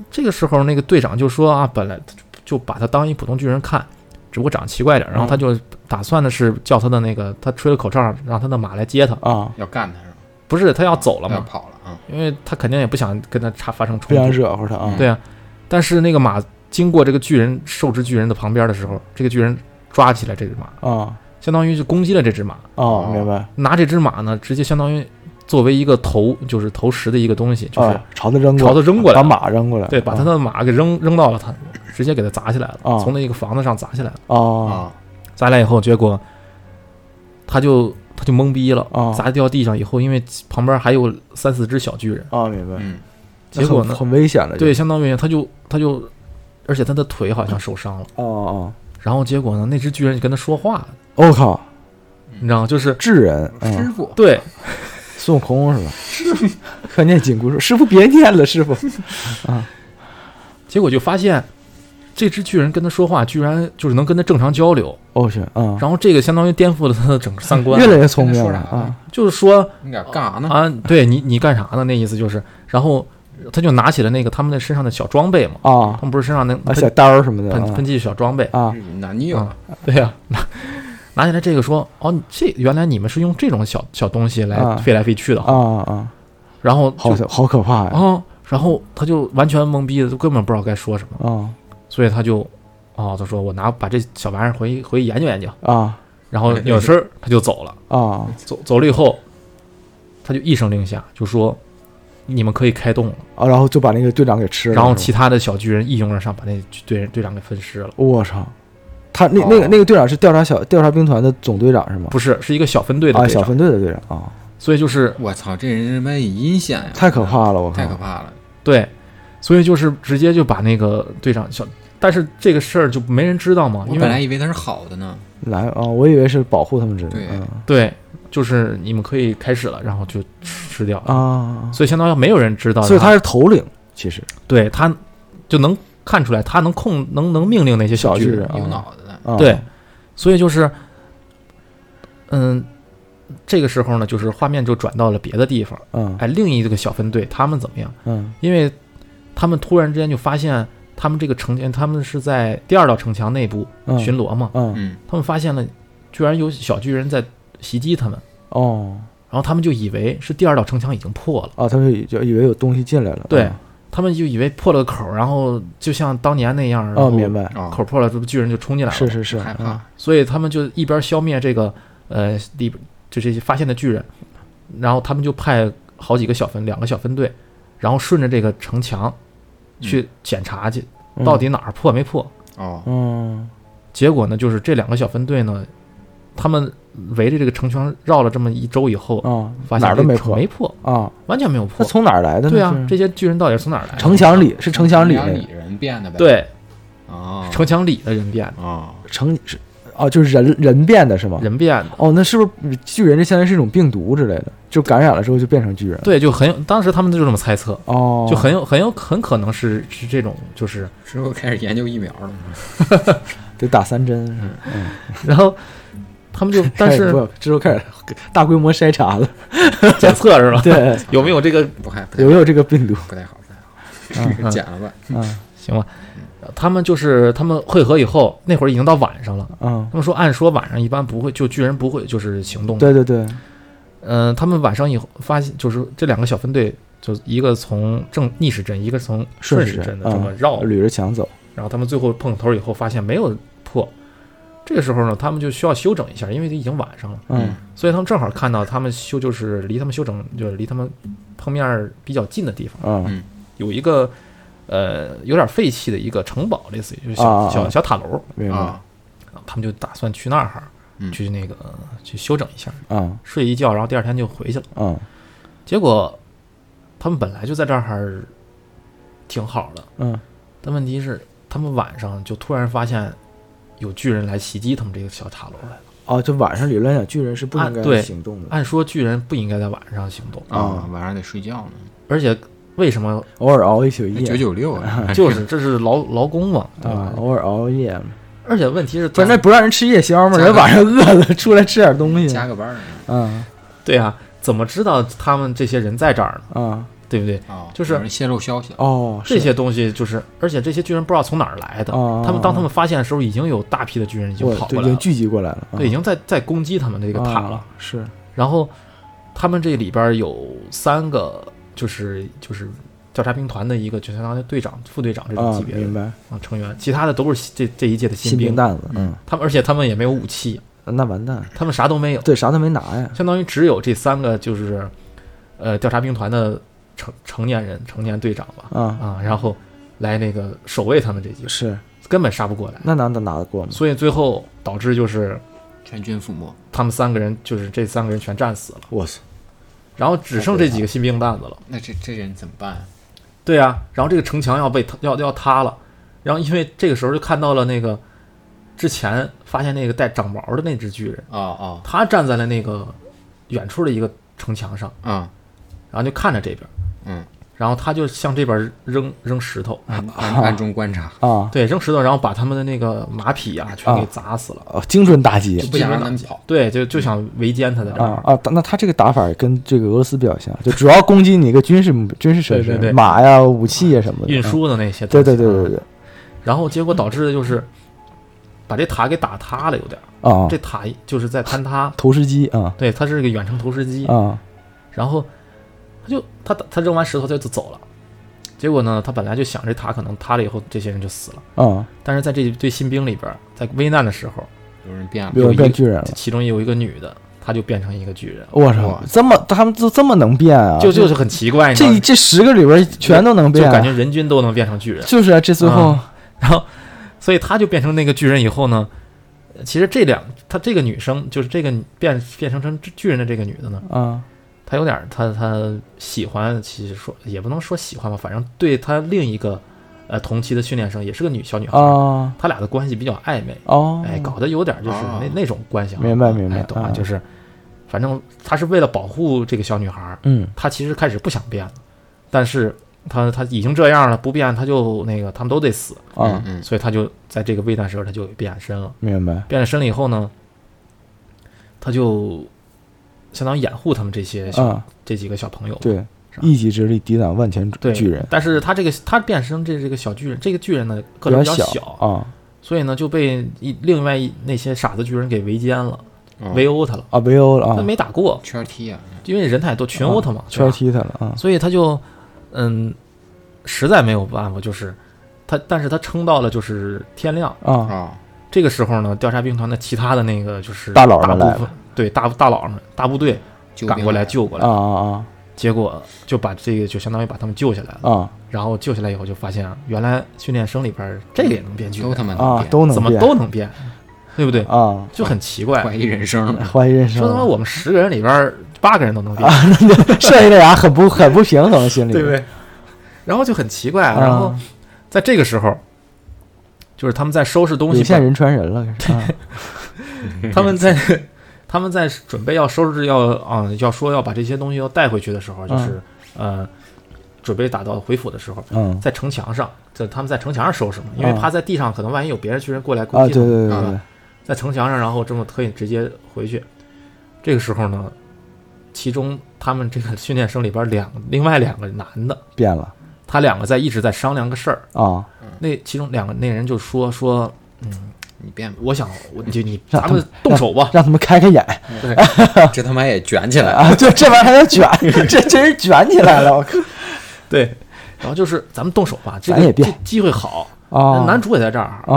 Speaker 2: 这个时候，那个队长就说啊，本来就把他当一普通巨人看，只不过长得奇怪点儿。
Speaker 1: 嗯
Speaker 2: 然后他就打算的是叫他的那个，他吹了口哨，让他的马来接他。
Speaker 1: 啊，
Speaker 3: 要干他是吧？
Speaker 2: 不是他要走了
Speaker 3: 要
Speaker 2: 嘛？
Speaker 3: 跑了啊，
Speaker 2: 因为他肯定也不想跟他差发生
Speaker 1: 嗯不想
Speaker 2: 冲突。
Speaker 1: 惹乎他啊
Speaker 2: 对啊，但是那个马经过这个巨人兽之巨人的旁边的时候，这个巨人抓起来这只马，
Speaker 1: 啊
Speaker 2: 相当于就攻击了这只马。
Speaker 1: 哦，明白
Speaker 2: 拿这只马呢，直接相当于作为一个投，就是投食的一个东西，就是
Speaker 1: 啊，朝他扔过
Speaker 2: 朝他扔过来
Speaker 1: 把，马扔过来，
Speaker 2: 对，把他的马给扔扔到了他，直接给他砸起来了，
Speaker 1: 啊
Speaker 2: 从那个房子上砸起来了。
Speaker 1: 哦
Speaker 3: 啊，
Speaker 2: 砸下来以后，结果他就他就懵逼了，
Speaker 1: 啊
Speaker 2: 砸掉地上以后，因为旁边还有三四只小巨人，
Speaker 1: 哦，明白，
Speaker 3: 嗯，
Speaker 1: 那
Speaker 2: 啊结果
Speaker 1: 很
Speaker 2: 呢，
Speaker 1: 很危险的，
Speaker 2: 对，，相当于他就他就，而且他的腿好像受伤了。
Speaker 1: 哦哦，
Speaker 2: 然后结果呢，那只巨人就跟他说话了，
Speaker 1: 我靠，
Speaker 2: 你知道吗？就是
Speaker 1: 智人，
Speaker 3: 师
Speaker 1: 嗯，
Speaker 3: 傅，
Speaker 2: 对，
Speaker 1: 孙悟空是吧？快念紧箍咒，师傅别念了， 师傅
Speaker 2: 结果就发现这只巨人跟他说话，居然就是能跟他正常交流。
Speaker 1: 哦去啊，
Speaker 2: 然后这个相当于颠覆了他的整个三观
Speaker 1: 越，来越聪明了啊
Speaker 2: 就是说
Speaker 3: 你俩干啥呢？
Speaker 2: 啊，对你你干啥呢？那意思就是，然后他就拿起了那个他们的身上的小装备嘛，
Speaker 1: 啊
Speaker 2: 他们不是身上那
Speaker 1: 啊，小
Speaker 2: 喷
Speaker 1: 刀什么的
Speaker 2: 喷喷
Speaker 1: 啊
Speaker 2: 气小装备，
Speaker 1: 啊
Speaker 3: 嗯男女友
Speaker 2: 啊对呀、拿拿起来这个说，哦，你这原来你们是用这种小小东西来
Speaker 1: 啊
Speaker 2: 飞来飞去的，
Speaker 1: 啊啊，
Speaker 2: 然后就
Speaker 1: 好好可怕呀
Speaker 2: 啊，然后他就完全懵逼了，就根本不知道该说什么，
Speaker 1: 啊
Speaker 2: 所以他就，哦，他说我拿把这小玩意儿回去回去研究研究，
Speaker 1: 啊
Speaker 2: 然后扭身儿他就走了，
Speaker 1: 啊
Speaker 2: 走走了以后，他就一声令下，就说你们可以开动了，
Speaker 1: 啊，然后就把那个队长给吃了，
Speaker 2: 然后其他的小巨人一拥而上，把那队队长给分尸了，
Speaker 1: 我操，他那那个那个队长是调查小调查兵团的总队长是吗？
Speaker 2: 不是，是一个小分队的
Speaker 1: 啊，
Speaker 2: 队
Speaker 1: 小
Speaker 2: 长，
Speaker 1: 分队的队长啊，
Speaker 2: 所以就是
Speaker 3: 我操，这人他妈阴险呀！
Speaker 1: 太可怕了，我靠
Speaker 3: 太可怕了！
Speaker 2: 对，所以就是直接就把那个队长小，但是这个事儿就没人知道嘛，
Speaker 3: 我
Speaker 2: 因
Speaker 3: 本来
Speaker 2: 为
Speaker 3: 以为他是好的呢，
Speaker 1: 来啊！我以为是保护他们之类的
Speaker 3: 对
Speaker 1: 嗯
Speaker 2: 对，就是你们可以开始了，然后就吃掉了，
Speaker 1: 啊，
Speaker 2: 所以相当于没有人知道，
Speaker 1: 所以
Speaker 2: 然后
Speaker 1: 他是头领，其实
Speaker 2: 对他就能看出来，他能控能能命令那些小
Speaker 1: 小
Speaker 2: 巨
Speaker 1: 巨
Speaker 2: 人
Speaker 1: 人，啊
Speaker 3: 有脑子的，
Speaker 1: 啊
Speaker 2: 对，所以就是，嗯，这个时候呢，就是画面就转到了别的地方，
Speaker 1: 嗯
Speaker 2: 哎，另一个小分队他们怎么样？
Speaker 1: 嗯
Speaker 2: 因为他们突然之间就发现。他们这个城墙，他们是在第二道城墙内部
Speaker 1: 嗯
Speaker 2: 巡逻嘛，
Speaker 1: 嗯
Speaker 3: 嗯，
Speaker 2: 他们发现了，居然有小巨人在袭击他们，
Speaker 1: 哦
Speaker 2: 然后他们就以为是第二道城墙已经破了，
Speaker 1: 啊，他们就以为有东西进来了，
Speaker 2: 对
Speaker 1: 啊
Speaker 2: 他们就以为破了个口，然后就像当年那样，然
Speaker 1: 哦，
Speaker 2: 后
Speaker 1: 明白，
Speaker 3: 哦
Speaker 2: 口破了，这不巨人就冲进来了，
Speaker 1: 是是是，
Speaker 3: 害
Speaker 1: 嗯
Speaker 3: 怕，
Speaker 2: 所以他们就一边消灭这个呃里就这些发现的巨人，然后他们就派好几个小分两个小分队，然后顺着这个城墙去检查去，
Speaker 1: 嗯
Speaker 2: 到底哪儿破没破，
Speaker 3: 哦，
Speaker 4: 嗯
Speaker 2: 结果呢，就是这两个小分队呢，他们围着这个城墙绕了这么一周以后，
Speaker 4: 啊
Speaker 2: 发现
Speaker 1: 嗯哦哪儿都
Speaker 2: 这
Speaker 1: 没
Speaker 2: 城
Speaker 1: 破
Speaker 2: 没破，
Speaker 1: 啊，
Speaker 2: 完全没有
Speaker 4: 他
Speaker 2: 破。
Speaker 4: 从哪儿来的呢？
Speaker 2: 对啊，
Speaker 4: 这
Speaker 2: 这些巨人到底是从哪儿来的？
Speaker 1: 城墙
Speaker 3: 哎
Speaker 1: 里是城墙里，
Speaker 3: 里人变的呗。，
Speaker 2: 对，
Speaker 3: 哦，
Speaker 2: 城墙里的人变的，
Speaker 3: 哦，
Speaker 1: 城是哦，就是人人变的是吗？
Speaker 2: 人变的。
Speaker 1: 哦，那是不是巨人这相当于是一种病毒之类的？就感染了之后就变成巨人了？
Speaker 2: 对，就很有，当时他们就这么猜测，
Speaker 1: 哦，
Speaker 2: 就很有很有很可能是是这种，就是
Speaker 3: 之后开始研究疫苗了。
Speaker 1: 得打三针，是吧
Speaker 2: 然后 他们就嗯但
Speaker 1: 开始
Speaker 2: 是
Speaker 1: 哎不之后开始大规模筛查 了，
Speaker 2: 检测是吧？
Speaker 1: 对，
Speaker 2: 有没有这个
Speaker 3: 不害不太
Speaker 1: 有没有这个 病毒？
Speaker 3: 不太好，不太
Speaker 2: 嗯
Speaker 3: 好，剪了吧。
Speaker 1: 啊
Speaker 2: 行吧？他们就是他们会合以后，那会儿已经到晚上了。
Speaker 1: 啊，
Speaker 2: 他们说，按说晚上一般不会，就巨人不会就是行动的。
Speaker 1: 对对对，
Speaker 2: 嗯、他们晚上以后发现，就是这两个小分队，就一个从正逆时针，一个从顺
Speaker 1: 时
Speaker 2: 时针
Speaker 1: 针啊
Speaker 2: 的这么绕，
Speaker 1: 捋着墙走，
Speaker 2: 然后他们最后碰头以后发现没有破。这个时候呢，他们就需要休整一下，因为已经晚上了，
Speaker 1: 嗯
Speaker 2: 所以他们正好看到他们修就是离他们休整就是离他们碰面儿比较近的地方
Speaker 1: 啊
Speaker 2: 有一个呃有点废弃的一个城堡，类似于就是小、
Speaker 1: 啊啊啊
Speaker 2: 小小塔楼，
Speaker 1: 明白
Speaker 3: 啊，
Speaker 2: 他们就打算去那儿、
Speaker 3: 嗯
Speaker 2: 去那个去休整一下，
Speaker 1: 啊
Speaker 2: 睡一觉，然后第二天就回去了。
Speaker 1: 啊
Speaker 2: 结果他们本来就在这儿挺好的，
Speaker 1: 嗯
Speaker 2: 但问题是他们晚上就突然发现有巨人来袭击他们这个小塔楼来了。
Speaker 1: 哦，就晚上理论上巨人是不应
Speaker 2: 啊对
Speaker 1: 该行动的，
Speaker 2: 按说巨人不应该在晚上行动，
Speaker 3: 啊，晚上得睡觉呢，
Speaker 2: 而且为 什么？
Speaker 1: 偶尔熬一宿夜
Speaker 3: 九九六啊，
Speaker 2: 就是这是劳劳工嘛，对吧
Speaker 1: 啊？，偶尔熬夜嘛，
Speaker 2: 而且问题嗯是
Speaker 1: 不
Speaker 2: 他
Speaker 1: 是那不让人吃夜宵吗？
Speaker 3: 加个
Speaker 1: 人晚上饿了出来吃点东西
Speaker 3: 加，个班儿
Speaker 1: 嗯
Speaker 2: 对啊，怎么知道他们这些人在这儿呢？
Speaker 1: 啊
Speaker 2: 对不对？
Speaker 3: 啊，
Speaker 2: 就是
Speaker 3: 有人泄露消息了。
Speaker 1: 哦，是
Speaker 2: 这些东西就是，而且这些巨人不知道从哪儿来的，
Speaker 1: 哦
Speaker 2: 他们当他们发现的时候，已经有大批的巨人已经
Speaker 1: 我
Speaker 2: 跑
Speaker 1: 对
Speaker 2: 过
Speaker 1: 已
Speaker 2: 来
Speaker 1: 经
Speaker 2: 了，
Speaker 1: 聚集过来了，啊
Speaker 2: 对，已经在在攻击他们这个塔了。
Speaker 1: 啊是
Speaker 2: 然后他们这里边有三个，就是就是调查兵团的一个，就相当于队长、副队长这种
Speaker 1: 啊，
Speaker 2: 级别
Speaker 1: 明
Speaker 2: 的
Speaker 1: 白，
Speaker 2: 啊成员，其他的都是新这这一届的
Speaker 1: 新
Speaker 2: 新
Speaker 1: 兵
Speaker 2: 兵。
Speaker 1: 蛋子，嗯，
Speaker 2: 他们而且他们也没有武器，
Speaker 1: 那完蛋，
Speaker 2: 他们啥都没有，
Speaker 1: 对，啥都没拿呀，
Speaker 2: 相当于只有这三个就是呃调查兵团的成成年人、成年队长吧
Speaker 1: 啊
Speaker 2: 啊，然后来那个守卫他们这几个，
Speaker 1: 是，
Speaker 2: 根本杀不过来，
Speaker 1: 那拿得拿得过吗？
Speaker 2: 所以最后导致就是
Speaker 3: 全军覆没，
Speaker 2: 他们三个人就是这三个人全战死了，
Speaker 1: 我操，
Speaker 2: 然后只剩这几个新兵蛋子了。
Speaker 3: 那这这人怎么办啊？
Speaker 2: 对啊，然后这个城墙要被塌要要塌了，然后因为这个时候就看到了那个之前发现那个带长毛的那只巨人，
Speaker 3: 哦
Speaker 2: 他站在了那个远处的一个城墙上，
Speaker 3: 哦，啊，
Speaker 2: 然后就看着这边，
Speaker 3: 嗯，
Speaker 2: 然后他就向这边扔扔石头，
Speaker 3: 暗暗暗中观察，
Speaker 1: 啊，
Speaker 2: 对，扔石头，然后把他们的那个马匹啊全给砸死了，
Speaker 1: 哦，精准打击
Speaker 3: 就不想让他们跑。
Speaker 2: 对，就就想围歼他在这儿。
Speaker 1: 啊啊！那他这个打法跟这个俄罗斯比较像，就主要攻击你一个军事目军事设
Speaker 2: 对
Speaker 1: 施
Speaker 2: 对对，
Speaker 1: 马呀、武器呀什么的。
Speaker 2: 运
Speaker 1: 啊，
Speaker 2: 输的那些
Speaker 1: 对
Speaker 2: 东西啊，
Speaker 1: 对对对对，
Speaker 2: 然后结果导致的就是把这塔给打塌了，有点儿，
Speaker 1: 啊
Speaker 2: 这，塔就是在坍塌，
Speaker 1: 投石机啊
Speaker 2: 对，它是个远程投石机，
Speaker 1: 啊
Speaker 2: 然后他就他他扔完石头他就走了。结果呢，他本来就想这塔可能塌了以后这些人就死了，
Speaker 1: 啊！
Speaker 2: 但是在这一堆新兵里边，在危难的时候，
Speaker 3: 有人变了，
Speaker 1: 有人变巨人了，
Speaker 2: 其中有一个女的，她就变成一个巨人，
Speaker 1: 我操
Speaker 3: 哇，
Speaker 1: 这么他们都这么能变啊？
Speaker 2: 就就是很奇怪，你知道
Speaker 1: 这
Speaker 2: 吗
Speaker 1: 这十个里边全都能
Speaker 2: 就
Speaker 1: 变啊，
Speaker 2: 感觉人均都能变成巨人。
Speaker 1: 就是啊，这最后
Speaker 2: 然后，所以她就变成那个巨人以后呢，呃其实这两她这个女生就是这个女变变成成巨人的这个女的呢，
Speaker 1: 啊
Speaker 2: 她有点儿她她喜欢，其实说也不能说喜欢吧，反正对她另一个呃同期的训练生也是个女小女孩，
Speaker 1: 啊
Speaker 2: 她俩的关系比较暧昧，
Speaker 1: 哦，
Speaker 2: 哎，搞得有点就是
Speaker 3: 哦
Speaker 2: 那那种关系啊，
Speaker 1: 明白明白
Speaker 2: 哎懂
Speaker 1: 啊
Speaker 2: 吧？就是反正她是为了保护这个小女孩，
Speaker 1: 嗯
Speaker 2: 她其实开始不想变了，但是她她已经这样了，不变她就那个他们都得死，
Speaker 1: 啊，
Speaker 3: 嗯
Speaker 2: 所以她就在这个危难时候她就变身了，
Speaker 1: 明白
Speaker 2: 变了身了以后呢，她就相当于掩护他们这些小、
Speaker 1: 啊，
Speaker 2: 这几个小朋友吧，
Speaker 1: 对，
Speaker 2: 是吧
Speaker 1: 一己之力抵挡万千
Speaker 2: 对
Speaker 1: 巨人，
Speaker 2: 但是她这个她变身这这个小巨人，这个巨人呢个
Speaker 1: 比
Speaker 2: 头
Speaker 1: 较
Speaker 2: 比较
Speaker 1: 小啊
Speaker 2: 所以呢就被一另外一那些傻子巨人给围歼了，
Speaker 3: 哦
Speaker 2: 围殴他了。
Speaker 1: 啊，围殴了
Speaker 2: 他
Speaker 1: 啊，
Speaker 2: 没打过，
Speaker 3: 圈踢啊，
Speaker 2: 因为人太多，群殴他嘛，对吧
Speaker 1: 圈踢他了啊。
Speaker 2: 所以他就，嗯，实在没有办法，就是他，但是他撑到了就是天亮。
Speaker 1: 啊
Speaker 3: 啊，
Speaker 2: 这个时候呢，调查兵团的其他的那个就是
Speaker 1: 大佬们
Speaker 2: 大部
Speaker 1: 来
Speaker 2: 分对大大佬们大部队
Speaker 3: 就
Speaker 2: 赶过来救过来，
Speaker 1: 啊啊
Speaker 2: 结果就把这个就相当于把他们救下来了。
Speaker 1: 啊
Speaker 2: 然后救下来以后就发现，啊原来训练生里边儿这个也能变巨人
Speaker 3: 都，他妈能
Speaker 1: 啊
Speaker 3: 变，
Speaker 1: 都能
Speaker 2: 怎么
Speaker 1: 变
Speaker 2: 都能变，对不对？
Speaker 1: 啊，
Speaker 2: 就很奇怪。
Speaker 3: 怀疑人生了。
Speaker 1: 怀疑人生
Speaker 2: 说他妈
Speaker 1: 了，
Speaker 2: 我们十个人里边儿八个人都能变，
Speaker 1: 剩下的俩很不很不平衡，心里
Speaker 2: 对不对？然后就很奇怪。
Speaker 1: 啊
Speaker 2: 然后在这个时候，就是他们在收拾东西
Speaker 1: 有
Speaker 2: 吧
Speaker 1: 线，人传人了，啊嗯
Speaker 2: 他们在 他们在准备要收拾要啊、要说要把这些东西要带回去的时候，就是、呃准备打道回府的时候，
Speaker 1: 嗯
Speaker 2: 在城墙上，在他们在城墙上收拾嘛，因为
Speaker 1: 啊
Speaker 2: 怕在地上可能万一有别人巨人过来攻
Speaker 1: 啊，
Speaker 2: 击
Speaker 1: 对
Speaker 2: 他
Speaker 1: 对对
Speaker 2: 们，
Speaker 1: 对
Speaker 3: 啊
Speaker 1: 对，
Speaker 2: 在城墙上，然后这么特意直接回去。这个时候呢，其中他们这个训练生里边两另外两个男的，
Speaker 1: 变了
Speaker 2: 他两个在一直在商量个事儿。
Speaker 1: 啊，
Speaker 2: 那其中两个那人就说说，
Speaker 3: 你变吧，
Speaker 2: 我想我就你
Speaker 1: 让
Speaker 2: 咱
Speaker 1: 他
Speaker 2: 们动手吧。
Speaker 1: 让他们开开眼
Speaker 3: 这他妈也卷起来了。
Speaker 1: 啊，就这玩意儿还能 卷，这真是卷起来了，我靠
Speaker 2: 对，然后就是咱们动手吧，这
Speaker 1: 咱
Speaker 2: 个
Speaker 1: 也
Speaker 2: 这
Speaker 1: 变
Speaker 2: 机会好。
Speaker 1: 啊，
Speaker 2: 男主也在这儿。啊、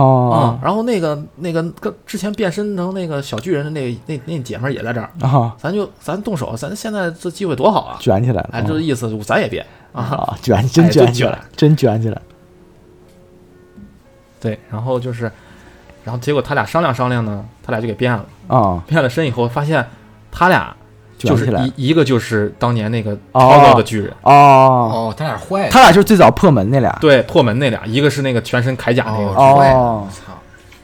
Speaker 1: 啊
Speaker 2: 然后那个那个跟之前变身成那个小巨人的那那那姐们儿也在这儿，
Speaker 1: 啊，
Speaker 2: 咱就咱动手，咱现在这机会多好啊！
Speaker 1: 卷起来了，
Speaker 2: 哎，这意思咱也变啊，
Speaker 1: 啊，卷真
Speaker 2: 哎就
Speaker 1: 卷起
Speaker 2: 卷
Speaker 1: 来，真卷起来，
Speaker 2: 对，然后就是，然后结果他俩商量商量呢，他俩就给变了，
Speaker 1: 啊，
Speaker 2: 变了身以后发现他俩就
Speaker 1: 卷
Speaker 2: 是
Speaker 1: 起来了
Speaker 2: 一一个就是当年那个
Speaker 1: 哦
Speaker 2: 超高的巨人，
Speaker 1: 哦，
Speaker 3: 哦，他俩坏了。
Speaker 1: 他俩就是最早破门那俩，
Speaker 2: 对，破门那俩，一个是那个全身铠甲那个，
Speaker 1: 哦
Speaker 3: 坏了我操！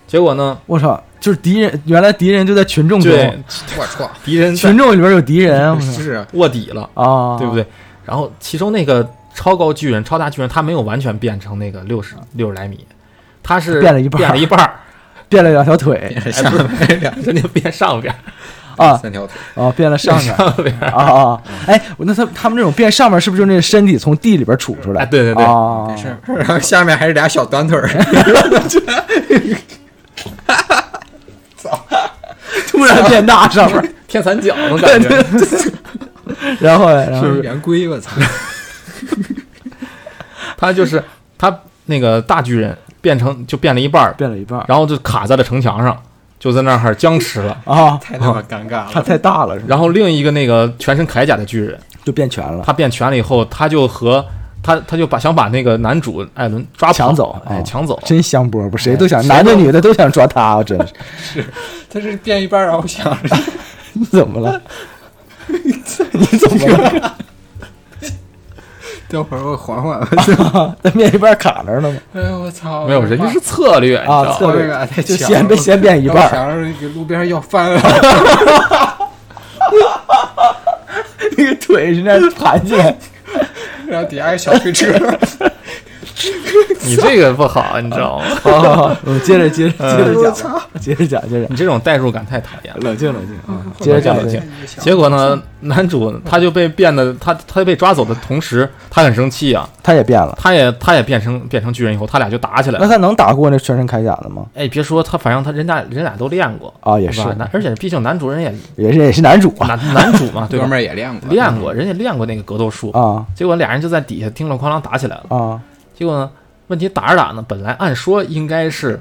Speaker 2: 结果呢，
Speaker 1: 我操，就是敌人，原来敌人就在群众中，
Speaker 2: 对，
Speaker 3: 我操！
Speaker 2: 敌人在
Speaker 1: 群众里边有敌人，哎我操
Speaker 3: 是啊，
Speaker 2: 卧底了，
Speaker 1: 啊，
Speaker 2: 对不？对？然后其中那个超高巨人、超大巨人，他没有完全变成那个六十六十来米，他是
Speaker 1: 变了一半儿
Speaker 2: 变了一半儿，
Speaker 1: 变了两条腿
Speaker 3: 下面两
Speaker 2: 人家变上边儿，
Speaker 1: 啊
Speaker 3: 三条腿，
Speaker 1: 啊，变了 上面
Speaker 2: 上边儿，
Speaker 1: 啊啊！哎，我那他他们这种变上面是不是就那个身体从地里边杵出来？
Speaker 2: 哎对对对
Speaker 1: 啊
Speaker 3: 没事儿。然后下面还是俩小短腿儿，
Speaker 1: 突然变大上面，
Speaker 2: 天蚕角那种感觉。
Speaker 1: 然后然后
Speaker 3: 是圆规，我操！
Speaker 2: 他就是他那个大巨人变成就变了一半儿，
Speaker 1: 变了一半儿
Speaker 2: 然后就卡在了城墙上，就在那儿僵持了。
Speaker 1: 啊，
Speaker 3: 太他妈尴尬
Speaker 1: 他
Speaker 3: 了。
Speaker 1: 太大了，是吧
Speaker 2: 然后另一个那个全身铠甲的巨人，
Speaker 1: 就变全了
Speaker 2: 他变全了以后，他就和他他就把想把那个男主艾伦抓跑
Speaker 1: 抢走
Speaker 2: 哎，
Speaker 1: 啊
Speaker 2: 抢走。
Speaker 1: 真香饽饽，谁都想，
Speaker 2: 谁
Speaker 1: 哎男的
Speaker 2: 都
Speaker 1: 女的都想抓他，我啊真是
Speaker 3: 他是变一半儿，然后想着
Speaker 1: 你怎么 了？你怎么了？
Speaker 3: 等会儿我缓缓。
Speaker 1: 在面一半卡那儿了吗？
Speaker 3: 哎呦我操！
Speaker 2: 没有，人家是策略，你知
Speaker 1: 啊，
Speaker 2: 道吗？
Speaker 1: 策
Speaker 3: 那
Speaker 1: 略
Speaker 3: 个太
Speaker 1: 就
Speaker 3: 强
Speaker 1: 先
Speaker 3: 了
Speaker 1: 被先变一
Speaker 3: 一
Speaker 1: 半儿，
Speaker 3: 想着给路边要翻了。
Speaker 1: 那个腿是那样盘起 来，
Speaker 3: 然后底下有小推 车，
Speaker 2: 你这个不好，你知道吗？
Speaker 1: 好好好，哦我们接着接着接着讲，哎接着讲，接着
Speaker 2: 你这种代入感太讨厌了。
Speaker 1: 冷静冷静啊，接着讲，
Speaker 2: 冷
Speaker 1: 接
Speaker 2: 静
Speaker 1: 着
Speaker 2: 冷结果呢，男主他就被变得他他被抓走的同时，他很生气啊，
Speaker 1: 他也变了，
Speaker 2: 他也他也变成变成巨人以后，他俩就打起来了
Speaker 1: 那。他能打过那全身铠甲的吗？
Speaker 2: 哎，别说他，反正他人家人俩都练过
Speaker 1: 啊也
Speaker 2: 对吧
Speaker 1: 是
Speaker 2: 男而且毕竟男主人 也
Speaker 1: 也是也是男主啊
Speaker 2: 男男主嘛，对
Speaker 3: 哥
Speaker 2: 吧
Speaker 3: 们？儿也练过，
Speaker 2: 练过，人家练过那个格斗术，
Speaker 1: 啊
Speaker 2: 结果俩人就在底下叮了哐啷打起来了。
Speaker 1: 啊
Speaker 2: 结果呢，问题打着打呢，本来按说应该是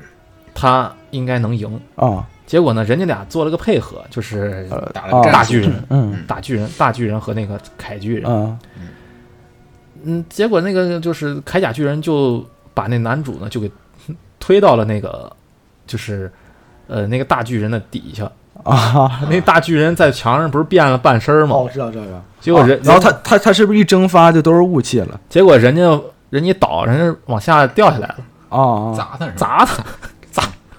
Speaker 2: 他应该能赢，
Speaker 1: 啊，
Speaker 2: 结果呢，人家俩做了个配合，就是
Speaker 1: 呃
Speaker 3: 打
Speaker 1: 啊
Speaker 3: 了
Speaker 2: 大巨人、啊
Speaker 1: 嗯
Speaker 2: 大巨人、大巨人和那个凯巨人。
Speaker 1: 嗯
Speaker 2: 嗯，结果那个就是铠甲巨人就把那男主呢就给推到了那个就是呃那个大巨人的底下。
Speaker 1: 啊，
Speaker 2: 那大巨人在墙上不是变了半身儿吗？
Speaker 1: 哦知道知道知道。
Speaker 2: 结果人，
Speaker 1: 啊哦然后他他他是不是一蒸发就都是雾气了？
Speaker 2: 结果人家人家倒，人家往下掉下来了，
Speaker 1: 啊，
Speaker 3: 砸他是吧？
Speaker 2: 砸他，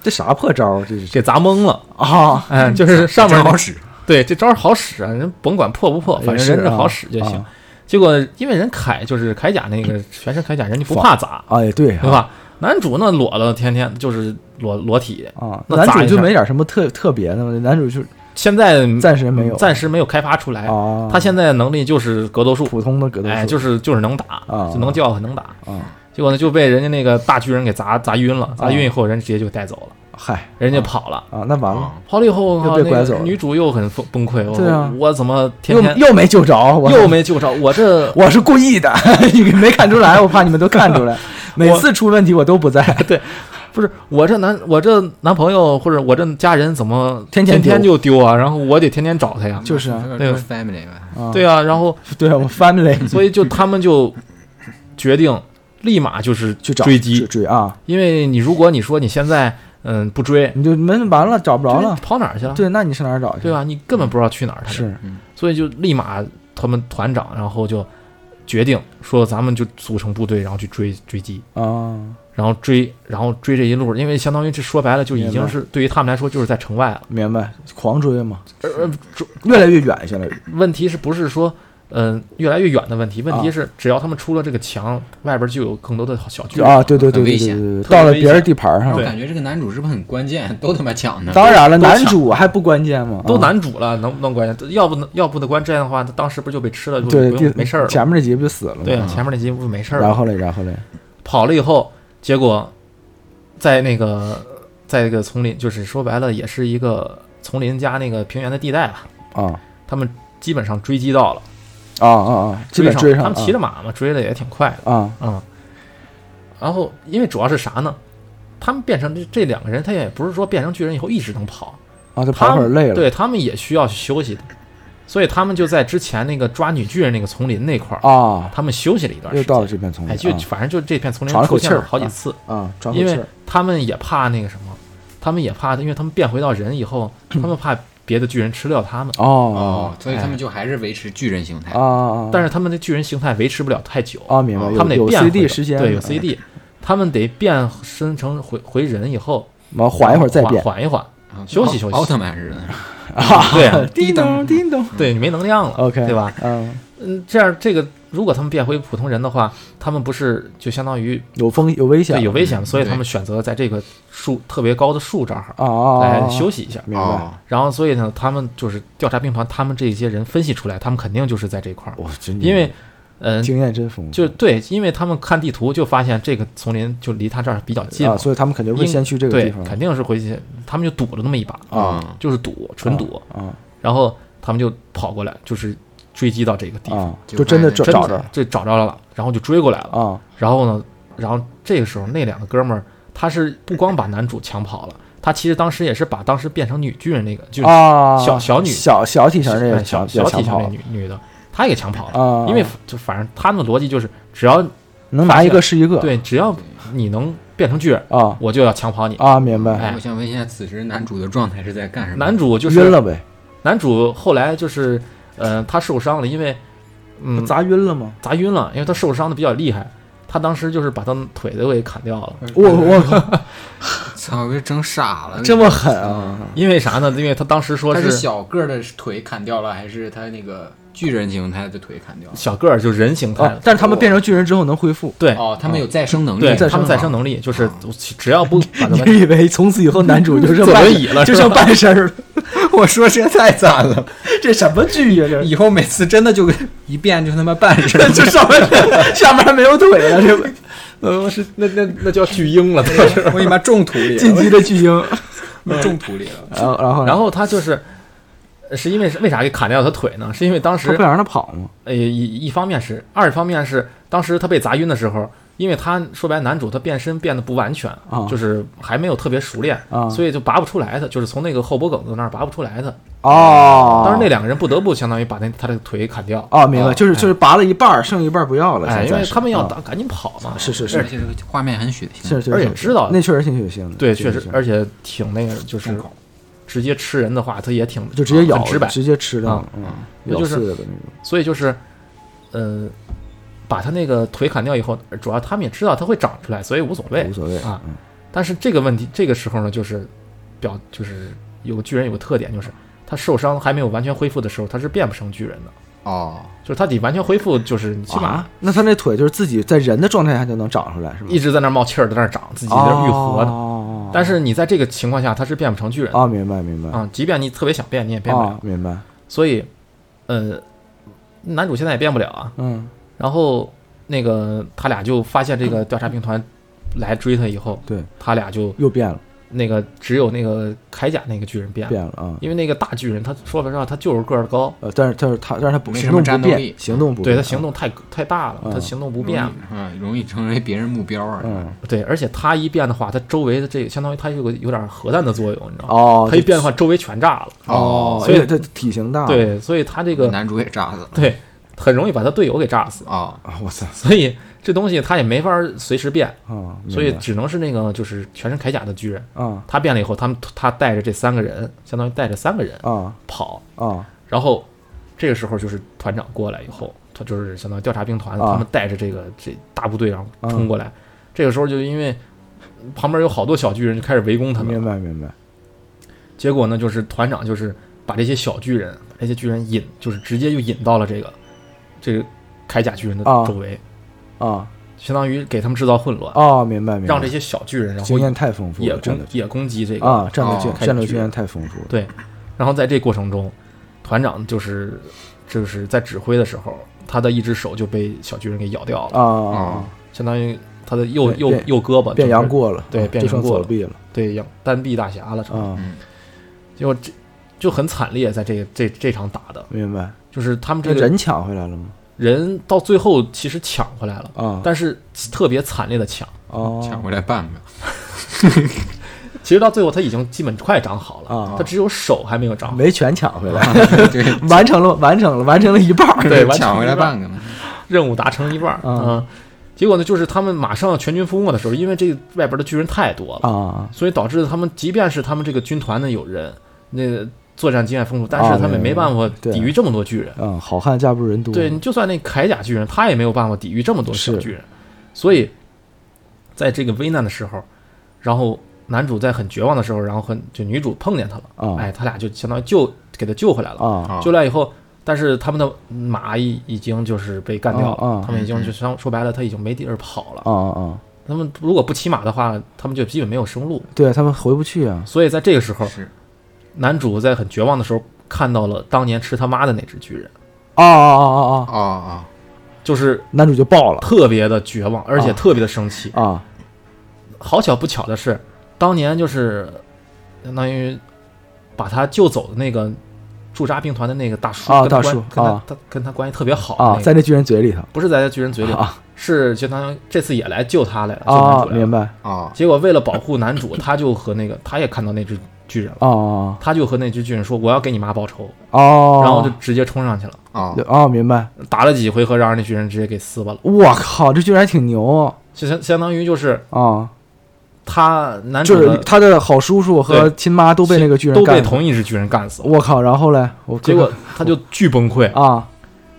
Speaker 1: 这啥破招儿这是
Speaker 2: 给砸懵了。
Speaker 1: 啊？
Speaker 2: 哎，就是上面那
Speaker 3: 好使，
Speaker 2: 对这招儿好使啊，人甭管破不破，反正人这好使就行。
Speaker 1: 啊
Speaker 2: 结果因为人铠就是铠甲那个全身铠甲，人家不怕砸，
Speaker 1: 啊，也对
Speaker 2: 对
Speaker 1: 啊
Speaker 2: 吧？男主那裸了，天天就是裸裸体，
Speaker 1: 啊，
Speaker 2: 那
Speaker 1: 男
Speaker 2: 砸
Speaker 1: 主
Speaker 2: 一
Speaker 1: 就
Speaker 2: 下
Speaker 1: 没点什么特特别的吗？男主就
Speaker 2: 现在
Speaker 1: 暂时没有
Speaker 2: 暂时没有开发出来。
Speaker 1: 啊，
Speaker 2: 他嗯现在能力就是格斗术，
Speaker 1: 普通的格斗
Speaker 2: 哎，
Speaker 1: 术
Speaker 2: 就是就是能打，
Speaker 1: 啊
Speaker 2: 就能叫和能打。
Speaker 1: 啊，
Speaker 2: 结果呢就被人家那个大巨人给砸砸晕
Speaker 1: 哦
Speaker 2: 了，砸晕以后人直接就带走了，
Speaker 1: 嗨
Speaker 2: 人家跑了，
Speaker 1: 啊，那完了。
Speaker 3: 啊
Speaker 2: 跑了以后
Speaker 1: 又被拐走了
Speaker 2: 那个女主又很崩崩溃，我
Speaker 1: 对啊
Speaker 2: 我怎么天天
Speaker 1: 又又没救着，我
Speaker 2: 又没救着，我 这
Speaker 1: 我是 故意的，你没看出来，我怕你们都看出来。每次出问题我都不在，
Speaker 2: 不是我这男我这男朋友或者我这家人怎么
Speaker 1: 天天
Speaker 2: 天
Speaker 1: 丢
Speaker 2: 就丢啊？然后我得天天找他呀。
Speaker 1: 就是啊
Speaker 3: 哎那
Speaker 2: 对
Speaker 3: 个 family 吧，
Speaker 1: 啊
Speaker 2: 对啊，然后
Speaker 1: 对啊，我 family
Speaker 2: 所以就他们就决定立马就是
Speaker 1: 去找
Speaker 2: 追击
Speaker 1: 去，追啊，
Speaker 2: 因为你如果你说你现在嗯不追，
Speaker 1: 你就闷完了找不着
Speaker 2: 就是
Speaker 1: 了，
Speaker 2: 跑哪儿去了？
Speaker 1: 对，那你上哪儿找去？
Speaker 2: 对啊吧？你根本不知道去哪儿，他们
Speaker 1: 是
Speaker 2: 所以就立马他们团长，然后就决定说咱们就组成部队，然后去追追击，
Speaker 1: 啊，
Speaker 2: 然后追，然后追这一路，因为相当于这说白了就已
Speaker 1: 明白
Speaker 2: 经是对于他们来说就是在城外了。
Speaker 1: 明白，狂追嘛，
Speaker 2: 呃呃，追
Speaker 1: 越来越远，现在
Speaker 2: 问题是不是说？嗯，越来越远的问题。问题是，只要他们出了这个墙，外边就有更多的小距离
Speaker 1: 啊，对对对
Speaker 3: 很
Speaker 1: 对对
Speaker 3: 危险
Speaker 1: 对对，
Speaker 2: 特别
Speaker 1: 到了
Speaker 2: 危
Speaker 1: 别人
Speaker 2: 险
Speaker 1: 地盘
Speaker 3: 但
Speaker 1: 上
Speaker 3: 我
Speaker 1: 了。
Speaker 3: 感觉这个男主是不是很关键，都他妈抢呢？
Speaker 1: 当然了，
Speaker 2: 都
Speaker 1: 男
Speaker 2: 抢
Speaker 1: 主还不关键吗？
Speaker 2: 都
Speaker 1: 啊
Speaker 2: 男主了，能不能关键？要不要不得关这样的话，他当时不就被吃了，就
Speaker 1: 对
Speaker 2: 不
Speaker 1: 第
Speaker 2: 用没事儿了。
Speaker 1: 前面这集不就死了吗？
Speaker 2: 对，啊
Speaker 3: 嗯
Speaker 2: 前面那集不没事儿了
Speaker 1: 然。后嘞，然后嘞，
Speaker 2: 跑了以后，结果在那个在这个丛林，就是说白了也是一个丛林加那个平原的地带吧，
Speaker 1: 啊
Speaker 2: 他们基本上追击到了，
Speaker 1: 啊啊啊，基
Speaker 2: 追
Speaker 1: 本
Speaker 2: 上
Speaker 1: 追
Speaker 2: 了他
Speaker 1: 上
Speaker 2: 们骑着马嘛，追的也挺快的，
Speaker 1: 啊啊，
Speaker 2: 嗯。然后因为主要是啥呢？他们变成这这两个人，他也不是说变成巨人以后一直能跑，
Speaker 1: 啊，就
Speaker 2: 他
Speaker 1: 跑会儿
Speaker 2: 们
Speaker 1: 累了，
Speaker 2: 对他们也需要休息的，所以他们就在之前那个抓女巨人那个丛林那块儿，
Speaker 1: 啊，
Speaker 2: 他们休息了一段
Speaker 1: 又
Speaker 2: 时
Speaker 1: 到了
Speaker 2: 间，
Speaker 1: 这片丛林啊
Speaker 2: 哎，就反正就这片丛林
Speaker 1: 喘了口
Speaker 2: 出
Speaker 1: 气
Speaker 2: 现
Speaker 1: 儿
Speaker 2: 了好几
Speaker 1: 啊
Speaker 2: 次，
Speaker 1: 啊啊，喘口
Speaker 2: 因
Speaker 1: 气
Speaker 2: 为
Speaker 1: 儿
Speaker 2: 他们也怕那个什么，他们也怕，因为他们变回到人以后，他们怕别的巨人吃掉他们，
Speaker 1: 哦
Speaker 3: 哦，所以他们就还是维持巨人形态
Speaker 1: 啊啊，。啊
Speaker 2: 但是他们的巨人形态维持不了太久，
Speaker 1: 啊，明白，有
Speaker 2: 他们得
Speaker 1: 有
Speaker 2: 变
Speaker 1: CD
Speaker 2: 回
Speaker 1: 时间，
Speaker 2: 对，有
Speaker 1: 嗯
Speaker 2: CD，他们得变身成回回人以后，
Speaker 1: 完啊缓一会儿再变
Speaker 2: 缓缓一缓，
Speaker 3: 啊
Speaker 2: 休息休息
Speaker 3: 奥特曼似的，
Speaker 1: 啊，
Speaker 2: 对啊
Speaker 1: 叮咚叮咚
Speaker 2: 对你没能量了
Speaker 1: ，OK，
Speaker 2: 对吧？？
Speaker 1: 嗯，
Speaker 2: 嗯，这样这个如果他们变回普通人的话，他们不是就相当于
Speaker 1: 有风有危险啊
Speaker 2: 对
Speaker 1: 了，
Speaker 2: 有危险了，所以
Speaker 3: 对
Speaker 2: 他们选择在这个树特别高的树这儿
Speaker 1: 啊啊，
Speaker 2: 来哎休
Speaker 1: 息，
Speaker 2: 息一下。
Speaker 1: 明白。
Speaker 3: 哦
Speaker 2: 然后，所以呢，他们就是调查兵团，他们这些人分析出来，他们肯定就是在这块儿，
Speaker 1: 我真
Speaker 2: 因为，嗯、
Speaker 1: 经验真丰富，啊
Speaker 2: 就对，因为他们看地图就发现这个丛林就离他这儿比较近
Speaker 1: 啊，
Speaker 2: 嘛，
Speaker 1: 所以他们肯定会
Speaker 2: 应
Speaker 1: 先去这个地
Speaker 2: 对
Speaker 1: 方，
Speaker 2: 肯定是回去，他们就赌了那么一把，
Speaker 3: 啊，
Speaker 2: 就是赌，纯赌，
Speaker 1: 啊
Speaker 2: 然后他们就跑过来，就是追击到这个地方，
Speaker 1: 啊，
Speaker 3: 就
Speaker 1: 就真的找
Speaker 2: 真
Speaker 1: 找
Speaker 2: 的
Speaker 1: 着
Speaker 2: 这找着了，然后就追过来了，
Speaker 1: 啊
Speaker 2: 然后呢，然后这个时候那两个哥们儿，他是不光把男主抢跑了，他其实当时也是把当时变成女巨人那个，就是
Speaker 1: 啊，
Speaker 2: 小小女
Speaker 1: 小小体型那
Speaker 2: 哎
Speaker 1: 个
Speaker 2: 小
Speaker 1: 强
Speaker 2: 小体型
Speaker 1: 跑
Speaker 2: 那女女的，哦她也抢跑了，
Speaker 1: 啊，
Speaker 2: 因为就反正他们的逻辑就是，只要
Speaker 1: 能拿一个是一个，
Speaker 2: 对，只
Speaker 3: 哦
Speaker 2: 要你能变成巨人，
Speaker 1: 啊
Speaker 2: 我就要抢跑你。
Speaker 1: 啊，明白，
Speaker 2: 哎
Speaker 3: 我想问一下，此时男主的状态是在干什么？
Speaker 2: 男主就
Speaker 1: 晕
Speaker 2: 是
Speaker 1: 了呗，
Speaker 2: 男主后来就是，呃，他受伤了，因为嗯
Speaker 1: 砸晕了吗？
Speaker 2: 砸晕了，因为他受伤的比较厉害，他当时就是把他腿都给砍掉
Speaker 3: 嗯
Speaker 2: 了。
Speaker 1: 我我靠，
Speaker 3: 操，给整傻了，
Speaker 1: 这么狠啊！
Speaker 2: 因为啥呢？因为他当时说
Speaker 3: 他是
Speaker 2: 是
Speaker 3: 小个儿的腿砍掉了，还是他那个巨人形态的腿砍掉了？
Speaker 2: 小个儿，就人形态
Speaker 1: 啊
Speaker 2: 的，，
Speaker 1: 但是他们变成巨人之后能恢复，
Speaker 2: 对
Speaker 3: 哦，他们有再生能力，
Speaker 2: 对，
Speaker 1: 再
Speaker 2: 他
Speaker 1: 生
Speaker 2: 们再哦生能力就是只要不把 他们
Speaker 1: 你以为从此以后男主就剩
Speaker 2: 坐
Speaker 1: 半
Speaker 2: 轮椅了
Speaker 1: 就是
Speaker 2: 吧
Speaker 1: 剩半身哦儿了？
Speaker 3: 我说这太惨了，
Speaker 1: 这什么剧呀？这，
Speaker 3: 以后每次真的就一变就他妈半身
Speaker 1: 就上半 身上面还没有腿了，这
Speaker 2: 呃是那那那叫巨婴 了，当时。
Speaker 3: 我你妈种土里
Speaker 1: 进击的巨婴。
Speaker 3: 了，种土里了。
Speaker 1: 然后然后
Speaker 2: 然
Speaker 1: 后
Speaker 2: 后他就是呃是因为是为啥给砍掉他腿呢？是因为当时
Speaker 1: 他不想让他跑吗？
Speaker 2: 呃，一一方面是，二方面是当时他被砸晕的时候，因为他说白了，男主他变身变得不完全，
Speaker 1: 啊
Speaker 2: 就是还没有特别熟练，
Speaker 1: 啊
Speaker 2: 所以就拔不出来他，就是从那个后脖梗子那儿拔不出来他。
Speaker 1: 哦，
Speaker 2: 当时那两个人不得不相当于把那他的腿砍掉，
Speaker 1: 哦，明白，就是
Speaker 2: 哎
Speaker 1: 就是拔了一半儿，剩一半儿不要了。
Speaker 2: 哎，
Speaker 1: 现
Speaker 2: 因
Speaker 1: 在
Speaker 2: 为
Speaker 1: 是
Speaker 2: 他们要
Speaker 1: 啊
Speaker 2: 打赶紧跑嘛，
Speaker 1: 是是
Speaker 3: 而
Speaker 1: 是
Speaker 3: 且这个画面很血腥，
Speaker 1: 是是，
Speaker 2: 而且
Speaker 1: 是
Speaker 2: 知道
Speaker 1: 那哦确实挺血腥的，
Speaker 2: 对，
Speaker 1: 挺
Speaker 2: 确
Speaker 1: 血
Speaker 2: 实
Speaker 1: 腥，的
Speaker 2: 而且挺那个，就是直接吃人的话，他也挺
Speaker 1: 就直接咬
Speaker 2: 很直白，
Speaker 1: 哦直接吃的
Speaker 2: 啊，
Speaker 1: 嗯，
Speaker 2: 那
Speaker 1: 咬
Speaker 2: 就
Speaker 1: 碎
Speaker 2: 是
Speaker 1: 了的那种。
Speaker 2: 所以就是，呃，把他那个腿砍掉以后，主要他们也知道他会长出来，所以无所谓
Speaker 1: 无。所谓
Speaker 2: 啊
Speaker 1: 嗯
Speaker 2: 但是这个问题，这个时候呢，就是表就是有个巨人有个特点，就是他受伤还没有完全恢复的时候，他是变不成巨人的，
Speaker 3: 哦，
Speaker 2: 就是他得完全恢复，就是起码
Speaker 1: 啊，那他那腿就是自己在人的状态下就能长出来，是吗？
Speaker 2: 一直在那儿冒气儿，在那儿长，自己在那儿愈合的。
Speaker 1: 哦
Speaker 2: 但是你在这个情况下，他是变不成巨人的
Speaker 1: 啊，明白明白
Speaker 2: 啊、即便你特别想变，你也变不了。
Speaker 1: 啊，明白，
Speaker 2: 所以，呃，男主现在也变不了啊。
Speaker 1: 嗯，
Speaker 2: 然后那个他俩就发现这个调查兵团来追他以后，
Speaker 1: 对，
Speaker 2: 他俩就
Speaker 1: 又变了
Speaker 2: 那个只有那个铠甲那个巨人变了，
Speaker 1: 变了啊。
Speaker 2: 因为那个大巨人他说实话他就是个儿高，
Speaker 1: 呃，但是但是他但是他不
Speaker 3: 没
Speaker 1: 行
Speaker 3: 什么
Speaker 1: 动
Speaker 3: 战
Speaker 1: 不
Speaker 3: 斗力
Speaker 1: 变，行动不
Speaker 2: 对
Speaker 1: 变哦
Speaker 2: 他行动太太大了，
Speaker 1: 嗯
Speaker 2: 他行动不
Speaker 3: 不
Speaker 2: 变了。
Speaker 3: 啊，容易成为别人目标啊。
Speaker 1: 嗯
Speaker 2: 对，而且他一变的话，他周围的这个相当于他有个有点核弹的作用，你知道吗？
Speaker 1: 哦，啊
Speaker 2: 他一变的话，周围全炸了。
Speaker 1: 哦，
Speaker 2: 所以
Speaker 1: 因为他体型大，
Speaker 2: 对，所以他这个
Speaker 3: 男主也炸死了
Speaker 2: 对很容易把他队友给炸死，
Speaker 3: 啊，
Speaker 1: 啊，我操
Speaker 2: 所以这东西他也没法随时变，
Speaker 1: 啊，明
Speaker 2: 所以
Speaker 1: 白
Speaker 2: 只能是那个就是全身铠甲的巨人，
Speaker 1: 啊
Speaker 2: 他变了以后，他们他带着这三个人，相当于带着三个人
Speaker 1: 啊
Speaker 2: 跑，
Speaker 1: 啊
Speaker 2: 然后这个时候就是团长过来以后，他就是相当于调查兵团，
Speaker 1: 啊
Speaker 2: 他们带着这个这大部队然后冲过来，这个时候就因为旁边有好多小巨人就开始围攻他们
Speaker 1: 明，白明白，
Speaker 2: 结果呢就是团长就是把这些小巨人，把这些巨人引，就是直接就引到了这个这个铠甲巨人的
Speaker 1: 啊
Speaker 2: 周围，
Speaker 1: 啊
Speaker 2: 相当于给他们制造混乱，
Speaker 1: 哦，明白明白，
Speaker 2: 嗯让这些小巨人然后
Speaker 1: 经验太丰富
Speaker 2: 也
Speaker 1: 了，
Speaker 2: 攻
Speaker 1: 真的
Speaker 2: 也攻击这个
Speaker 1: 啊，战略经
Speaker 3: 哦
Speaker 1: 战略
Speaker 2: 开始
Speaker 1: 经验太丰富了，
Speaker 2: 对，然后在这过程中，团长就是就是在指挥的时候，他的一只手就被小巨人给咬掉了，
Speaker 1: 啊
Speaker 3: 哦
Speaker 1: 啊啊，
Speaker 2: 相当于他的右
Speaker 1: 变
Speaker 2: 右
Speaker 1: 变
Speaker 2: 右胳
Speaker 1: 变
Speaker 2: 膊哦就是
Speaker 1: 杨过了，
Speaker 2: 对
Speaker 1: 啊
Speaker 2: 变
Speaker 1: 就
Speaker 2: 杨
Speaker 1: 剩
Speaker 2: 过
Speaker 1: 左
Speaker 2: 了
Speaker 1: 臂了
Speaker 2: 对杨单臂大侠了，成
Speaker 1: 啊，
Speaker 3: 嗯，
Speaker 2: 结果这就很惨烈，在这这这场打的，
Speaker 1: 明白，
Speaker 2: 就是他们这
Speaker 1: 那
Speaker 2: 个
Speaker 1: 人抢回来了吗？
Speaker 2: 人到最后其实抢回来了，
Speaker 1: 啊，
Speaker 2: 但是特别惨烈的抢，
Speaker 1: 哦，
Speaker 3: 抢回来半 个，
Speaker 2: 其实到最后他已经基本快长好了，
Speaker 1: 啊
Speaker 2: 他只有手还没有长好，
Speaker 1: 没全抢回来，
Speaker 3: 对，
Speaker 1: 完成了完成了完成了一半儿，
Speaker 2: 对完成
Speaker 3: 抢回来
Speaker 2: 一半
Speaker 3: 半个呢，
Speaker 2: 任务达成一半儿，
Speaker 1: 啊
Speaker 2: 嗯，结果呢，就是他们马上要全军覆没的时候，因为这外边的巨人太多了，
Speaker 1: 啊，
Speaker 2: 所以导致他们即便是他们这个军团呢有人那作战经验丰富，但
Speaker 1: 啊
Speaker 2: 是他们
Speaker 1: 明白
Speaker 2: 没办法
Speaker 1: 对
Speaker 2: 抵御这么多巨人。
Speaker 1: 嗯，好汉架不住人多，
Speaker 2: 对你就算那铠甲巨人，他也没有办法抵御这么多小
Speaker 1: 是
Speaker 2: 巨人，所以在这个危难的时候，然后男主在很绝望的时候，然后很就女主碰见他了，
Speaker 1: 啊
Speaker 2: 哎，他俩就相当于救给他救回来了。
Speaker 1: 啊
Speaker 3: 啊
Speaker 2: 救来以后，但是他们的马已已经就是被干掉了，
Speaker 1: 啊啊
Speaker 2: 他们已经就相说白了，他已经没地儿跑了。
Speaker 1: 啊啊，
Speaker 2: 他们如果不骑马的话，他们就基本没有生路。
Speaker 1: 对他们回不去啊，
Speaker 2: 所以在这个时候，
Speaker 3: 是
Speaker 2: 男主在很绝望的时候看到了当年吃他妈的那只巨人，
Speaker 1: 哦哦哦哦
Speaker 3: 哦
Speaker 1: 哦，
Speaker 3: 哦，
Speaker 2: 就是
Speaker 1: 男主就爆了
Speaker 2: 特别的绝望，而且
Speaker 1: 啊
Speaker 2: 特别的生气。
Speaker 1: 啊，
Speaker 2: 好巧不巧的是，当年就是相当于把他救走的那个驻扎兵团的那个大叔，
Speaker 1: 啊
Speaker 2: 跟他
Speaker 1: 大
Speaker 2: 关
Speaker 1: 叔
Speaker 2: 跟他、
Speaker 1: 啊
Speaker 2: 他跟他关系特别好的那
Speaker 1: 啊，
Speaker 2: 个
Speaker 1: 在那巨人嘴里头
Speaker 2: 不是在他巨人嘴里，
Speaker 1: 啊
Speaker 2: 是就相当于这次也来救他来了，救男
Speaker 1: 啊，
Speaker 2: 主来了。
Speaker 1: 明白
Speaker 3: 哦
Speaker 2: 结果为了保护男主，他就和那个他也看到那只巨人了，
Speaker 1: 哦哦
Speaker 2: 他就和那只巨人说：“我要给你妈报仇。”
Speaker 1: 哦，
Speaker 2: 然后就直接冲上去了，
Speaker 3: 哦
Speaker 1: 对哦，明白。
Speaker 2: 打了几回合，让那巨人直接给撕巴了。
Speaker 1: 我靠，这居然还挺牛啊！
Speaker 2: 就相相当于就是
Speaker 1: 啊
Speaker 2: 他男
Speaker 1: 就
Speaker 2: 主
Speaker 1: 是
Speaker 2: 的
Speaker 1: 他的好叔叔和亲妈都被那个巨人
Speaker 2: 都
Speaker 1: 干
Speaker 2: 被
Speaker 1: 了。
Speaker 2: 同一只巨人干死了。
Speaker 1: 我靠！然后嘞，我
Speaker 2: 结果他就巨崩溃。
Speaker 1: 啊，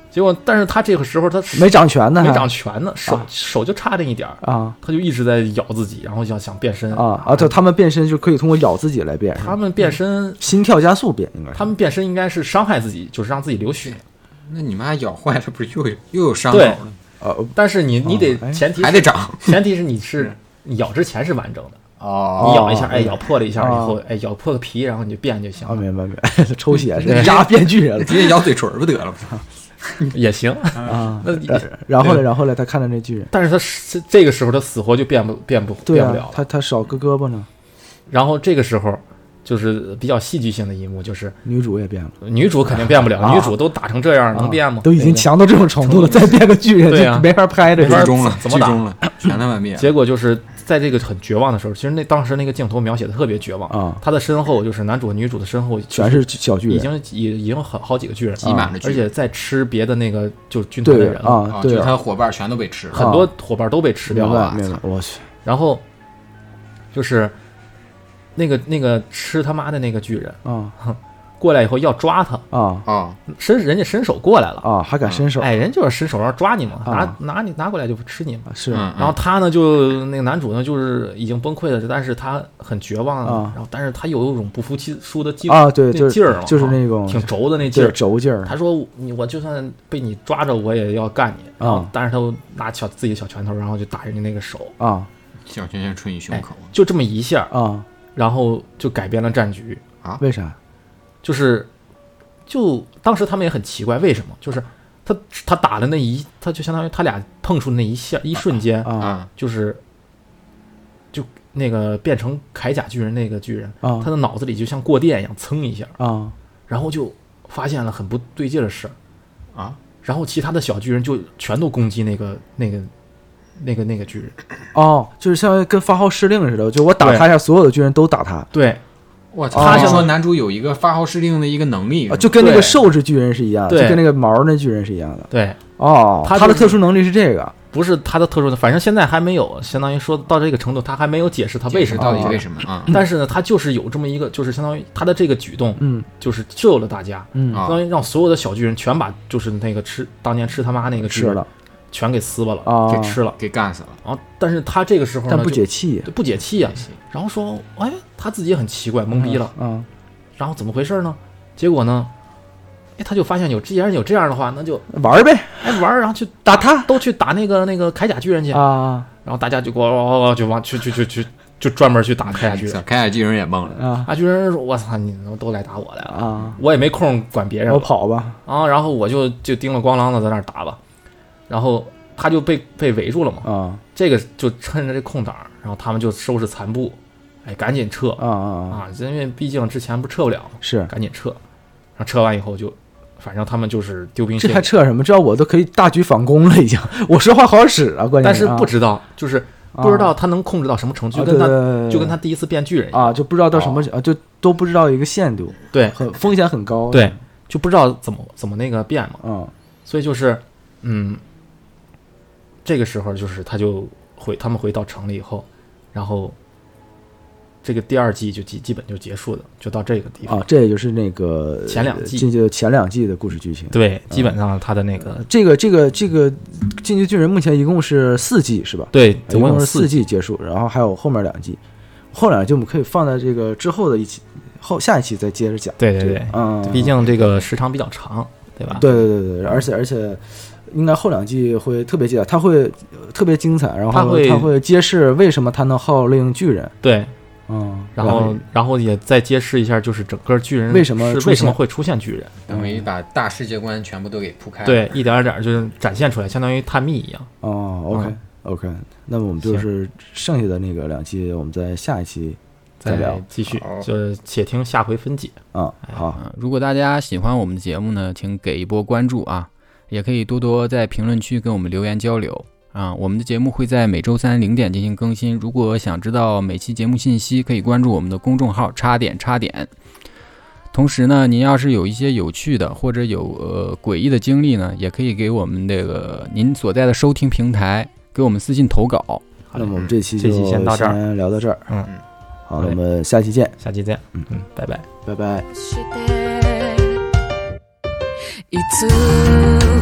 Speaker 2: 结果，但是他这个时候他手
Speaker 1: 没掌权呢，
Speaker 2: 没
Speaker 1: 还
Speaker 2: 长全呢，手
Speaker 1: 啊
Speaker 2: 手就差那一点儿，
Speaker 1: 啊
Speaker 2: 他就一直在咬自己，然后想想变身
Speaker 1: 啊。啊！就他们变身就可以通过咬自己来变，是吧
Speaker 2: 他们变身，
Speaker 1: 心跳加速变应该是。
Speaker 2: 他们变身应该是伤害自己，就是让自己流血。
Speaker 3: 那你妈咬坏了，不是又有又有伤口了，
Speaker 1: 呃
Speaker 2: 但是你你得
Speaker 1: 哦哎
Speaker 2: 前提
Speaker 3: 还得长
Speaker 2: 前提是你是你咬之前是完整的，
Speaker 3: 哦
Speaker 2: 你咬一下，
Speaker 1: 哦
Speaker 2: 哎，咬破了一下
Speaker 1: 哦
Speaker 2: 以后，哎，咬破个皮，然后你就变就行
Speaker 1: 啊，
Speaker 2: 了，
Speaker 1: 明白明白， 抽血是
Speaker 2: 对
Speaker 1: 压变巨人 了
Speaker 3: 直接咬嘴唇儿不得了吗？
Speaker 2: 哦 也行。
Speaker 1: 啊。
Speaker 2: 那
Speaker 1: 然然后嘞，然后嘞，他看着那巨人，
Speaker 2: 但是他是这个时候他死活就变不变不
Speaker 1: 对
Speaker 2: 变不
Speaker 1: 啊
Speaker 2: 了，了。
Speaker 1: 他他少个胳膊呢，
Speaker 2: 然后这个时候就是比较戏剧性的一幕，就是
Speaker 1: 女主也变了，
Speaker 2: 女主肯定变不了，
Speaker 1: 啊
Speaker 2: 女主都打成这样
Speaker 1: 啊
Speaker 2: 能变吗？
Speaker 1: 都已经强到这种程度 了，再变个巨人
Speaker 2: 对啊
Speaker 1: 就没法拍这
Speaker 2: 没法
Speaker 3: 剧
Speaker 1: 个。
Speaker 3: 终了，
Speaker 2: 怎么
Speaker 3: 剧
Speaker 2: 打
Speaker 3: 终了，全他妈灭了。
Speaker 2: 结果就是在这个很绝望的时候，其实那当时那个镜头描写的特别绝望
Speaker 1: 啊
Speaker 2: 他的身后就是男主和女主的身后
Speaker 1: 全是小巨
Speaker 2: 已
Speaker 1: 人，
Speaker 2: 经已已经好好几个巨人了，
Speaker 3: 挤满了巨
Speaker 2: 而
Speaker 3: 人
Speaker 2: 且在吃别的那个就军团的
Speaker 1: 对
Speaker 2: 人了，
Speaker 1: 啊，
Speaker 3: 哦就
Speaker 1: 对
Speaker 3: 是
Speaker 1: 啊，
Speaker 3: 他的伙伴全都被吃了。
Speaker 2: 很多伙伴都被吃掉
Speaker 1: 明白
Speaker 2: 了。
Speaker 1: 明白，我去
Speaker 2: 然后就是那个那个吃他妈的那个巨人
Speaker 1: 啊
Speaker 2: 过来以后要抓他，
Speaker 1: 啊
Speaker 3: 哦，
Speaker 2: 伸人家伸手过来了，
Speaker 1: 啊，还敢伸手，
Speaker 2: 哎，人就是伸手要抓你嘛，
Speaker 1: 啊
Speaker 2: 拿拿你拿过来就吃你嘛。
Speaker 1: 啊是
Speaker 3: 嗯，
Speaker 2: 然后他呢，就那个男主呢，就是已经崩溃了，但是他很绝望
Speaker 1: 啊
Speaker 2: 然后但是他有一种不服气输的劲
Speaker 1: 啊，对，
Speaker 2: 那
Speaker 1: 就是
Speaker 2: 劲儿嘛
Speaker 1: 就是那种
Speaker 2: 挺轴的那劲
Speaker 1: 劲
Speaker 2: 儿。
Speaker 1: 轴劲儿
Speaker 2: 他说你我就算被你抓着，我也要干你。然后
Speaker 1: 啊
Speaker 2: 但是他又拿小自己的小拳头，然后就打人家那个手，
Speaker 1: 啊
Speaker 3: 小拳拳捶你胸口
Speaker 2: 就这么一下，
Speaker 1: 啊，
Speaker 2: 然后就改变了战局。
Speaker 3: 啊！
Speaker 1: 为啥？
Speaker 2: 就是，就当时他们也很奇怪，为什么？就是他他打的那一，啊他就相当于他俩碰触的那一下，一瞬间，
Speaker 1: 啊
Speaker 3: 啊
Speaker 2: 就是就那个变成铠甲巨人那个巨人，
Speaker 1: 啊
Speaker 2: 他的脑子里就像过电一样蹭一下，
Speaker 1: 啊
Speaker 2: 然后就发现了很不对劲的事儿，
Speaker 3: 啊，
Speaker 2: 然后其他的小巨人就全都攻击那个那个那个那个巨人，
Speaker 1: 哦，就是像跟发号施令似的，就我打
Speaker 2: 对
Speaker 1: 他一下，所有的巨人都打他，
Speaker 2: 对
Speaker 3: 我
Speaker 1: 哦
Speaker 3: 他想说男主有一个发号施令的一个能力，
Speaker 1: 啊就跟那个
Speaker 2: 对
Speaker 1: 兽之巨人是一样的，
Speaker 2: 对
Speaker 1: 就跟那个毛那巨人是一样的。
Speaker 2: 对，
Speaker 1: 哦，
Speaker 2: 他
Speaker 1: 的
Speaker 2: 就是
Speaker 1: 特殊能力是这个，
Speaker 2: 不是他的特殊的，反正现在还没有，相当于说到这个程度，他还没有解释他为什么
Speaker 3: 到底
Speaker 1: 啊
Speaker 3: 为什么啊？
Speaker 2: 但是呢，他就是有这么一个，就是相当于他的这个举动，
Speaker 1: 嗯
Speaker 2: 就是救了大家，
Speaker 1: 嗯，
Speaker 3: 啊
Speaker 2: 相当于让所有的小巨人全把就是那个吃当年吃他妈那个巨
Speaker 1: 吃
Speaker 2: 人
Speaker 1: 了
Speaker 2: 全给撕巴了，
Speaker 1: 啊
Speaker 2: 给，吃了。
Speaker 3: 给干死了，
Speaker 2: 然后，但是他这个时候呢，
Speaker 1: 但不
Speaker 2: 就
Speaker 1: 解气，
Speaker 2: 对不解气啊，然后说，哎，他自己也很奇怪，懵逼了，
Speaker 1: 嗯，
Speaker 2: 然后怎么回事呢？结果呢，哎，他就发现有，既然有这样的话，那就
Speaker 1: 嗯玩儿呗，
Speaker 2: 哎玩儿，然后去
Speaker 1: 打他
Speaker 2: 都去打那个那个铠甲巨人去，
Speaker 1: 啊
Speaker 2: 然后大家就给我哦哦就往去去去去就专门去打铠 甲巨人，
Speaker 3: 铠甲巨人也懵了，
Speaker 1: 啊
Speaker 2: 啊巨人说，我操，你们都来打我来了。
Speaker 1: 啊，
Speaker 2: 我也没空管别人
Speaker 1: 我
Speaker 2: 了
Speaker 1: 跑吧，
Speaker 2: 啊，然后我就就叮了咣啷的在那儿打吧，然后他就被被围住了嘛，
Speaker 1: 啊
Speaker 2: 这个就趁着这空档儿，然后他们就收拾残部，哎，赶紧撤
Speaker 1: 啊啊啊，
Speaker 2: 啊，因为毕竟之前不撤不了嘛，
Speaker 1: 是。
Speaker 2: 赶紧撤，然后撤完以后就，反正他们就是丢兵
Speaker 1: 这
Speaker 2: 卸
Speaker 1: 还
Speaker 2: 甲，
Speaker 1: 撤什么？这要我都可以大局反攻了，已经。 我说话好使啊，关键
Speaker 2: 但是
Speaker 1: 啊
Speaker 2: 不知道就是
Speaker 1: 啊
Speaker 2: 不知道他能控制到什么程度，
Speaker 1: 啊
Speaker 2: 就跟他
Speaker 1: 对对对对
Speaker 2: 就跟他哦第一次变巨人一样，
Speaker 1: 啊，就不知道到什么啊，就都不知道一个限度，
Speaker 2: 对
Speaker 1: 很风险很高。
Speaker 2: 对，就不知道怎么怎么那个变嘛，
Speaker 1: 嗯
Speaker 2: 所以就是嗯，这个时候就是他就回他们回到城里以后，然后。这个第二季就基基本就结束了，就到这个地方。
Speaker 1: 啊，这也就是那个
Speaker 2: 前两季
Speaker 1: 进就前两季的故事剧情。
Speaker 2: 对，基本上他的那个
Speaker 1: 这个这个这个《进击巨人》目前一共是四季是吧？
Speaker 2: 对，
Speaker 1: 一
Speaker 2: 总共
Speaker 1: 共
Speaker 2: 有
Speaker 1: 是
Speaker 2: 四
Speaker 1: 四
Speaker 2: 季。
Speaker 1: 季结束，然后还有后面两季，后两季我们可以放在这个之后的一期后下一期再接着讲。
Speaker 2: 对对对，
Speaker 1: 嗯，
Speaker 2: 毕竟这个时长比较长，对吧？
Speaker 1: 对对对对，而且而且。应该后两季会特别精彩，它会呃特别精彩，然后
Speaker 2: 它会
Speaker 1: 它会揭示为什么他能号令巨人，
Speaker 2: 对，
Speaker 1: 嗯，
Speaker 2: 然后然后也再揭示一下，就是整个巨人
Speaker 1: 为什么
Speaker 2: 是
Speaker 1: 出
Speaker 2: 为什么
Speaker 1: 现
Speaker 2: 会出现巨人？
Speaker 3: 等于把大世界观全部都给铺开了。
Speaker 2: 对，一点儿一点儿就是展现出来，相当于探秘一样。
Speaker 1: 哦，OK、OK，那么我们就是剩下的那个两期，我们在下一期再聊
Speaker 2: 继续
Speaker 3: 好，
Speaker 2: 就且听下回分解。
Speaker 1: 啊、好，
Speaker 4: 啊，如果大家喜欢我们的节目呢，请给一波关注啊，也可以多多在评论区跟我们留言交流啊。我们的节目会在每周三零点进行更新。如果想知道每期节目信息，可以关注我们的公众号“叉点叉点”。同时呢，您要是有一些有趣的或者有呃诡异的经历呢，也可以给我们这个您所在的收听平台给我们私信投稿。
Speaker 2: 好
Speaker 1: 那
Speaker 2: 嘞
Speaker 1: 么我们这期
Speaker 2: 这
Speaker 1: 就
Speaker 2: 期先到这儿
Speaker 1: 先聊到这儿，
Speaker 2: 嗯
Speaker 3: 嗯
Speaker 1: 好，
Speaker 2: 好
Speaker 1: 那
Speaker 2: 嘞
Speaker 1: 我们下期见，
Speaker 2: 下期见，
Speaker 1: 嗯
Speaker 2: 嗯，拜拜。
Speaker 1: 拜拜。
Speaker 5: していつ